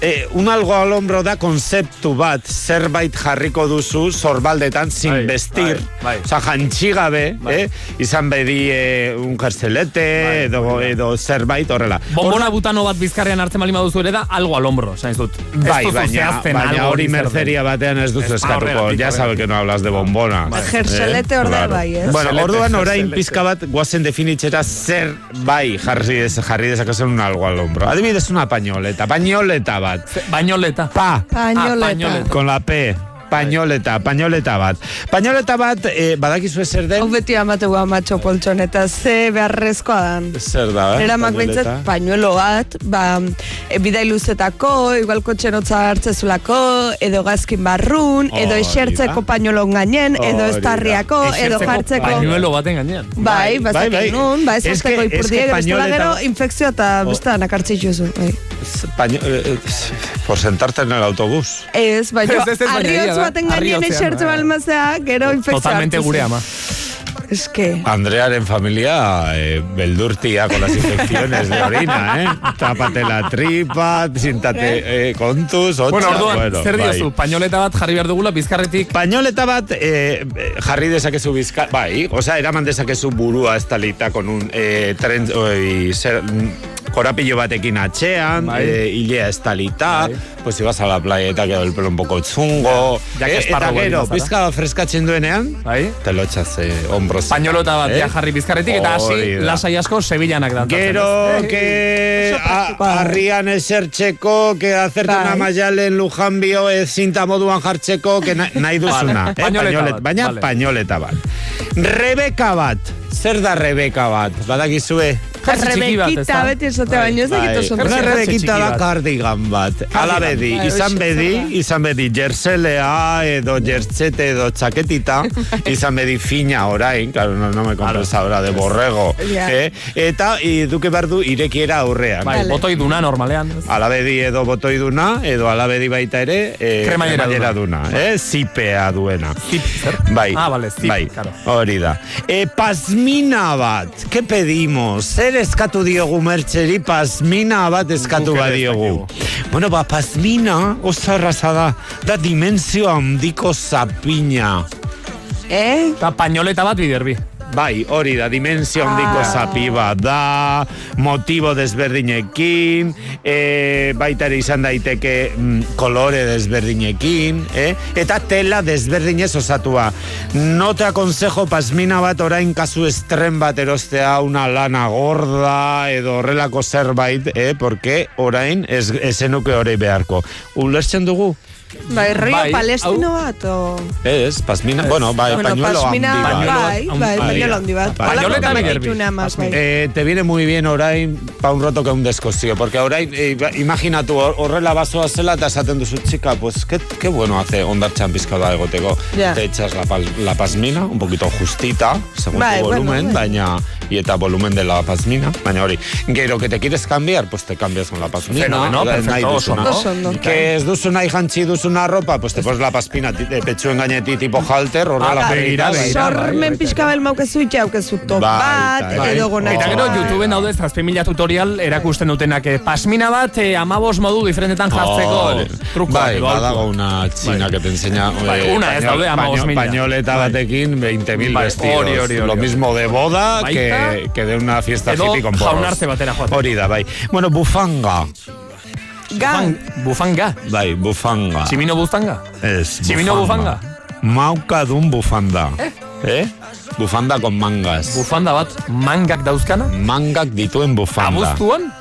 [SPEAKER 4] eh, un algo al hombro da konzeptu bat, zerbait jarriko duzu zorbaldetan sin vestir. Osa, jantxi gabe, eh? izan bedi eh, un karzelete, edo, edo zerbait horrela.
[SPEAKER 3] Bombona butano bat bizkarrean hartzen balima duzu ere da, algo al hombro, zain zut.
[SPEAKER 4] Bai, baina, baina hori merceria batean ez duzu
[SPEAKER 3] Ez,
[SPEAKER 4] eskatuko.
[SPEAKER 3] horregatik,
[SPEAKER 4] Ya sabe que no hablas de bombona.
[SPEAKER 5] Jerselete
[SPEAKER 4] Eh,
[SPEAKER 5] Ba, hor da
[SPEAKER 4] claro.
[SPEAKER 5] bai, ez?
[SPEAKER 4] Bueno,
[SPEAKER 5] Jerselete,
[SPEAKER 4] orduan orain
[SPEAKER 5] jerselete.
[SPEAKER 4] pizka bat guazen definitzera zer bai jarri, des, jarri dezakezen un algo al hombro. Adibidez una pañoleta, pañoleta bat.
[SPEAKER 3] Pañoleta.
[SPEAKER 4] Pa.
[SPEAKER 5] Pañoleta. Ah, pañoleta.
[SPEAKER 4] Con la P. Pañoleta, pañoleta bat. Pañoleta bat, eh, badakizu zer den?
[SPEAKER 5] Hau beti amatu amatxo poltsoneta, ze beharrezkoa dan.
[SPEAKER 4] Zer da, eh?
[SPEAKER 5] Eramak
[SPEAKER 4] pañoleta?
[SPEAKER 5] bintzat, pañuelo bat, ba, e, bidai luzetako, igual kotxenotza hartzezulako, edo gazkin barrun, edo
[SPEAKER 3] Hori da.
[SPEAKER 5] esertzeko pañuelon gainen, edo
[SPEAKER 3] Hori da.
[SPEAKER 5] estarriako, edo
[SPEAKER 3] Esertzeko
[SPEAKER 5] jartzeko...
[SPEAKER 3] Pañuelo baten gainean.
[SPEAKER 5] Bai, bazak
[SPEAKER 4] bai.
[SPEAKER 5] nun, ba, ez
[SPEAKER 4] Es que-
[SPEAKER 5] hartzeko
[SPEAKER 4] es que
[SPEAKER 5] ipurdiek, bestela
[SPEAKER 4] pañoleta-
[SPEAKER 5] gero infekzio eta
[SPEAKER 4] Oh.
[SPEAKER 5] bestean akartzi juzu. Bai.
[SPEAKER 4] Paño- eh, eh, por sentarte en el autobús.
[SPEAKER 5] Ez, baina
[SPEAKER 4] Ez, ez, ez, baina egia
[SPEAKER 5] arriotz
[SPEAKER 4] da.
[SPEAKER 5] baten gainen
[SPEAKER 4] Arriotzean,
[SPEAKER 5] esertze
[SPEAKER 4] bai.
[SPEAKER 5] balmazea, gero infekzio hartzen zu. Es que...
[SPEAKER 4] Andrearen familia eh, beldurtia con las infecciones de orina, ¿eh? Tápate la tripa, siéntate eh, contus, otxa,
[SPEAKER 3] Bueno, orduan, zer
[SPEAKER 4] bai.
[SPEAKER 3] diozu, pañoleta bat jarri behar dugula bizkarretik.
[SPEAKER 4] Pañoleta bat eh, jarri dezakezu bizka... Bai, osea, eraman dezakezu burua estalita con un eh, tren... Oi, zer, mm, korapillo batekin atxean,
[SPEAKER 3] Bai.
[SPEAKER 4] eh, hilea estalita, pues ibas a la playa eta quedó el pelo un poco chungo,
[SPEAKER 3] Ja,
[SPEAKER 4] eh,
[SPEAKER 3] que
[SPEAKER 4] eta
[SPEAKER 3] esparru
[SPEAKER 4] gero,
[SPEAKER 3] baldin bazara.
[SPEAKER 4] bizka freskatzen duenean, te lo echas eh, hombros.
[SPEAKER 3] Pañolota bat ja jarri bizkarretik eta hasi
[SPEAKER 4] Eh? Hori da.
[SPEAKER 3] lasai asko Sevillanak da.
[SPEAKER 5] Eh,
[SPEAKER 4] Gero que a- harrian esertzeko, que hacerte una maial en Lujan bio ez zinta moduan jartzeko, que na- nahi duzuna.
[SPEAKER 3] Vale. Pañoleta
[SPEAKER 4] pañolet-
[SPEAKER 3] bat,
[SPEAKER 4] baina
[SPEAKER 3] vale.
[SPEAKER 4] pañoleta bat. Rebeka bat. Zer da Rebeka bat? eh? Badakizue?
[SPEAKER 5] Rebequita, beti esote baino, ez dakit oso.
[SPEAKER 4] Bai, Una
[SPEAKER 5] ondo.
[SPEAKER 4] rebekita da kardigan bat. Ala bedi,
[SPEAKER 5] Bai,
[SPEAKER 4] izan
[SPEAKER 5] hoxe,
[SPEAKER 4] bedi,
[SPEAKER 5] zerra.
[SPEAKER 4] izan bedi jerselea edo jertzete edo txaketita, izan bedi fina orain, claro, no, no me compres ahora de borrego.
[SPEAKER 3] Ja.
[SPEAKER 4] Eh? Eta i, duke behar du irekiera aurrean.
[SPEAKER 3] Bai, Vale. botoi duna normalean.
[SPEAKER 4] Alabedi edo botoi duna, edo alabedi baita ere, eh,
[SPEAKER 3] Kremallera
[SPEAKER 4] duna. Eh? Zipea duena. Bai.
[SPEAKER 3] Ah, vale, zip,
[SPEAKER 4] bai.
[SPEAKER 3] claro.
[SPEAKER 4] Hori da. E, pasmina bat, ke pedimos? Zer eskatu diogu mertxeri, pasmina bat eskatu badiogu. Bueno, ba, pasmina oso erraza da, da dimensio handiko zapina.
[SPEAKER 5] Eh?
[SPEAKER 3] Ta pañoleta bat biderbi.
[SPEAKER 4] Bai, hori da, dimensio handiko zapi bat da, motibo desberdinekin, e, baita ere izan daiteke mm, kolore desberdinekin, eh? eta tela desberdinez osatua. No te aconsejo pasmina bat orain kasu estren bat erostea una lana gorda edo horrelako zerbait, eh? porque orain ez, esenuke hori beharko. Ulertzen dugu?
[SPEAKER 5] Bai, rio
[SPEAKER 4] Bai,
[SPEAKER 5] palestino bat, o...
[SPEAKER 4] Ez, pasmina, bueno, bai,
[SPEAKER 5] Bueno,
[SPEAKER 4] pañuelo
[SPEAKER 5] pasmina,
[SPEAKER 4] handi bat.
[SPEAKER 5] bai, bai,
[SPEAKER 4] Handi
[SPEAKER 5] pañuelo
[SPEAKER 4] bat.
[SPEAKER 5] handi bat.
[SPEAKER 4] Bai.
[SPEAKER 5] Pañoleta Holako biderbi. gaituna más, bai.
[SPEAKER 4] Eh, te viene muy bien orain pa un roto que un descosío, porque orain eh, ba- imaginatu hor- horrela bazoa zela eta esaten duzu chica, pues qué, qué bueno hace ondartxan pizka da egoteko.
[SPEAKER 5] Ja.
[SPEAKER 4] Te echas la, pal- la pasmina, un poquito justita, según
[SPEAKER 5] Bai,
[SPEAKER 4] tu
[SPEAKER 5] bueno,
[SPEAKER 4] volumen,
[SPEAKER 5] bai.
[SPEAKER 4] baina y eta volumen de la pasmina, baina hori, gero que te quieres cambiar, pues te cambias con la pasmina.
[SPEAKER 3] Fenomeno,
[SPEAKER 4] Nahi
[SPEAKER 3] perfecto, oso
[SPEAKER 4] duzuna.
[SPEAKER 3] ondo. Oso ondo.
[SPEAKER 4] Que ez duzu nahi jantzi duzu duzu una ropa, pues te pones la paspina ti- de pechuen gainetik tipo halter, horrela
[SPEAKER 5] Ala,
[SPEAKER 4] begira, bai, begira.
[SPEAKER 5] Sormen pixka bel maukezu itxe aukezu top bat, edo gonak.
[SPEAKER 3] Eta gero, YouTubeen daude zazpimila tutorial erakusten dutenak. eh, Pasmina bat, eh, amabos modu diferentetan jartzeko.
[SPEAKER 4] Hore. Bai,
[SPEAKER 3] edo aholku.
[SPEAKER 4] badago una txina que te enseña...
[SPEAKER 3] Bai,
[SPEAKER 4] eh,
[SPEAKER 3] una ez
[SPEAKER 4] pañol-
[SPEAKER 3] daude, hamabost
[SPEAKER 4] pañol-
[SPEAKER 3] mila.
[SPEAKER 4] Pañoleta batekin 20.000
[SPEAKER 3] Bai,
[SPEAKER 4] vestidos.
[SPEAKER 3] hori, hori, hori.
[SPEAKER 4] Lo mismo de boda que,
[SPEAKER 3] Baita,
[SPEAKER 4] que de una fiesta
[SPEAKER 3] edo
[SPEAKER 4] hippie con porros.
[SPEAKER 3] jaunartze batera joaten.
[SPEAKER 4] Hori da, bai. Bueno, bufanga.
[SPEAKER 5] Gan.
[SPEAKER 3] Bufanga.
[SPEAKER 4] Bai, bufanga.
[SPEAKER 3] Tximino bufanga.
[SPEAKER 4] Ez,
[SPEAKER 3] Tximino bufanga.
[SPEAKER 4] Mauka dun bufanda. Eh? Bufanda con mangas.
[SPEAKER 3] Bufanda bat, mangak dauzkana?
[SPEAKER 4] Mangak dituen bufanda.
[SPEAKER 3] Abuztuan?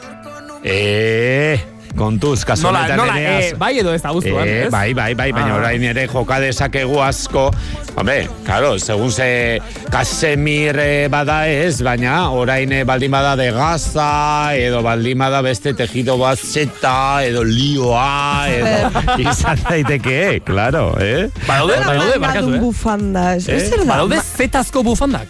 [SPEAKER 4] Eh, kontuz, kasu
[SPEAKER 3] Nola,
[SPEAKER 4] honetan
[SPEAKER 3] nola,
[SPEAKER 4] ere
[SPEAKER 3] eh,
[SPEAKER 4] az-
[SPEAKER 3] bai edo ez da abuztuan,
[SPEAKER 4] Eh,
[SPEAKER 3] ez?
[SPEAKER 4] bai, bai, bai, baina
[SPEAKER 3] Ah.
[SPEAKER 4] orain ere joka dezakegu asko. Hombre, claro, segun ze Kasemir eh, bada ez, baina orain eh, baldin bada de gaza, edo baldin bada beste tejido bat zeta, edo lioa, edo izan daiteke, eh, claro, eh?
[SPEAKER 3] Badaude, badaude,
[SPEAKER 5] Badun
[SPEAKER 3] barkatu, eh?
[SPEAKER 5] bufanda, ez
[SPEAKER 4] Eh?
[SPEAKER 5] zer da?
[SPEAKER 3] Badaude zetazko bufandak.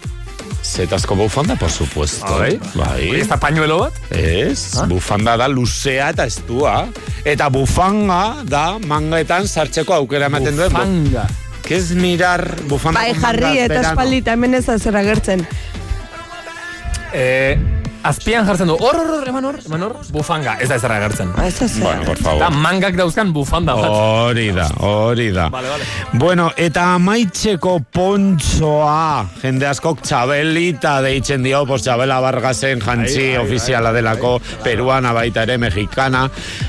[SPEAKER 4] Zetazko bufanda, por supuesto.
[SPEAKER 3] Bai?
[SPEAKER 4] Bai.
[SPEAKER 3] Hori ez da pañuelo bat? Ah.
[SPEAKER 4] Ez, bufanda da luzea eta estua. Eta bufanga da mangaetan sartzeko aukera ematen duen.
[SPEAKER 3] Bufanga.
[SPEAKER 4] Que es mirar bufanda
[SPEAKER 5] Bai,
[SPEAKER 4] con
[SPEAKER 5] jarri
[SPEAKER 4] mangas
[SPEAKER 5] eta
[SPEAKER 4] verano.
[SPEAKER 5] espaldita, hemen ez da zer agertzen.
[SPEAKER 3] Eh, azpian jartzen du, hor, hor, hor, eman hor, eman hor, bufanga. Ez da ezerra gertzen.
[SPEAKER 5] Ah, Ez da
[SPEAKER 4] Bueno, por favor. Oh.
[SPEAKER 3] Da mangak dauzkan bufanda bat.
[SPEAKER 4] Hori da, hori da.
[SPEAKER 3] Vale, vale.
[SPEAKER 4] Bueno, eta amaitzeko pontzoa, jende askok txabelita deitzen dio, pues txabela bargazen jantzi ofiziala delako, peruana baita ere, mexikana,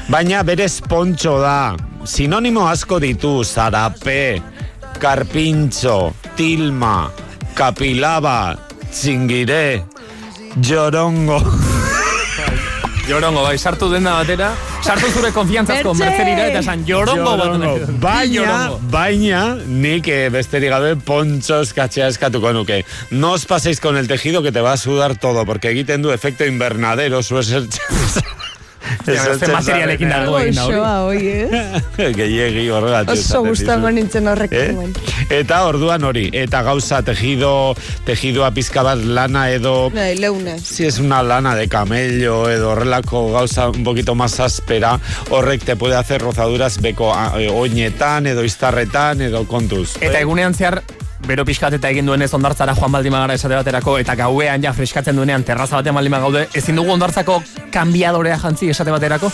[SPEAKER 4] baina berez pontxo da, sinonimo asko ditu, zarape, karpintxo, tilma, kapilaba, txingire, jorongo.
[SPEAKER 3] Jorongo, bai, sartu dena batera, sartu zure konfiantzazko
[SPEAKER 4] Mertxe!
[SPEAKER 3] mercerira eta esan jorongo bat. nahi dut. Bi
[SPEAKER 4] Baina,
[SPEAKER 3] jorongo.
[SPEAKER 4] baina, nik eh, besterik gabe pontxo eskatzea eskatuko nuke. No os paséis con el tejido que te va a sudar todo, porque egiten du efecto invernadero zu esertzen.
[SPEAKER 3] beste materialekin dago egin da hori.
[SPEAKER 5] Goixoa, oi, eh?
[SPEAKER 4] Gehiegi horregatik.
[SPEAKER 5] Oso
[SPEAKER 4] esaten
[SPEAKER 5] gustango
[SPEAKER 4] dizut.
[SPEAKER 5] nintzen horrek.
[SPEAKER 4] Eh? Eta orduan hori, eta gauza tejido, tejidoa pizka bat lana edo
[SPEAKER 5] Nahi, leuna.
[SPEAKER 4] si es una lana de camello edo horrelako gauza un poquito más áspera, horrek te puede hacer rozaduras beko a- eh, oinetan edo iztarretan edo kontuz.
[SPEAKER 3] Eta egunean zehar, bero pixkat eta egin duenez ondartzara joan baldin bagara esate baterako eta gauean ja freskatzen duenean terraza batean baldin bagaude, ezin dugu ondartzako kanbiadorea jantzi esate baterako?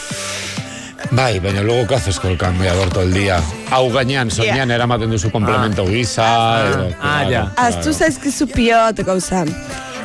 [SPEAKER 4] Bai, baina luego kazos con el cambiador todo el día. Hau gainean, soñan eramaten duzu komplemento gisa edo...
[SPEAKER 3] Ah, ja.
[SPEAKER 5] Aztu zaizkizu piot gauza.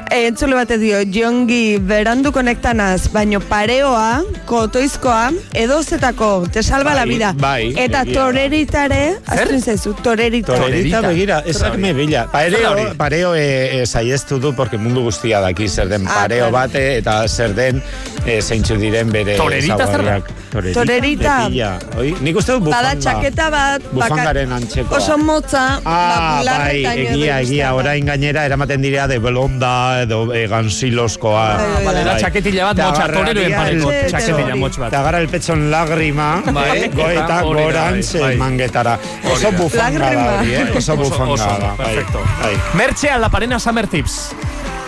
[SPEAKER 5] E, entzule bate dio, jongi berandu konektanaz, baino pareoa, kotoizkoa, edozetako, te salva la
[SPEAKER 4] Bai,
[SPEAKER 5] vida.
[SPEAKER 4] bai, egia
[SPEAKER 5] Eta
[SPEAKER 4] da.
[SPEAKER 5] toreritare, aztu zaizu, torerita.
[SPEAKER 4] Torerita, begira, esak me bila. Pareo,
[SPEAKER 5] Zer hori?
[SPEAKER 4] pareo e, e, saiestu du, porque mundu guztia daki zer den
[SPEAKER 5] Ah,
[SPEAKER 4] pareo bate, eta zer den e, zeintzu diren bere
[SPEAKER 3] Torerita zer da?
[SPEAKER 4] ezaugarriak. Torerita.
[SPEAKER 5] Torerita.
[SPEAKER 4] Torerita. Oi? Nik uste dut bufanda.
[SPEAKER 5] Bada txaketa bat,
[SPEAKER 4] Bufandaren antzekoa.
[SPEAKER 5] oso motza,
[SPEAKER 4] Ah,
[SPEAKER 5] ba,
[SPEAKER 4] bai,
[SPEAKER 5] bularretaino edo
[SPEAKER 4] egia, egia, orain gainera eramaten dira de belonda edo e, gansiloskoa.
[SPEAKER 3] Ah, vale, da
[SPEAKER 4] Bai.
[SPEAKER 3] txaketilla bat
[SPEAKER 4] Te
[SPEAKER 3] motxa,
[SPEAKER 4] agarraría
[SPEAKER 3] toreroen pareko
[SPEAKER 4] el pecho.
[SPEAKER 3] txaketilla motx bat.
[SPEAKER 4] Te agarra el pecho en lágrima,
[SPEAKER 3] Bai,
[SPEAKER 4] eh, goetak
[SPEAKER 3] hori da,
[SPEAKER 4] gorantz
[SPEAKER 3] bai.
[SPEAKER 4] mangetara. Oso
[SPEAKER 3] Hori da.
[SPEAKER 4] bufanga da, hori, eh?
[SPEAKER 3] Lágrima.
[SPEAKER 4] oso
[SPEAKER 3] Oso-
[SPEAKER 4] bufanga
[SPEAKER 3] oso,
[SPEAKER 4] da. bai,
[SPEAKER 3] perfecto.
[SPEAKER 4] bai.
[SPEAKER 3] Mertxe aldaparena Summer Tips.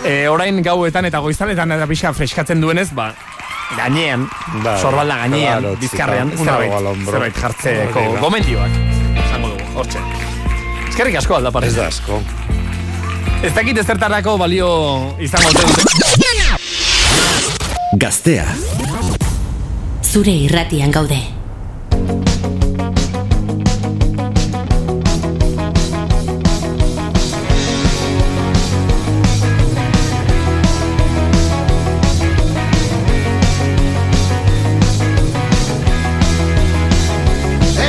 [SPEAKER 3] E, orain gauetan eta goizanetan eta pixka freskatzen duenez, ba, gainean,
[SPEAKER 4] Bai,
[SPEAKER 3] sorbalda gainean,
[SPEAKER 4] claro,
[SPEAKER 3] bizkarrean,
[SPEAKER 4] txika,
[SPEAKER 3] zerbait,
[SPEAKER 4] clavo al hombro.
[SPEAKER 3] zerbait jartzeko
[SPEAKER 4] Hori da.
[SPEAKER 3] gomendioak. Esango dugu, hortxe. Eskerrik asko aldaparena.
[SPEAKER 4] Ez da asko.
[SPEAKER 3] Ez dakit ezertarako balio izango dute.
[SPEAKER 1] Gaztea.
[SPEAKER 2] Zure irratian gaude.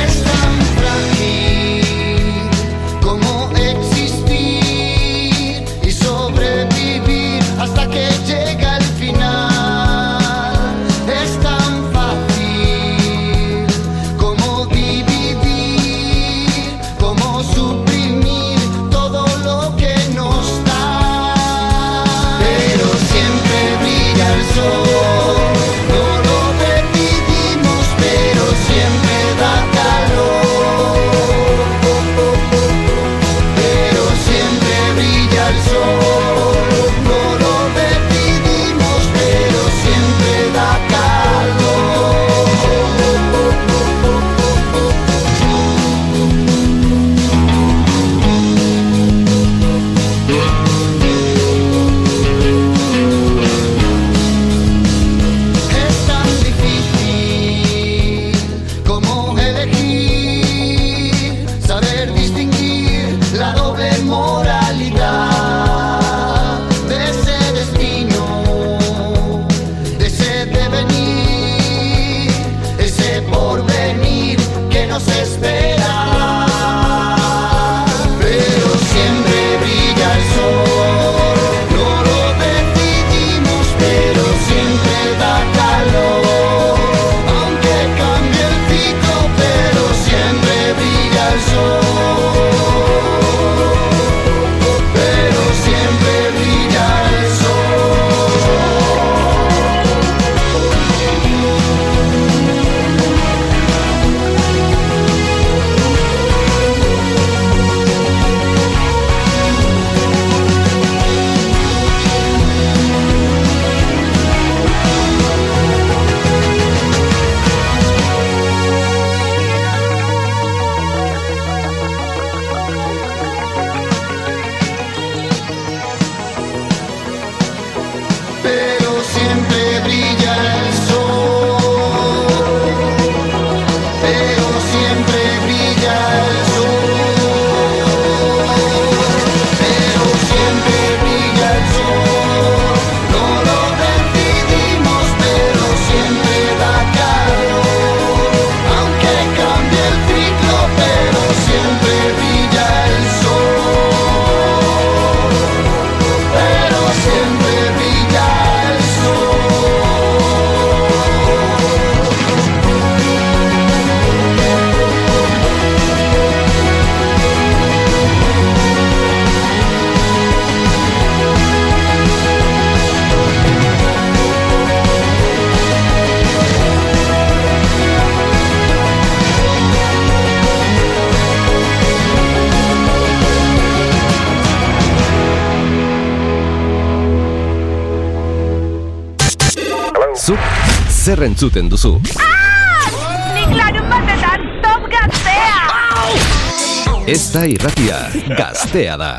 [SPEAKER 15] Es tan frágil como existir y sobrevivir hasta que llega el final. Es tan fácil de moralidad, de ese destino, de ese devenir, ese porvenir que nos espera. Pero siempre brilla el sol, no lo decidimos, pero siempre da calor. Aunque cambie el pico, pero siempre brilla el sol. Pero siempre brilla el sol. pero siempre brilla el sol. Pero siempre brilla el sol. Pero siempre brilla el sol. No lo decidimos, pero siempre da calor. Aunque cambie el ciclo, pero siempre brilla el sol pero siempre brilla el sol.
[SPEAKER 1] Zuk zer entzuten duzu?
[SPEAKER 22] Nik larun batetan top gaztea!
[SPEAKER 1] Ez da irratia, gaztea da.